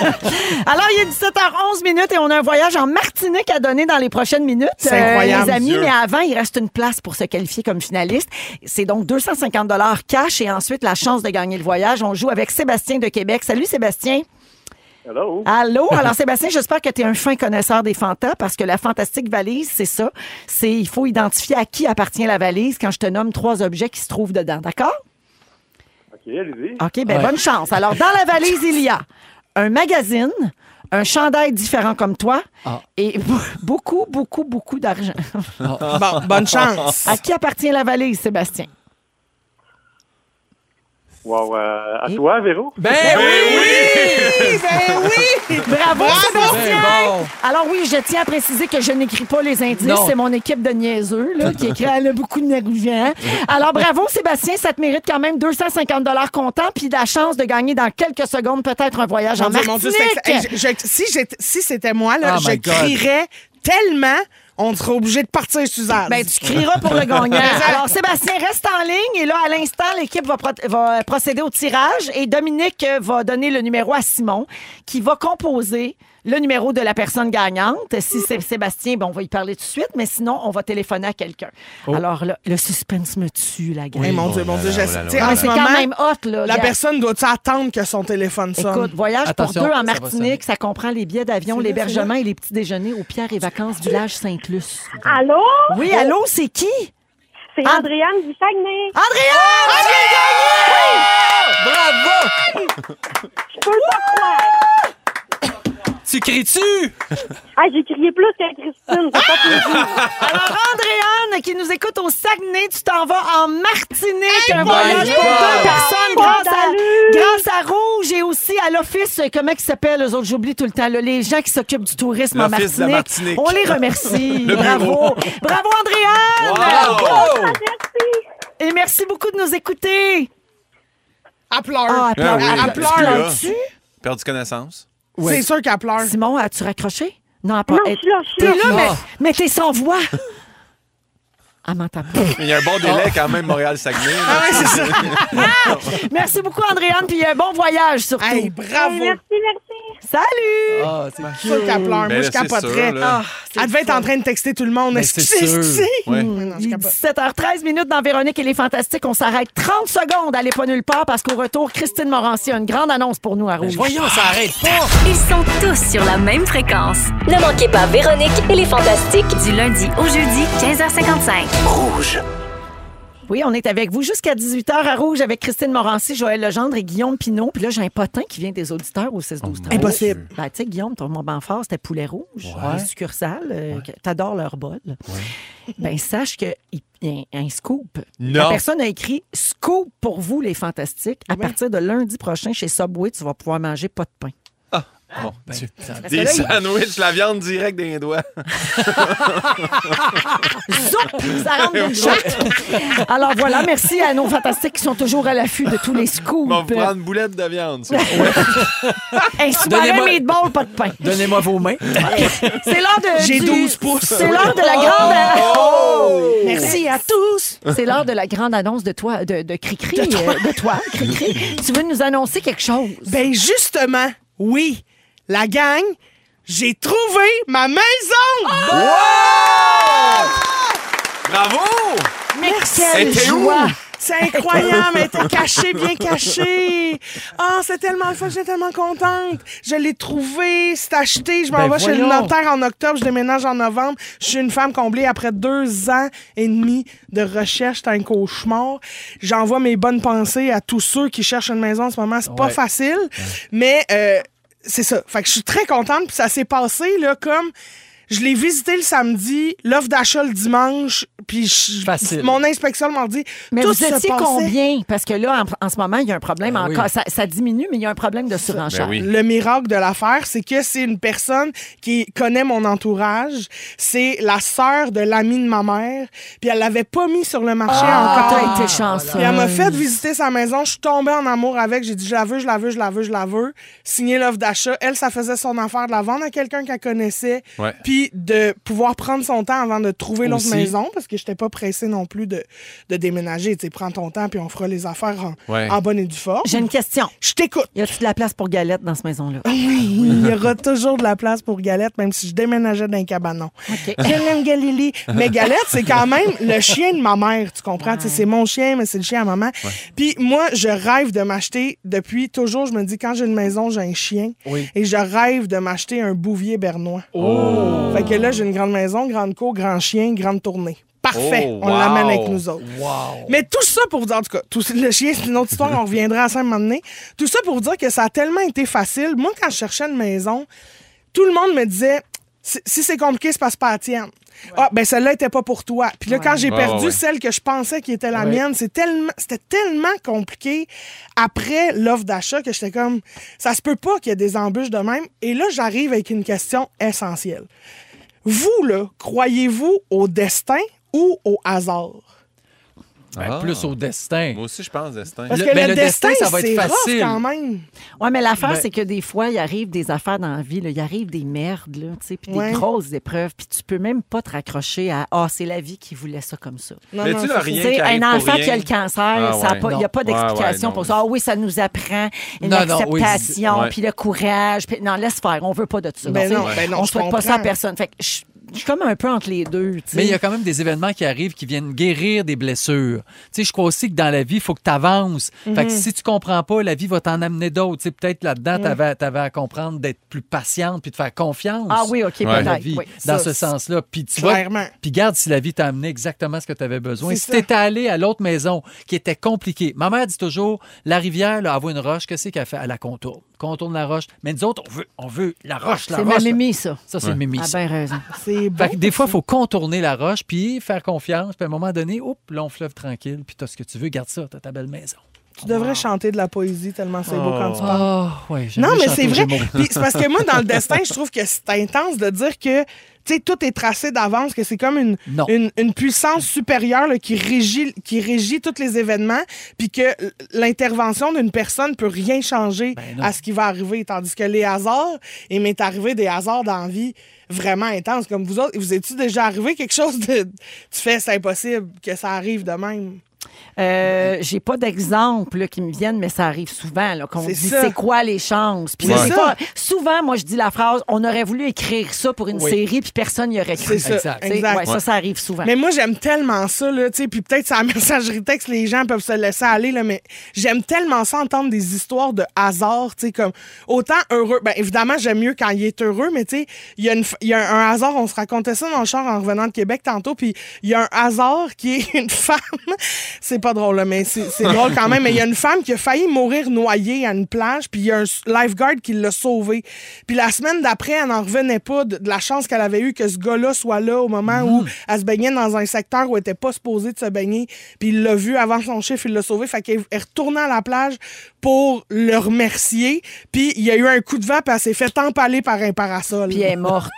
Speaker 1: <laughs> Alors, il est 17h11 minutes et on a un voyage en Martinique à donner dans les prochaines minutes. Euh,
Speaker 5: C'est incroyable,
Speaker 1: les amis,
Speaker 5: Dieu.
Speaker 1: mais avant, il reste une place pour se qualifier comme finaliste. C'est donc 250 cash et ensuite la chance de gagner le voyage. On joue avec Sébastien de Québec. Salut, Sébastien.
Speaker 21: Hello.
Speaker 1: Allô? Alors, Sébastien, j'espère que tu es un fin connaisseur des fantas parce que la fantastique valise, c'est ça. C'est, il faut identifier à qui appartient la valise quand je te nomme trois objets qui se trouvent dedans. D'accord?
Speaker 21: OK, allez-y.
Speaker 1: OK, ben bonne chance. Alors, dans la valise, il y a un magazine, un chandail différent comme toi
Speaker 4: Ah.
Speaker 1: et <laughs> be- beaucoup, beaucoup, beaucoup d'argent. Ah.
Speaker 5: Bon, bonne chance.
Speaker 1: À qui appartient la valise, Sébastien?
Speaker 22: Wow, euh, à toi, Véro?
Speaker 1: Ben oui! Ben oui! Bravo,
Speaker 4: Ben
Speaker 1: Sébastien! Alors oui, je tiens à préciser que je n'écris pas les indices.
Speaker 11: Non.
Speaker 1: C'est mon équipe de niaiseux là, qui écrit elle a beaucoup de nerveux. Alors bravo, Sébastien. Ça te mérite quand même 250 comptant puis la chance de gagner dans quelques secondes peut-être un voyage en
Speaker 5: Mon Dieu, mon Dieu,
Speaker 1: Martinique.
Speaker 5: c'est ex- hey, je- je- si j'étais- si c'était moi, là,
Speaker 1: Oh
Speaker 5: je
Speaker 1: my God.
Speaker 5: crierais tellement, on serait obligé de partir, Suzanne.
Speaker 1: Ben, tu crieras pour le gagnant. Alors, Sébastien, reste en ligne. Et là, à l'instant, l'équipe va, pro- va procéder au tirage. Et Dominique euh, va donner le numéro à Simon, qui va composer le numéro de la personne gagnante. Si c'est Sébastien, ben, on va y parler tout de suite. Mais sinon, on va téléphoner à quelqu'un.
Speaker 5: Oh.
Speaker 1: Alors, là, le suspense me tue, la gang.
Speaker 5: Hey, mon Dieu, mon Dieu, je- tu sais,
Speaker 1: Ah,
Speaker 5: en ce
Speaker 1: c'est
Speaker 5: moment,
Speaker 1: quand même hot, là.
Speaker 5: la
Speaker 1: gars.
Speaker 5: personne doit attendre que son téléphone sonne?
Speaker 1: Écoute, voyage
Speaker 5: Attention,
Speaker 1: pour deux
Speaker 5: ça
Speaker 1: en
Speaker 5: va
Speaker 1: Martinique, ça comprend les billets d'avion, l'hébergement et les petits déjeuners aux pierres et vacances Village Sainte-Luce.
Speaker 23: Allô? Oh!
Speaker 1: Oui, allô, c'est qui?
Speaker 23: C'est
Speaker 1: Ah.
Speaker 23: Andréane du Saguenay.
Speaker 1: Andréane! tu l'as gagné!
Speaker 4: Bravo!
Speaker 23: Je peux pas croire.
Speaker 4: Tu cries-tu?
Speaker 23: Ah, j'ai crié plus que Christine. C'est pas possible.
Speaker 1: Alors, Andréane, qui nous écoute au Saguenay, tu t'en vas en Martinique. un
Speaker 23: my
Speaker 1: voyage pour
Speaker 23: God!
Speaker 1: deux personnes grâce
Speaker 23: Salut!
Speaker 1: à, grâce à Rouge et aussi à l'Office, euh, comment ils s'appellent, eux autres, j'oublie tout le temps, là, les gens qui s'occupent du tourisme en
Speaker 23: L'Office de la
Speaker 1: Martinique.
Speaker 23: Martinique.
Speaker 1: On les remercie.
Speaker 23: <laughs> Le
Speaker 1: Bravo.
Speaker 23: bureau.
Speaker 1: Bravo, Andréane.
Speaker 23: Wow! Bravo!
Speaker 1: Et merci beaucoup de nous écouter.
Speaker 5: Elle pleure.
Speaker 1: Ah,
Speaker 3: Ah
Speaker 1: elle pleure.
Speaker 3: oui,
Speaker 1: Elle
Speaker 3: elle
Speaker 1: pleure.
Speaker 3: pleure.
Speaker 1: Pleures-tu?
Speaker 3: Perdu connaissance.
Speaker 1: C'est
Speaker 5: sûr qu'elle pleure.
Speaker 1: Simon, as-tu raccroché? Non, elle pas.
Speaker 23: Non, je suis là, je suis
Speaker 1: T'es
Speaker 23: là.
Speaker 1: là, mais,
Speaker 3: Ah.
Speaker 1: mais t'es sans voix. Elle m'entend pas.
Speaker 3: Il y a un bon délai quand même, Montréal-Saguenay. Ah
Speaker 1: ouais, c'est ça. <laughs> Merci beaucoup, Andréane, puis un bon voyage surtout.
Speaker 5: bravo. Hey, merci,
Speaker 1: merci. Salut!
Speaker 4: Ah, c'est
Speaker 5: C'est sûr qu'elle
Speaker 1: Ben
Speaker 5: pleure. Moi, je capoterais. Ah, elle devait être en train de texter tout le monde.
Speaker 1: Mais
Speaker 5: Est-ce que
Speaker 1: Ben, c'est
Speaker 5: c'est
Speaker 1: sûr.
Speaker 5: ici?
Speaker 1: Ouais.
Speaker 5: Non, je capote.
Speaker 1: 17h13 minutes dans Véronique et les Fantastiques. On s'arrête 30 secondes. Allez pas nulle part parce qu'au retour, Christine Morancy a une grande annonce pour nous à Rouge.
Speaker 6: voyons, ça
Speaker 1: arrête
Speaker 6: Ils sont tous sur la même fréquence. Ne manquez pas Véronique et les Fantastiques du lundi au jeudi 15h55. Rouge.
Speaker 1: Oui, on est avec vous jusqu'à 18h à Rouge avec Christine Morancy, Joël Legendre et Guillaume Pinot. Puis là, j'ai un potin qui vient des auditeurs au 16 12
Speaker 5: Impossible.
Speaker 1: Ben, tu sais, Guillaume, ton moment fort, c'était Poulet Rouge,
Speaker 5: Ouais.
Speaker 1: les succursales. euh, que- T'adores leur bol. Ben, sache qu'il y a un un scoop. La
Speaker 24: Non.
Speaker 1: personne a écrit Scoop pour vous, les fantastiques. À partir de lundi prochain, chez Subway, tu vas pouvoir manger pas de pain.
Speaker 3: Bon, tu-
Speaker 4: Ben,
Speaker 1: Parce
Speaker 3: des
Speaker 1: que là, il-
Speaker 3: sandwichs, la viande directe des doigts.
Speaker 1: Ah, <laughs> Zoup! Ça rentre d'une shot. Alors voilà, merci à nos fantastiques qui sont toujours à l'affût de tous les scoops.
Speaker 3: On va prendre une boulette de viande. ça.
Speaker 1: Un
Speaker 3: Donnez-moi-
Speaker 1: soirée meatball, pas de pain.
Speaker 4: Donnez-moi vos mains.
Speaker 1: C'est l'heure de.
Speaker 4: J'ai
Speaker 1: du-
Speaker 4: 12 pouces.
Speaker 1: C'est l'heure de la
Speaker 4: Oh!
Speaker 1: grande.
Speaker 4: Oh!
Speaker 1: Merci à tous. C'est l'heure de la grande annonce de toi, de, de Cricri, euh, de toi, Cricri. Tu veux nous annoncer quelque chose?
Speaker 5: Ben justement, oui, la gang, j'ai trouvé ma maison!
Speaker 3: Bravo!
Speaker 5: Mais
Speaker 24: quelle Était où? joie!
Speaker 5: C'est incroyable, elle était cachée, bien cachée. Ah, c'est tellement le fun, j'étais tellement contente. Je l'ai trouvée, c'est acheté, je m'en
Speaker 4: Ben
Speaker 5: vais chez le
Speaker 4: voyons.
Speaker 5: notaire en octobre, je déménage en novembre. Je suis une femme comblée après deux ans et demi de recherche, c'est un cauchemar. J'envoie mes bonnes pensées à tous ceux qui cherchent une maison en ce moment, c'est pas
Speaker 24: Ouais.
Speaker 5: facile, mais euh, c'est ça. Fait que je suis très contente, puis ça s'est passé là comme... Je l'ai visité le samedi, l'offre d'achat le dimanche, puis je-
Speaker 4: Facile.
Speaker 5: mon inspection le mardi.
Speaker 1: Mais
Speaker 5: tout
Speaker 1: vous
Speaker 5: se
Speaker 1: étiez
Speaker 5: passait-
Speaker 1: combien? Parce que là, en, en ce moment, il y a un problème
Speaker 5: Ben oui.
Speaker 1: encore. Ça, ça diminue, mais il y a un problème de surenchère.
Speaker 5: Le miracle de l'affaire, c'est que c'est une personne qui connaît mon entourage. C'est la sœur de l'ami de ma mère. Puis elle l'avait pas mis sur le marché
Speaker 1: Ah, t'as
Speaker 5: encore.
Speaker 1: été chanceuse.
Speaker 5: Puis elle m'a fait visiter sa maison. Je suis tombée en amour avec. J'ai dit, je la veux, je la veux, je la veux, je la veux. Signé l'offre d'achat. Elle, ça faisait son affaire de la vendre à quelqu'un qu'elle connaissait.
Speaker 24: Ouais.
Speaker 5: Puis de pouvoir prendre son temps avant de trouver l'autre
Speaker 24: Aussi.
Speaker 5: maison parce que j'étais pas pressée non plus de, de déménager. Tu sais, prends ton temps puis on fera les affaires en,
Speaker 1: Ouais.
Speaker 5: en bonne et due forme.
Speaker 1: J'ai une question.
Speaker 5: Je t'écoute.
Speaker 1: Y a-tu de la place pour galette dans cette maison-là?
Speaker 5: Oui, il y aura toujours de la place pour Galette, même si je déménageais dans un cabanon. Je l'aime, Galili. Mais Galette, c'est quand même le chien de ma mère, tu comprends? Tu sais, C'est mon chien, mais c'est le chien à maman. Puis moi, je rêve de m'acheter, depuis toujours, je me dis, quand j'ai une maison, j'ai un chien.
Speaker 24: Oui.
Speaker 5: Et je rêve de m'acheter un bouvier bernois.
Speaker 24: Oh.
Speaker 5: Fait que là, j'ai une grande maison, grande cour, grand chien, grande tournée. Parfait,
Speaker 24: Oh,
Speaker 5: on l'amène
Speaker 24: wow.
Speaker 5: avec nous autres. Mais tout ça pour vous dire, en tout cas, tout, le chien, c'est une autre histoire, on reviendra à ça un moment donné. Tout ça pour vous dire que ça a tellement été facile. Moi, quand je cherchais une maison, tout le monde me disait Si, si c'est compliqué, c'est parce que c'est pas la tienne. Ah, ben celle-là était pas pour toi. Puis là, quand j'ai
Speaker 25: Ah,
Speaker 5: perdu
Speaker 25: ouais.
Speaker 5: celle que je pensais qui était la
Speaker 25: Ouais.
Speaker 5: mienne, c'est tellement- c'était tellement compliqué après l'offre d'achat que j'étais comme, ça se peut pas qu'il y ait des embûches de même. Et là, j'arrive avec une question essentielle. Vous, là, croyez-vous au destin ou au hasard?
Speaker 4: Ben, Plus au destin. Moi
Speaker 3: aussi, je pense destin.
Speaker 5: Parce que le, destin, c'est rough quand même.
Speaker 1: Oui, mais l'affaire,
Speaker 5: Ben-
Speaker 1: c'est que des fois, il arrive des affaires dans la vie, là. il arrive des merdes, là, tu sais, puis
Speaker 5: Ouais.
Speaker 1: des grosses épreuves, puis tu peux même pas te raccrocher à Ah, c'est la vie qui voulait ça comme ça.
Speaker 5: Non, Mais non, tu l'as c'est ça. rien
Speaker 1: Tu sais,
Speaker 5: qui arrive
Speaker 1: un
Speaker 5: pour
Speaker 1: enfant qui a
Speaker 5: rien.
Speaker 1: le cancer,
Speaker 5: Ah,
Speaker 1: ça a
Speaker 5: ouais.
Speaker 1: pas- il n'y a pas
Speaker 5: Non. Ouais, ouais,
Speaker 1: d'explication
Speaker 5: non.
Speaker 1: pour ça. Ah oui, ça nous apprend une
Speaker 5: Non, non, oui,
Speaker 1: acceptation,
Speaker 5: c'est- ouais.
Speaker 1: puis le courage. puis- Non, laisse faire, on veut pas de ça. Tu
Speaker 5: Ben
Speaker 1: sais,
Speaker 5: non, ben non,
Speaker 1: on
Speaker 5: je
Speaker 1: souhaite pas ça à
Speaker 5: comprends.
Speaker 1: personne. Fait que je je suis comme un peu entre les deux. tu sais.
Speaker 4: Mais il y a quand même des événements qui arrivent qui viennent guérir des blessures. Tu sais, je crois aussi que dans la vie, il faut que tu avances. Fait que
Speaker 1: Mhm.
Speaker 4: si tu comprends pas, la vie va t'en amener d'autres. Tu sais, peut-être là-dedans,
Speaker 1: Mm.
Speaker 4: t'avais tu avais à comprendre d'être plus patiente puis de faire confiance.
Speaker 1: Ah oui, OK,
Speaker 4: à
Speaker 1: peut-être,
Speaker 4: la vie,
Speaker 1: oui. Ça,
Speaker 4: Dans ce
Speaker 1: c'est-
Speaker 4: sens-là. Puis tu
Speaker 1: Clairement.
Speaker 4: vois, puis garde si la vie t'a amené exactement ce que tu avais besoin.
Speaker 1: C'est
Speaker 4: Si
Speaker 1: ça.
Speaker 4: t'étais allé à l'autre maison qui était compliquée. Ma mère dit toujours, la rivière, là, elle voit une roche, qu'est-ce qu'elle fait? Elle la contourne. Contourne la roche. Mais nous autres, on veut, on veut la roche, la
Speaker 1: C'est
Speaker 4: roche.
Speaker 5: Ah,
Speaker 1: ma
Speaker 4: la-
Speaker 1: mémie, ça.
Speaker 4: Ça, c'est
Speaker 1: Ouais.
Speaker 4: mémie.
Speaker 1: Ah,
Speaker 4: ça.
Speaker 1: ben raison.
Speaker 5: C'est
Speaker 4: Fait que des fois, il faut contourner la roche, puis faire confiance, puis à un moment donné, oups, long fleuve tranquille, puis t'as ce que tu veux, garde ça, t'as ta belle maison.
Speaker 5: Tu devrais chanter de la poésie tellement c'est beau quand tu
Speaker 4: Oh.
Speaker 5: parles.
Speaker 4: Ah, ouais, j'aime
Speaker 5: non,
Speaker 4: mieux
Speaker 5: mais
Speaker 4: chanter
Speaker 5: c'est
Speaker 4: aux
Speaker 5: vrai.
Speaker 4: Gémeaux.
Speaker 5: Puis c'est parce que moi, dans le destin, je trouve que c'est intense de dire que tu sais, tout est tracé d'avance, que c'est comme une, une, une puissance supérieure là, qui, régit, qui régit tous les événements, puis que l'intervention d'une personne peut rien changer à ce qui va arriver. Tandis que les hasards, il m'est arrivé des hasards dans la vie vraiment intenses. Comme vous autres, vous est-tu déjà arrivé quelque chose de. Tu fais, c'est impossible que ça arrive de même?
Speaker 1: Euh, j'ai pas d'exemple là, qui me viennent, mais ça arrive souvent là, qu'on
Speaker 5: C'est
Speaker 1: dit
Speaker 5: ça.
Speaker 1: c'est quoi les chances. Puis
Speaker 5: Ouais.
Speaker 1: c'est
Speaker 5: C'est
Speaker 1: pas-
Speaker 5: ça.
Speaker 1: souvent, moi, je dis la phrase on aurait voulu écrire ça pour une
Speaker 5: Oui.
Speaker 1: série, puis personne n'y aurait cru.
Speaker 5: C'est ça.
Speaker 1: Tu sais, ouais, Ça, ça arrive souvent.
Speaker 5: Mais moi, j'aime tellement ça, là, tu sais, puis peut-être sur la <laughs> messagerie texte, les gens peuvent se laisser aller, là, mais j'aime tellement ça entendre des histoires de hasard, tu sais, comme autant heureux. Ben, évidemment, j'aime mieux quand il est heureux, mais tu sais, il y, a une f- il y a un hasard, on se racontait ça dans le char en revenant de Québec tantôt, puis il y a un hasard qui est <laughs> une femme. c'est pas drôle, là, mais c'est c'est drôle quand même, mais il y a une femme qui a failli mourir noyée à une plage, puis il y a un s- lifeguard qui l'a sauvée. Puis la semaine d'après, elle n'en revenait pas de, de la chance qu'elle avait eue que ce gars-là soit là au moment où elle se baignait dans un secteur où elle n'était pas supposée de se baigner. Puis il l'a vu avant son chiffre, il l'a sauvé. Fait qu'elle est retournée à la plage pour le remercier. Puis il y a eu un coup de vent, puis elle s'est fait empaler par un parasol. Puis
Speaker 1: elle est morte.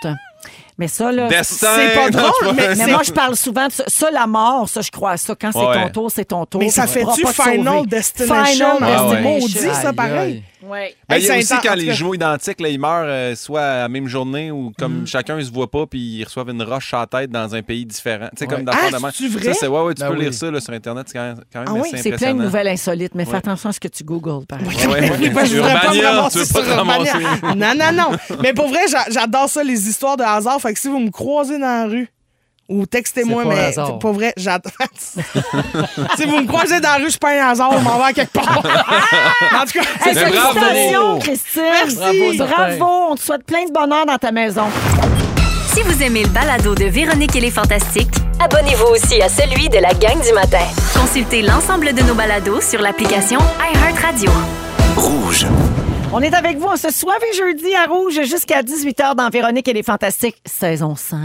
Speaker 1: Mais ça, là,
Speaker 5: Destin! c'est pas
Speaker 3: <laughs>
Speaker 5: drôle, mais c'est-
Speaker 1: moi, je parle souvent de ça. Ça, la mort, ça, je crois à ça. Quand c'est
Speaker 5: Ouais.
Speaker 1: ton tour, c'est ton tour.
Speaker 5: Mais ça
Speaker 1: Tu pourras
Speaker 5: fait-tu
Speaker 1: pas te
Speaker 5: Final
Speaker 1: sauver.
Speaker 5: Destination?
Speaker 1: Final
Speaker 3: Ah ouais.
Speaker 1: Destination.
Speaker 5: Maudit, ça, pareil.
Speaker 1: Ouais.
Speaker 3: Ben,
Speaker 5: Hey,
Speaker 3: il y a
Speaker 5: c'est
Speaker 3: aussi
Speaker 5: intense, en
Speaker 3: quand
Speaker 5: tout
Speaker 3: les
Speaker 5: cas.
Speaker 3: jumeaux identiques, là, ils meurent euh, soit à la même journée ou
Speaker 5: Mm.
Speaker 3: comme chacun ne se voit pas, puis ils reçoivent une roche à la tête dans un pays différent. Tu sais,
Speaker 1: Ouais.
Speaker 3: comme dans le fond
Speaker 1: Ah,
Speaker 3: de même.
Speaker 1: c'est-tu vrai?
Speaker 3: Ça, c'est, ouais, ouais, tu
Speaker 1: Ben
Speaker 3: peux
Speaker 1: oui.
Speaker 3: lire ça là, sur Internet, c'est quand même, quand même
Speaker 1: Ah
Speaker 3: assez
Speaker 1: oui, c'est plein de
Speaker 3: impressionnant.
Speaker 1: nouvelles insolites, mais fais
Speaker 3: Ouais.
Speaker 1: attention à ce que tu googles, par exemple.
Speaker 3: Ouais, ouais.
Speaker 5: <laughs> Oui, moi, je voudrais pas me
Speaker 3: Urbania,
Speaker 5: ramasser
Speaker 3: tu veux pas
Speaker 5: sur
Speaker 3: te
Speaker 5: Urbania.
Speaker 3: ramasser.
Speaker 5: Non, non, non. Mais pour vrai, j'a- j'adore ça, les histoires de hasard. Fait que si vous me croisez dans la rue, ou textez-moi,
Speaker 4: C'est pas un
Speaker 5: mais
Speaker 4: hasard.
Speaker 5: c'est pour vrai, j'adore. <laughs> si vous me croisez dans la rue, je suis pas un hasard, on m'en va à
Speaker 3: <laughs>
Speaker 5: quelque part. en tout cas,
Speaker 1: Hey,
Speaker 5: c'est
Speaker 1: félicitations, Christine.
Speaker 5: Merci.
Speaker 1: Bravo, on te souhaite plein de bonheur dans ta maison.
Speaker 6: Si vous aimez le balado de Véronique et les Fantastiques,
Speaker 7: Abonnez-vous aussi à celui de la gang du matin.
Speaker 6: consultez l'ensemble de nos balados sur l'application iHeartRadio.
Speaker 26: Rouge.
Speaker 1: On est avec vous on se soir et jeudi à Rouge jusqu'à 18h dans Véronique et les Fantastiques, saison 5,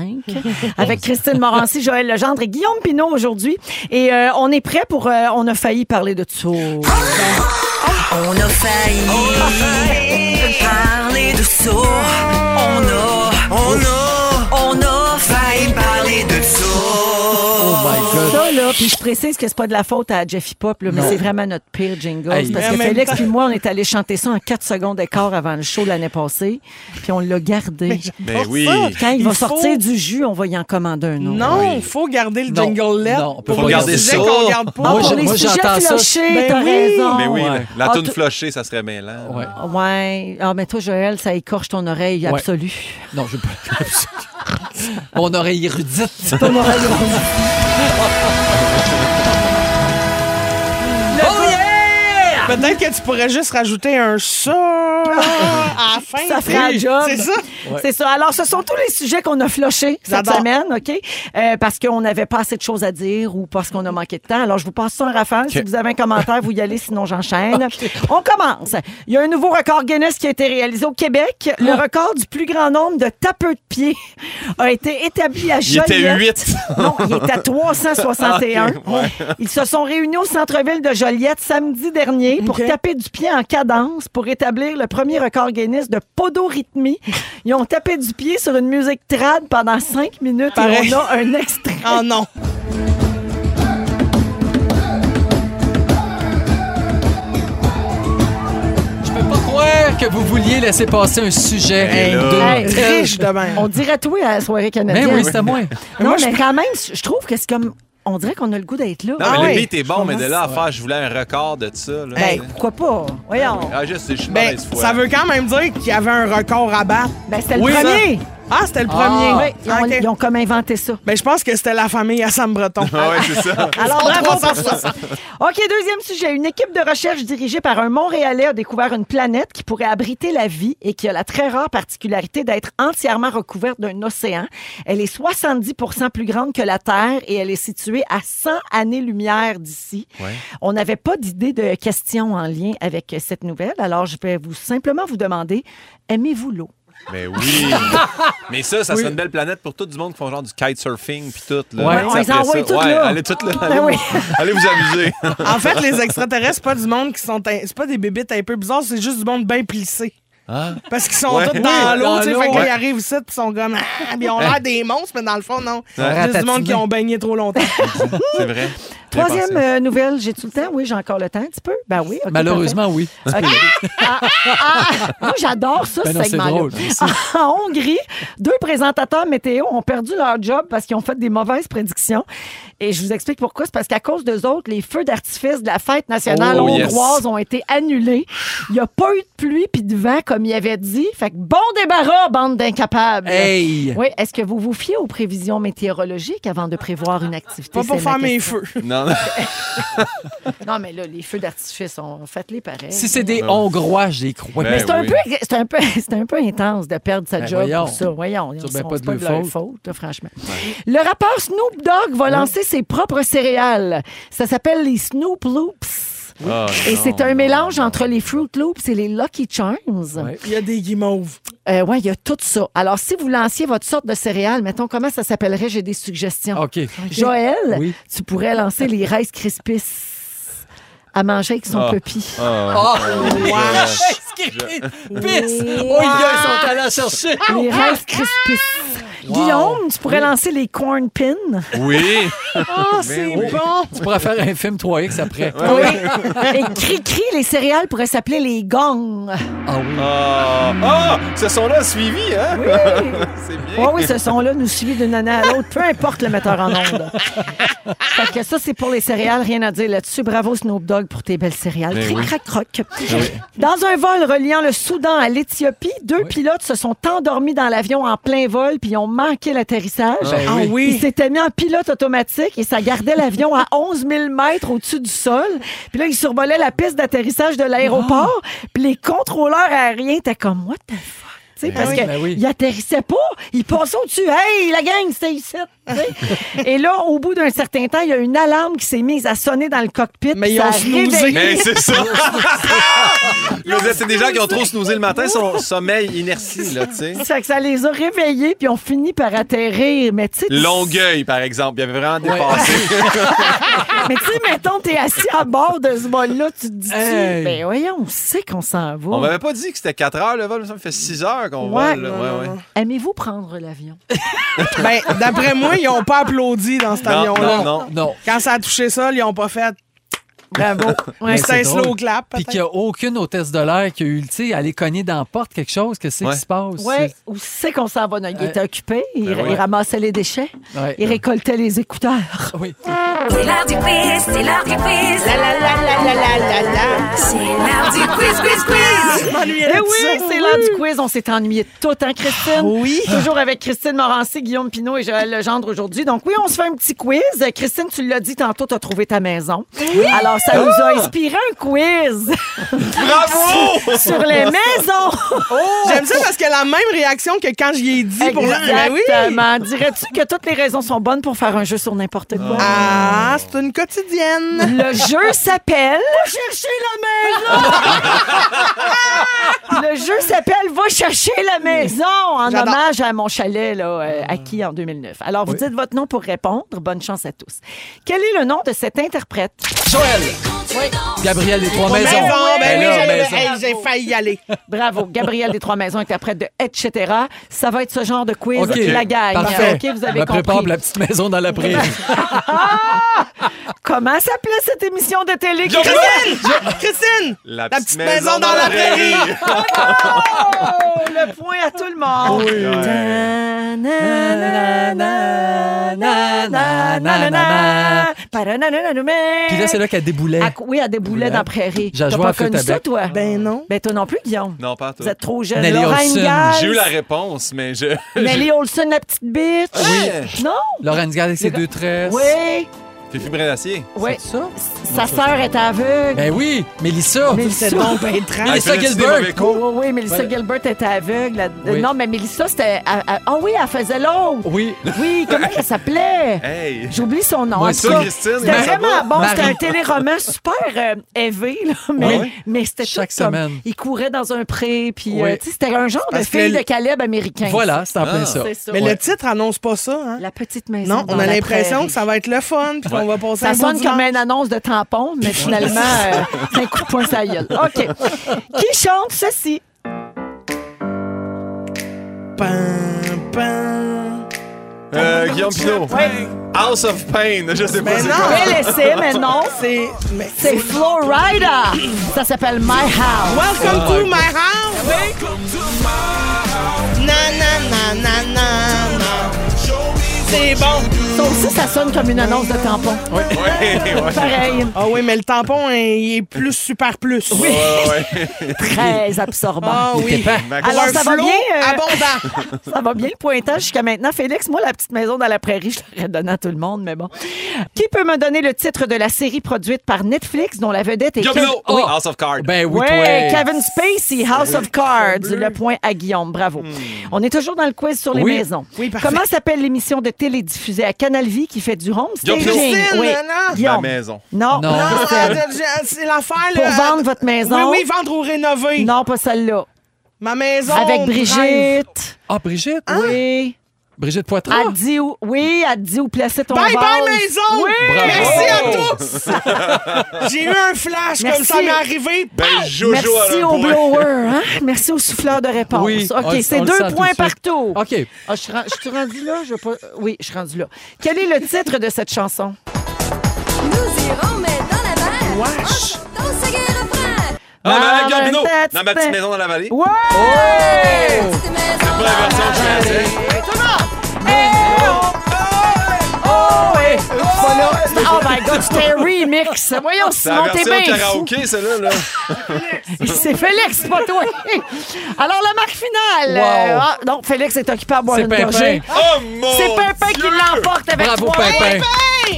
Speaker 1: avec Christine Morancy, Joël Legendre et Guillaume Pinot aujourd'hui. Et euh, on est prêt pour... euh, on a failli parler de tout.
Speaker 26: On a failli parler de ça. On a, on a, on a failli parler de ça. Oh
Speaker 1: Ça, là, puis je précise que c'est pas de la faute à Jeffy Pop, là, mais
Speaker 26: Non.
Speaker 1: c'est vraiment notre pire jingle.
Speaker 26: Hey.
Speaker 1: parce que
Speaker 26: Mais en même
Speaker 1: Félix
Speaker 26: temps-
Speaker 1: puis moi, on est allé chanter ça en 4 secondes et quart avant le show l'année passée, puis on l'a gardé.
Speaker 3: Mais Ben oui.
Speaker 1: Quand il, va
Speaker 5: Il faut-
Speaker 1: sortir du jus, on va y en commander un autre.
Speaker 5: Non, il faut garder le jingle là.
Speaker 4: non, on peut
Speaker 5: pour
Speaker 4: pas
Speaker 5: les
Speaker 4: garder
Speaker 5: sujets
Speaker 4: ça.
Speaker 5: qu'on regarde pas.
Speaker 4: Moi, Ah, pour je- les moi, sujets j'entends ça,
Speaker 1: flushés, Ben t'as oui. raison.
Speaker 3: Mais oui,
Speaker 1: Ouais.
Speaker 3: la- la
Speaker 1: Ah,
Speaker 3: toune
Speaker 1: tout-
Speaker 3: flochée, ça serait mêlant. Ouais.
Speaker 1: Ouais. Ah, mais toi, Joël, ça écorche ton oreille
Speaker 4: Ouais.
Speaker 1: absolue.
Speaker 4: Non, je veux pas. <laughs> Mon oreille érudite.
Speaker 1: Ton oreille <laughs> érudite.
Speaker 5: Peut-être que tu pourrais juste rajouter un ça.
Speaker 4: Ah,
Speaker 5: à la fin.
Speaker 1: Ça fera
Speaker 5: Oui,
Speaker 1: un job.
Speaker 5: C'est ça.
Speaker 1: Ouais. C'est ça. Alors, ce sont tous les sujets qu'on a flochés cette
Speaker 5: J'adore.
Speaker 1: semaine, OK? Euh, parce qu'on n'avait pas assez de choses à dire ou parce qu'on a manqué de temps. Alors, je vous passe ça en rafale. Si
Speaker 5: OK.
Speaker 1: vous avez un commentaire, vous y allez, sinon j'enchaîne. On commence. Il y a un nouveau record Guinness qui a été réalisé au Québec. Le record du plus grand nombre de tapeux de pieds <laughs> a été établi à
Speaker 3: Il
Speaker 1: Joliette.
Speaker 3: était huit.
Speaker 1: Non, il était à 361.
Speaker 3: Ah, ok, ouais.
Speaker 1: Ils se sont réunis au centre-ville de Joliette samedi dernier pour taper du pied en cadence pour établir le premier record Guinness de podorythmie. Ils ont tapé du pied sur une musique trad pendant cinq minutes
Speaker 5: Pareil.
Speaker 1: et on a un extrait.
Speaker 5: Oh non!
Speaker 4: Pas croire que vous vouliez laisser passer un sujet de
Speaker 1: Hey,
Speaker 4: riche
Speaker 1: On dirait tout à la soirée canadienne.
Speaker 4: Mais oui, c'était moi.
Speaker 1: Non,
Speaker 4: Moi,
Speaker 1: mais quand même, je trouve que c'est comme... On dirait qu'on a le goût d'être là.
Speaker 3: Non, mais le beat est bon, mais de là à
Speaker 1: Ouais.
Speaker 3: faire, je voulais un record de ça. Là,
Speaker 1: Ben, pourquoi pas? Voyons.
Speaker 3: Ah, juste, je suis
Speaker 5: Ben,
Speaker 3: mauvaise foi.
Speaker 5: ça veut quand même dire qu'il y avait un record à battre.
Speaker 1: Ben, c'était le premier.
Speaker 5: Ah, c'était le
Speaker 1: Ah.
Speaker 5: premier.
Speaker 1: Oui, ils ont- ils ont comme inventé ça.
Speaker 5: Ben, je pense que c'était la famille à Sam Breton.
Speaker 3: <laughs> Ah ouais, c'est ça.
Speaker 1: Alors, bravo pour ça.
Speaker 5: 360.
Speaker 1: OK, deuxième sujet. Une équipe de recherche dirigée par un Montréalais a découvert une planète qui pourrait abriter la vie et qui a la très rare particularité d'être entièrement recouverte d'un océan. Elle est 70 plus grande que la Terre et elle est située à 100 années-lumière d'ici. On n'avait pas d'idée de question en lien avec euh, cette nouvelle, alors je vais vous simplement vous demander, aimez-vous l'eau?
Speaker 3: Mais oui. mais ça, ça serait une belle planète pour tout du monde qui font genre du kitesurfing puis tout. Là.
Speaker 5: Ouais.
Speaker 3: Tu sais,
Speaker 5: On les
Speaker 3: après
Speaker 5: envoie
Speaker 3: ça,
Speaker 5: toutes
Speaker 3: ouais,
Speaker 5: là.
Speaker 3: Allez, toutes là,
Speaker 5: Ben
Speaker 3: allez,
Speaker 5: oui.
Speaker 3: <laughs> allez vous amuser.
Speaker 5: En fait, les extraterrestres, c'est pas du monde qui sont. un- C'est pas des bébites un peu bizarres, c'est juste du monde bien plissé. Parce qu'ils sont
Speaker 3: Ah. Ouais.
Speaker 5: tous dans
Speaker 3: Oui,
Speaker 5: l'eau, tu sais.
Speaker 3: dans
Speaker 5: Fait que
Speaker 3: l'eau.
Speaker 5: là, ils arrivent ici, puis ils sont comme. Ah, puis ils ont l'air des monstres, mais dans le fond, non.
Speaker 3: Ouais.
Speaker 5: C'est juste du monde qui ont baigné trop longtemps.
Speaker 3: C'est vrai.
Speaker 1: Troisième euh, nouvelle, j'ai tout le temps? Oui, j'ai encore le temps un petit peu? Ben oui. ok,
Speaker 4: Malheureusement, <laughs> oui.
Speaker 1: OK. Ah, ah, moi, j'adore ça,
Speaker 4: Ben non,
Speaker 1: ce
Speaker 4: c'est drôle,
Speaker 1: segment-là. <laughs>
Speaker 4: mais
Speaker 1: En Hongrie, deux présentateurs météo ont perdu leur job parce qu'ils ont fait des mauvaises prédictions. Et je vous explique pourquoi. C'est parce qu'à cause d'eux autres, les feux d'artifice de la fête nationale
Speaker 27: Oh, yes.
Speaker 1: hongroise ont été annulés. Il n'y a pas eu de pluie puis de vent, comme il avait dit. Fait que bon débarras, bande d'incapables.
Speaker 4: Hey!
Speaker 1: Oui, est-ce que vous vous fiez aux prévisions météorologiques avant de prévoir une activité?
Speaker 5: Pas pour
Speaker 1: C'est ma
Speaker 5: faire mes
Speaker 1: question.
Speaker 5: feux.
Speaker 3: Non, non.
Speaker 1: Non, mais là, les feux d'artifice, on fait-les pareil.
Speaker 4: Si c'est des Hongrois, je les crois.
Speaker 1: Mais c'est un, peu, c'est, un peu, <laughs> c'est un peu intense de perdre sa
Speaker 4: Ben
Speaker 1: job
Speaker 4: voyons.
Speaker 1: pour ça. Voyons,
Speaker 4: C'est
Speaker 1: ils
Speaker 4: bien
Speaker 1: sont-
Speaker 4: pas
Speaker 1: c'est
Speaker 4: de
Speaker 1: pas
Speaker 4: leur
Speaker 1: de leur
Speaker 4: faute.
Speaker 1: faute, là, franchement. Le rappeur Snoop Dogg va lancer ses propres céréales. Ça s'appelle les Snoop Loops.
Speaker 5: Ah,
Speaker 1: et
Speaker 5: non,
Speaker 1: c'est un mélange entre les Fruit Loops et les Lucky Charms.
Speaker 5: Il y a des guimauves.
Speaker 1: Euh, ouais, il y a tout ça. Alors, si vous lanciez votre sorte de céréales, mettons, comment ça s'appellerait? J'ai des suggestions.
Speaker 4: Ah, OK.
Speaker 1: Joël,
Speaker 4: Oui.
Speaker 1: tu pourrais lancer les Rice Krispies à manger avec son
Speaker 4: Ah.
Speaker 1: puppy.
Speaker 4: Ah. Oh,
Speaker 1: Ouais.
Speaker 4: wesh.
Speaker 1: Piss!
Speaker 4: Oh, ils sont allés la chercher!
Speaker 1: Les Rice Krispies. Guillaume, tu pourrais lancer les corn pins.
Speaker 3: Euh, Oui. Ben
Speaker 1: Ah, c'est
Speaker 4: Mais oui.
Speaker 1: bon.
Speaker 4: Tu pourras faire un film 3X après.
Speaker 1: Ah Oui. Et cri-cri, les céréales pourraient s'appeler les gongs.
Speaker 4: Ah oui.
Speaker 3: Ah, ah, ce son-là a suivi, hein?
Speaker 1: Oui. Oh,
Speaker 3: c'est bien.
Speaker 1: Oui, oui, ce son-là nous suit d'une année à l'autre, peu importe le metteur en onde. Fait que ça, c'est pour les céréales, rien à dire là-dessus. Bravo Snoop Dogg pour tes belles céréales.
Speaker 27: Ben
Speaker 1: Cric,
Speaker 27: oui.
Speaker 1: crac, croc. Dans un vol reliant le Soudan à l'Éthiopie, deux pilotes se sont endormis dans l'avion en plein vol puis ils ont manqué l'atterrissage.
Speaker 5: Ah ben oui.
Speaker 1: Ils s'étaient mis en pilote automatique et ça gardait l'avion à 11 000 mètres au-dessus du sol. Puis là, ils survolaient la piste d'atterrissage de l'aéroport.
Speaker 5: Ah.
Speaker 1: Puis les contrôleurs aériens étaient comme « What the fuck? » Tu sais,
Speaker 27: Ben
Speaker 1: parce
Speaker 27: oui,
Speaker 1: que
Speaker 27: ben oui.
Speaker 1: ils atterrissaient pas, ils passaient au-dessus. Hey, la gang, c'était ici. tu sais. Et là, au bout d'un certain temps, il y a une alarme qui s'est mise à sonner dans le cockpit.
Speaker 5: Mais
Speaker 1: puis
Speaker 5: ils
Speaker 1: ça
Speaker 5: ont
Speaker 1: a
Speaker 5: snoozé.
Speaker 1: réveillé-
Speaker 3: Mais c'est ça. Je veux dire, c'est des gens qui ont trop snoozé le matin, son sommeil inertie, là, tu sais.
Speaker 1: Ça fait que ça les a réveillés, puis ils ont fini par atterrir. Mais tu sais, tu-
Speaker 3: Longueuil, par exemple, il avait vraiment dépassé.
Speaker 1: Ah, mais tu sais, mettons, t'es assis à bord de ce vol-là, tu te dis,
Speaker 3: Hey.
Speaker 1: ben voyons, on sait qu'on s'en va.
Speaker 3: On m'avait pas dit que c'était 4 heures le vol, ça me fait 6 heures qu'on
Speaker 1: Ouais.
Speaker 3: vole. là.
Speaker 1: Non,
Speaker 3: Ouais,
Speaker 1: non,
Speaker 3: ouais.
Speaker 1: non. Aimez-vous prendre l'avion?
Speaker 5: Ben, d'après moi, ils ont pas applaudi dans cet
Speaker 3: Non,
Speaker 5: avion-là.
Speaker 3: non, non.
Speaker 5: Quand ça a touché ça, ils ont pas fait.
Speaker 1: Bravo.
Speaker 4: Mais
Speaker 5: C'est un
Speaker 4: drôle.
Speaker 5: slow clap.
Speaker 4: Puis qu'il n'y a aucune hôtesse de l'air qui a eu, tu sais, aller cogner dans la porte quelque chose, qu'est-ce qui se passe?
Speaker 1: Ouais, où c'est qu'on s'en va? non? Il était occupé, il,
Speaker 4: Ben ouais.
Speaker 1: il ramassait les déchets,
Speaker 4: Ouais. <laughs>
Speaker 1: il récoltait les écouteurs.
Speaker 4: Oui.
Speaker 24: C'est l'heure du quiz, c'est l'heure du quiz.
Speaker 10: La la la la la la la la.
Speaker 24: C'est l'heure du quiz, quiz, quiz.
Speaker 1: Eh oui, c'est l'heure du quiz. On s'est ennuyé de tout, hein, Christine? Oui. Toujours avec Christine Morancy, Guillaume Pinot et Joël Legendre aujourd'hui. Donc oui, on se fait un petit quiz. Euh, Christine, tu l'as dit tantôt, t'as trouvé ta maison.
Speaker 10: Oui.
Speaker 1: Alors, ça nous a
Speaker 10: Ah!
Speaker 1: inspiré un quiz. <laughs>
Speaker 5: Bravo!
Speaker 1: Sur les maisons.
Speaker 5: J'aime ça parce que la même réaction que quand j'y ai dit pour la. Ben oui.
Speaker 1: Exactement. Dirais-tu que toutes les raisons sont bonnes pour faire un jeu sur n'importe quoi?
Speaker 5: Ah, c'est une quotidienne.
Speaker 1: Le jeu s'appelle...
Speaker 5: Chercher la maison!
Speaker 1: <laughs> Le jeu s'appelle Va chercher la maison en
Speaker 5: J'adore. Ah.
Speaker 1: hommage à mon chalet là, euh, acquis en 2009. Alors, vous dites votre nom pour répondre. Bonne chance à tous. Quel est le nom de cet interprète?
Speaker 4: Joël. Gabriel des Trois
Speaker 1: Trois
Speaker 4: Maisons.
Speaker 1: Maisons, ouais.
Speaker 4: Ben
Speaker 1: Ben
Speaker 4: là,
Speaker 1: oui, j'allais-
Speaker 4: maison.
Speaker 1: hey,
Speaker 5: J'ai failli y aller.
Speaker 1: Bravo. Gabriel des Trois Maisons, interprète de Etc. Ça va être ce genre de quiz
Speaker 4: OK.
Speaker 1: qui la gagne.
Speaker 4: Parfait.
Speaker 1: OK, vous
Speaker 4: Je
Speaker 1: avez
Speaker 4: me prépare
Speaker 1: compris.
Speaker 4: pour la petite maison dans la prairie.
Speaker 1: Comment s'appelait cette émission de télé?
Speaker 5: Christine!
Speaker 1: Christine!
Speaker 5: Christine!
Speaker 3: La
Speaker 5: petite maison dans la prairie.
Speaker 3: <laughs>
Speaker 1: Bravo! Le point à tout le monde. Ta- na- na- na- na- na- na- na- na- Pa-ra-na-na-na-na-na.
Speaker 4: Puis là, c'est là qu'elle déboulait.
Speaker 1: À- oui, elle déboulait dans la prairie.
Speaker 4: J'ai
Speaker 1: T'as
Speaker 4: joué
Speaker 1: pas
Speaker 4: à Feu
Speaker 1: connu ça,
Speaker 4: Tabac.
Speaker 1: toi?
Speaker 5: Ben non.
Speaker 1: Ben toi non plus, Guillaume.
Speaker 3: Non, pas à tout.
Speaker 1: Vous êtes trop jeune.
Speaker 3: Nelly
Speaker 1: Lorraine
Speaker 3: Olsen.
Speaker 1: Gals.
Speaker 3: J'ai eu la réponse, mais je. <laughs>
Speaker 1: Nelly Olson, la petite bitch.
Speaker 3: Oui.
Speaker 1: Non?
Speaker 4: Laurence Gall avec ses deux tresses.
Speaker 1: Oui.
Speaker 3: Fifi Brindacier.
Speaker 1: Oui.
Speaker 4: Ça?
Speaker 1: Sa sœur est aveugle.
Speaker 4: Ben oui, Mélissa.
Speaker 1: Mélissa.
Speaker 4: Mélissa Gilbert.
Speaker 1: Oui, oui, oui, Mélissa
Speaker 4: Voilà.
Speaker 1: Gilbert était aveugle. Elle-
Speaker 4: Oui.
Speaker 1: Non, mais Mélissa, c'était. elle- elle- Ah oui, elle faisait l'autre.
Speaker 4: Oui.
Speaker 1: Oui, comment elle s'appelait?
Speaker 3: Hey.
Speaker 1: J'oublie son nom.
Speaker 3: Moi,
Speaker 1: En
Speaker 3: ça,
Speaker 1: tout cas,
Speaker 3: Christine,
Speaker 1: C'était
Speaker 3: ça
Speaker 1: vraiment
Speaker 3: va?
Speaker 1: bon. C'était un
Speaker 3: Marie.
Speaker 1: téléroman super euh, élevé, là, mais,
Speaker 4: Oui.
Speaker 1: mais c'était
Speaker 4: Chaque
Speaker 1: tout comme-
Speaker 4: semaine.
Speaker 1: Il courait dans un pré, puis
Speaker 4: Oui.
Speaker 1: euh, tu sais, c'était un genre de
Speaker 4: Parce que
Speaker 1: fille
Speaker 4: le-
Speaker 1: de Caleb américain.
Speaker 4: Voilà, c'est en plein ça.
Speaker 1: C'est ça.
Speaker 5: Mais
Speaker 4: Ouais.
Speaker 5: le titre annonce pas ça, hein?
Speaker 1: La petite maison.
Speaker 5: Non, on
Speaker 1: dans
Speaker 5: a
Speaker 1: la
Speaker 5: l'impression
Speaker 1: prairie.
Speaker 5: que ça va être le fun, puis qu'on va passer
Speaker 1: Ça
Speaker 5: un bon
Speaker 1: sonne comme
Speaker 5: dimanche.
Speaker 1: une annonce de tampon, mais finalement, euh, c'est un coup de poing sur la gueule. OK. Qui chante ceci?
Speaker 5: Pam, pam.
Speaker 3: Euh, Guillaume Pinot. House of Pain. Je sais pas
Speaker 5: Mais
Speaker 3: c'est
Speaker 5: non.
Speaker 3: quoi.
Speaker 1: Je vais laisser, mais non.
Speaker 5: C'est, mais-
Speaker 1: C'est Florida. Ça s'appelle My House.
Speaker 5: Welcome
Speaker 1: Ah,
Speaker 5: to my house. eh? Na, na, na, na, na, na. C'est bon.
Speaker 1: Ça aussi, ça sonne comme une annonce de tampon.
Speaker 3: Oui, oui.
Speaker 1: Pareil.
Speaker 5: Ah oui, mais le tampon, hein, il est plus super plus.
Speaker 1: Oui. <laughs>
Speaker 3: Ouais, ouais.
Speaker 5: <laughs>
Speaker 1: Très <laughs> absorbant.
Speaker 5: Ah oui.
Speaker 1: Alors,
Speaker 5: Un
Speaker 1: ça va
Speaker 5: flow
Speaker 1: bien. euh,
Speaker 5: abondant.
Speaker 1: <laughs> ça va bien le pointage jusqu'à maintenant. Félix, moi, la petite maison dans la prairie, je l'aurais donnée à tout le monde, mais bon. Qui peut me donner le titre de la série produite par Netflix dont la vedette est.
Speaker 3: Guillaume
Speaker 1: Kev-
Speaker 3: Pinot.
Speaker 1: Oui.
Speaker 3: House of Cards.
Speaker 4: Oh! Ben oui,
Speaker 1: Ouais,
Speaker 4: toi.
Speaker 1: Kevin Spacey, House of Cards. Le point à Guillaume, bravo. On est toujours dans le quiz sur les
Speaker 4: Oui.
Speaker 1: maisons.
Speaker 5: Hmm. Oui, parfait.
Speaker 1: Comment s'appelle l'émission de télé diffusée à Canal Vie qui fait du home
Speaker 3: Guillaume
Speaker 1: staging?
Speaker 5: Christine,
Speaker 1: Oui.
Speaker 5: non.
Speaker 3: Ma
Speaker 1: Guillaume.
Speaker 3: maison.
Speaker 1: Non,
Speaker 4: Non.
Speaker 5: Ah,
Speaker 1: Christine.
Speaker 5: je- c'est l'affaire,
Speaker 1: Pour
Speaker 5: là.
Speaker 1: vendre votre maison.
Speaker 5: Oui, oui, vendre ou rénover.
Speaker 1: Non, pas celle-là.
Speaker 5: Ma maison.
Speaker 1: Avec
Speaker 5: drive.
Speaker 1: Brigitte.
Speaker 4: Ah, Brigitte.
Speaker 5: Hein?
Speaker 1: Oui.
Speaker 4: Brigitte Poitras.
Speaker 1: Elle dit où, oui, elle dit où placer ton
Speaker 5: Bye bye
Speaker 1: vase.
Speaker 5: maison!
Speaker 1: Oui.
Speaker 4: Bravo.
Speaker 5: Merci à
Speaker 1: <laughs>
Speaker 5: tous! J'ai eu un flash
Speaker 1: Merci.
Speaker 5: comme ça m'est arrivé.
Speaker 3: Ben, Jojo
Speaker 1: Merci
Speaker 3: à
Speaker 1: au
Speaker 3: un point.
Speaker 1: blower, hein? Merci au souffleur de réponse.
Speaker 4: Oui, on
Speaker 1: OK,
Speaker 4: le-
Speaker 1: c'est
Speaker 4: on le sent
Speaker 1: deux
Speaker 4: tout
Speaker 1: points
Speaker 4: de suite.
Speaker 1: partout.
Speaker 4: OK.
Speaker 1: Ah, je suis ren- je suis rendue là, je veux pas... Oui, je suis rendue là. Quel est le titre de cette chanson?
Speaker 24: Nous irons, mais dans la mer.
Speaker 5: Wesh.
Speaker 24: Dans ce guerre refrain.
Speaker 3: Ah, mais
Speaker 1: Dans
Speaker 3: avec Guillaume Pinot.
Speaker 1: ma
Speaker 3: Dans ma petite maison dans la vallée.
Speaker 1: ben, Ouais!
Speaker 24: Petite maison.
Speaker 3: Pas la version française.
Speaker 1: Oh my God, c'était un remix. Voyons,
Speaker 3: C'est la
Speaker 1: Simon, t'es
Speaker 3: version
Speaker 1: bien fou.
Speaker 3: karaoké, celle-là. Là.
Speaker 1: C'est Félix, c'est pas <laughs> toi. Alors, la marque finale.
Speaker 4: Wow.
Speaker 1: euh, ah, non, Félix est occupé à boire
Speaker 4: C'est
Speaker 1: une
Speaker 4: Pimpin.
Speaker 1: gorgée.
Speaker 3: Oh mon
Speaker 1: C'est Pimpin qui
Speaker 3: Dieu!
Speaker 1: l'emporte avec
Speaker 4: Bravo,
Speaker 1: trois.
Speaker 4: Pimpin.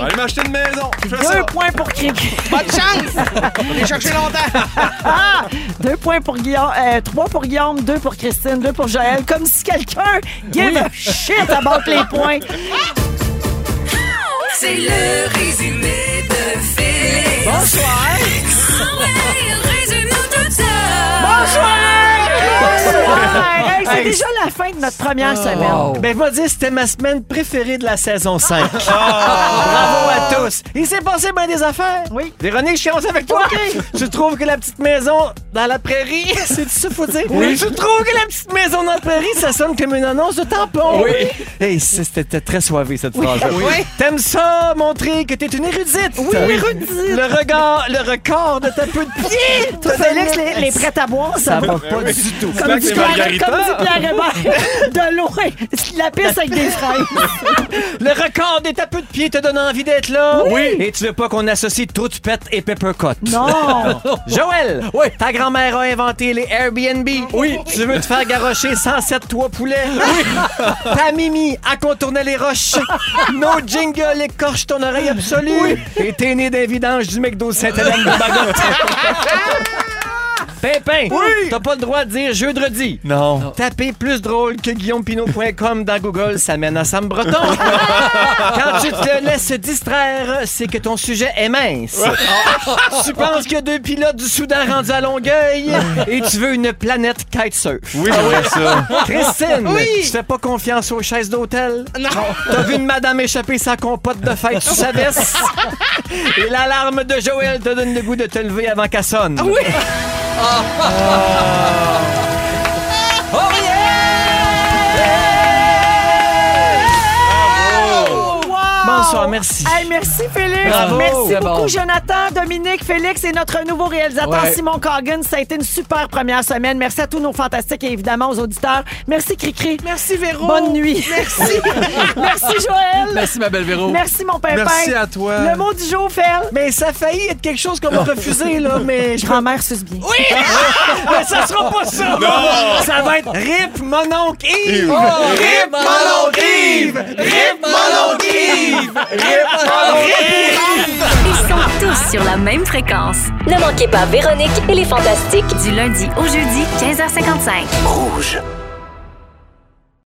Speaker 3: Allez m'acheter une maison. Je fais
Speaker 1: Deux
Speaker 3: ça.
Speaker 1: points pour Cric.
Speaker 5: Bonne chance! On est cherché longtemps.
Speaker 1: <laughs> Ah! Deux points pour Guillaume, euh, trois pour Guillaume, deux pour Christine, deux pour Joël. Comme si quelqu'un give a shit à battre les points.
Speaker 24: C'est le résumé de Félix.
Speaker 1: Bonsoir.
Speaker 24: Ah ouais, résume-nous tout ça.
Speaker 1: Bonsoir. Hey, c'est
Speaker 15: Hey,
Speaker 1: déjà la fin de notre première semaine.
Speaker 4: Wow.
Speaker 15: Ben, va dire, c'était ma semaine préférée de la saison 5. Bravo à tous. Il s'est passé bien des affaires.
Speaker 1: Oui.
Speaker 15: Véronique, je commence avec toi.
Speaker 1: Ok.
Speaker 15: Je trouve que la petite maison dans la prairie, <laughs> c'est ça qu'il faut dire? Oui. Je trouve que la petite maison dans la prairie, ça sonne comme une annonce de tampon. Oui. Hey, ça, c'était très soivé, cette phrase
Speaker 5: Oui.
Speaker 15: T'aimes ça, montrer que t'es une érudite. Oui, érudite. Le regard, le record de ta peau de pied.
Speaker 1: <laughs> Toi, Félix, les, les prêts à boire, ça
Speaker 15: Ça
Speaker 1: va.
Speaker 15: va pas du tout.
Speaker 1: Comme
Speaker 3: Claque
Speaker 1: du
Speaker 3: les
Speaker 1: Pierre, comme dit Pierre Hébert, de loin, la pisse avec des fraises.
Speaker 15: Le record des tapes de pied te donne envie d'être là.
Speaker 1: Oui.
Speaker 15: Et tu veux pas qu'on associe Trou de Pète et Peppercot.
Speaker 1: Non.
Speaker 15: <laughs> Joël, oui. ta grand-mère a inventé les Airbnb. Oui. Tu veux te faire garrocher 107 toits poulets. Oui. <laughs> ta Mimi a contourné les <laughs> roches. Nos jingles écorchent ton oreille absolue. Et t'es né d'un vidange du McDo Saint-Hélène de <laughs> Bagotte. Pimpin, t'as pas le droit de dire jeudi.
Speaker 13: Non.
Speaker 15: Taper plus drôle que guillaumepinot.com dans Google, ça mène à Sam <laughs> Breton. Quand tu te laisses distraire, c'est que ton sujet est mince.
Speaker 13: <laughs>
Speaker 15: tu penses qu'il y a deux pilotes du Soudan rendus à Longueuil et tu veux une planète kitesurf.
Speaker 13: Oui, oui, ça.
Speaker 15: Christine,
Speaker 13: Oui.
Speaker 15: tu fais pas confiance aux chaises d'hôtel. Non. T'as vu une madame échapper sa compote de
Speaker 5: <laughs>
Speaker 15: fête sous sa veste. Et l'alarme de Joël te donne le goût de te lever avant qu'elle sonne.
Speaker 13: Oui.
Speaker 15: Oh
Speaker 1: Wow!
Speaker 15: Bonsoir, merci.
Speaker 1: Hey, merci Félix.
Speaker 15: Bravo.
Speaker 1: Merci
Speaker 15: C'est
Speaker 1: beaucoup
Speaker 15: bon.
Speaker 1: Jonathan, Dominique, Félix et notre nouveau réalisateur
Speaker 15: Ouais.
Speaker 1: Simon Corgan. Ça a été une super première semaine. Merci à tous nos fantastiques et évidemment aux auditeurs. Merci Cricri. Merci Véro. Bonne nuit. Merci. <laughs> merci Joël.
Speaker 4: Merci, ma belle Véro.
Speaker 1: Merci mon pimpin.
Speaker 4: Merci à toi.
Speaker 1: Le mot du jour, Fel.
Speaker 15: Mais ça a failli être quelque chose qu'on m'a refusé, là, mais je-
Speaker 1: Grand-mère suce bien.
Speaker 15: Oui!
Speaker 1: <laughs>
Speaker 15: Mais ça sera pas ça!
Speaker 13: Non!
Speaker 15: Ça va être RIP mon oncle Yves!
Speaker 13: Yves. Oh, RIP mon oncle Yves!
Speaker 15: RIP
Speaker 13: mon oncle Yves! RIP mon oncle Yves!
Speaker 6: Ils sont tous sur la même fréquence. Ne manquez pas Véronique et les Fantastiques du lundi au jeudi 15h55. Rouge.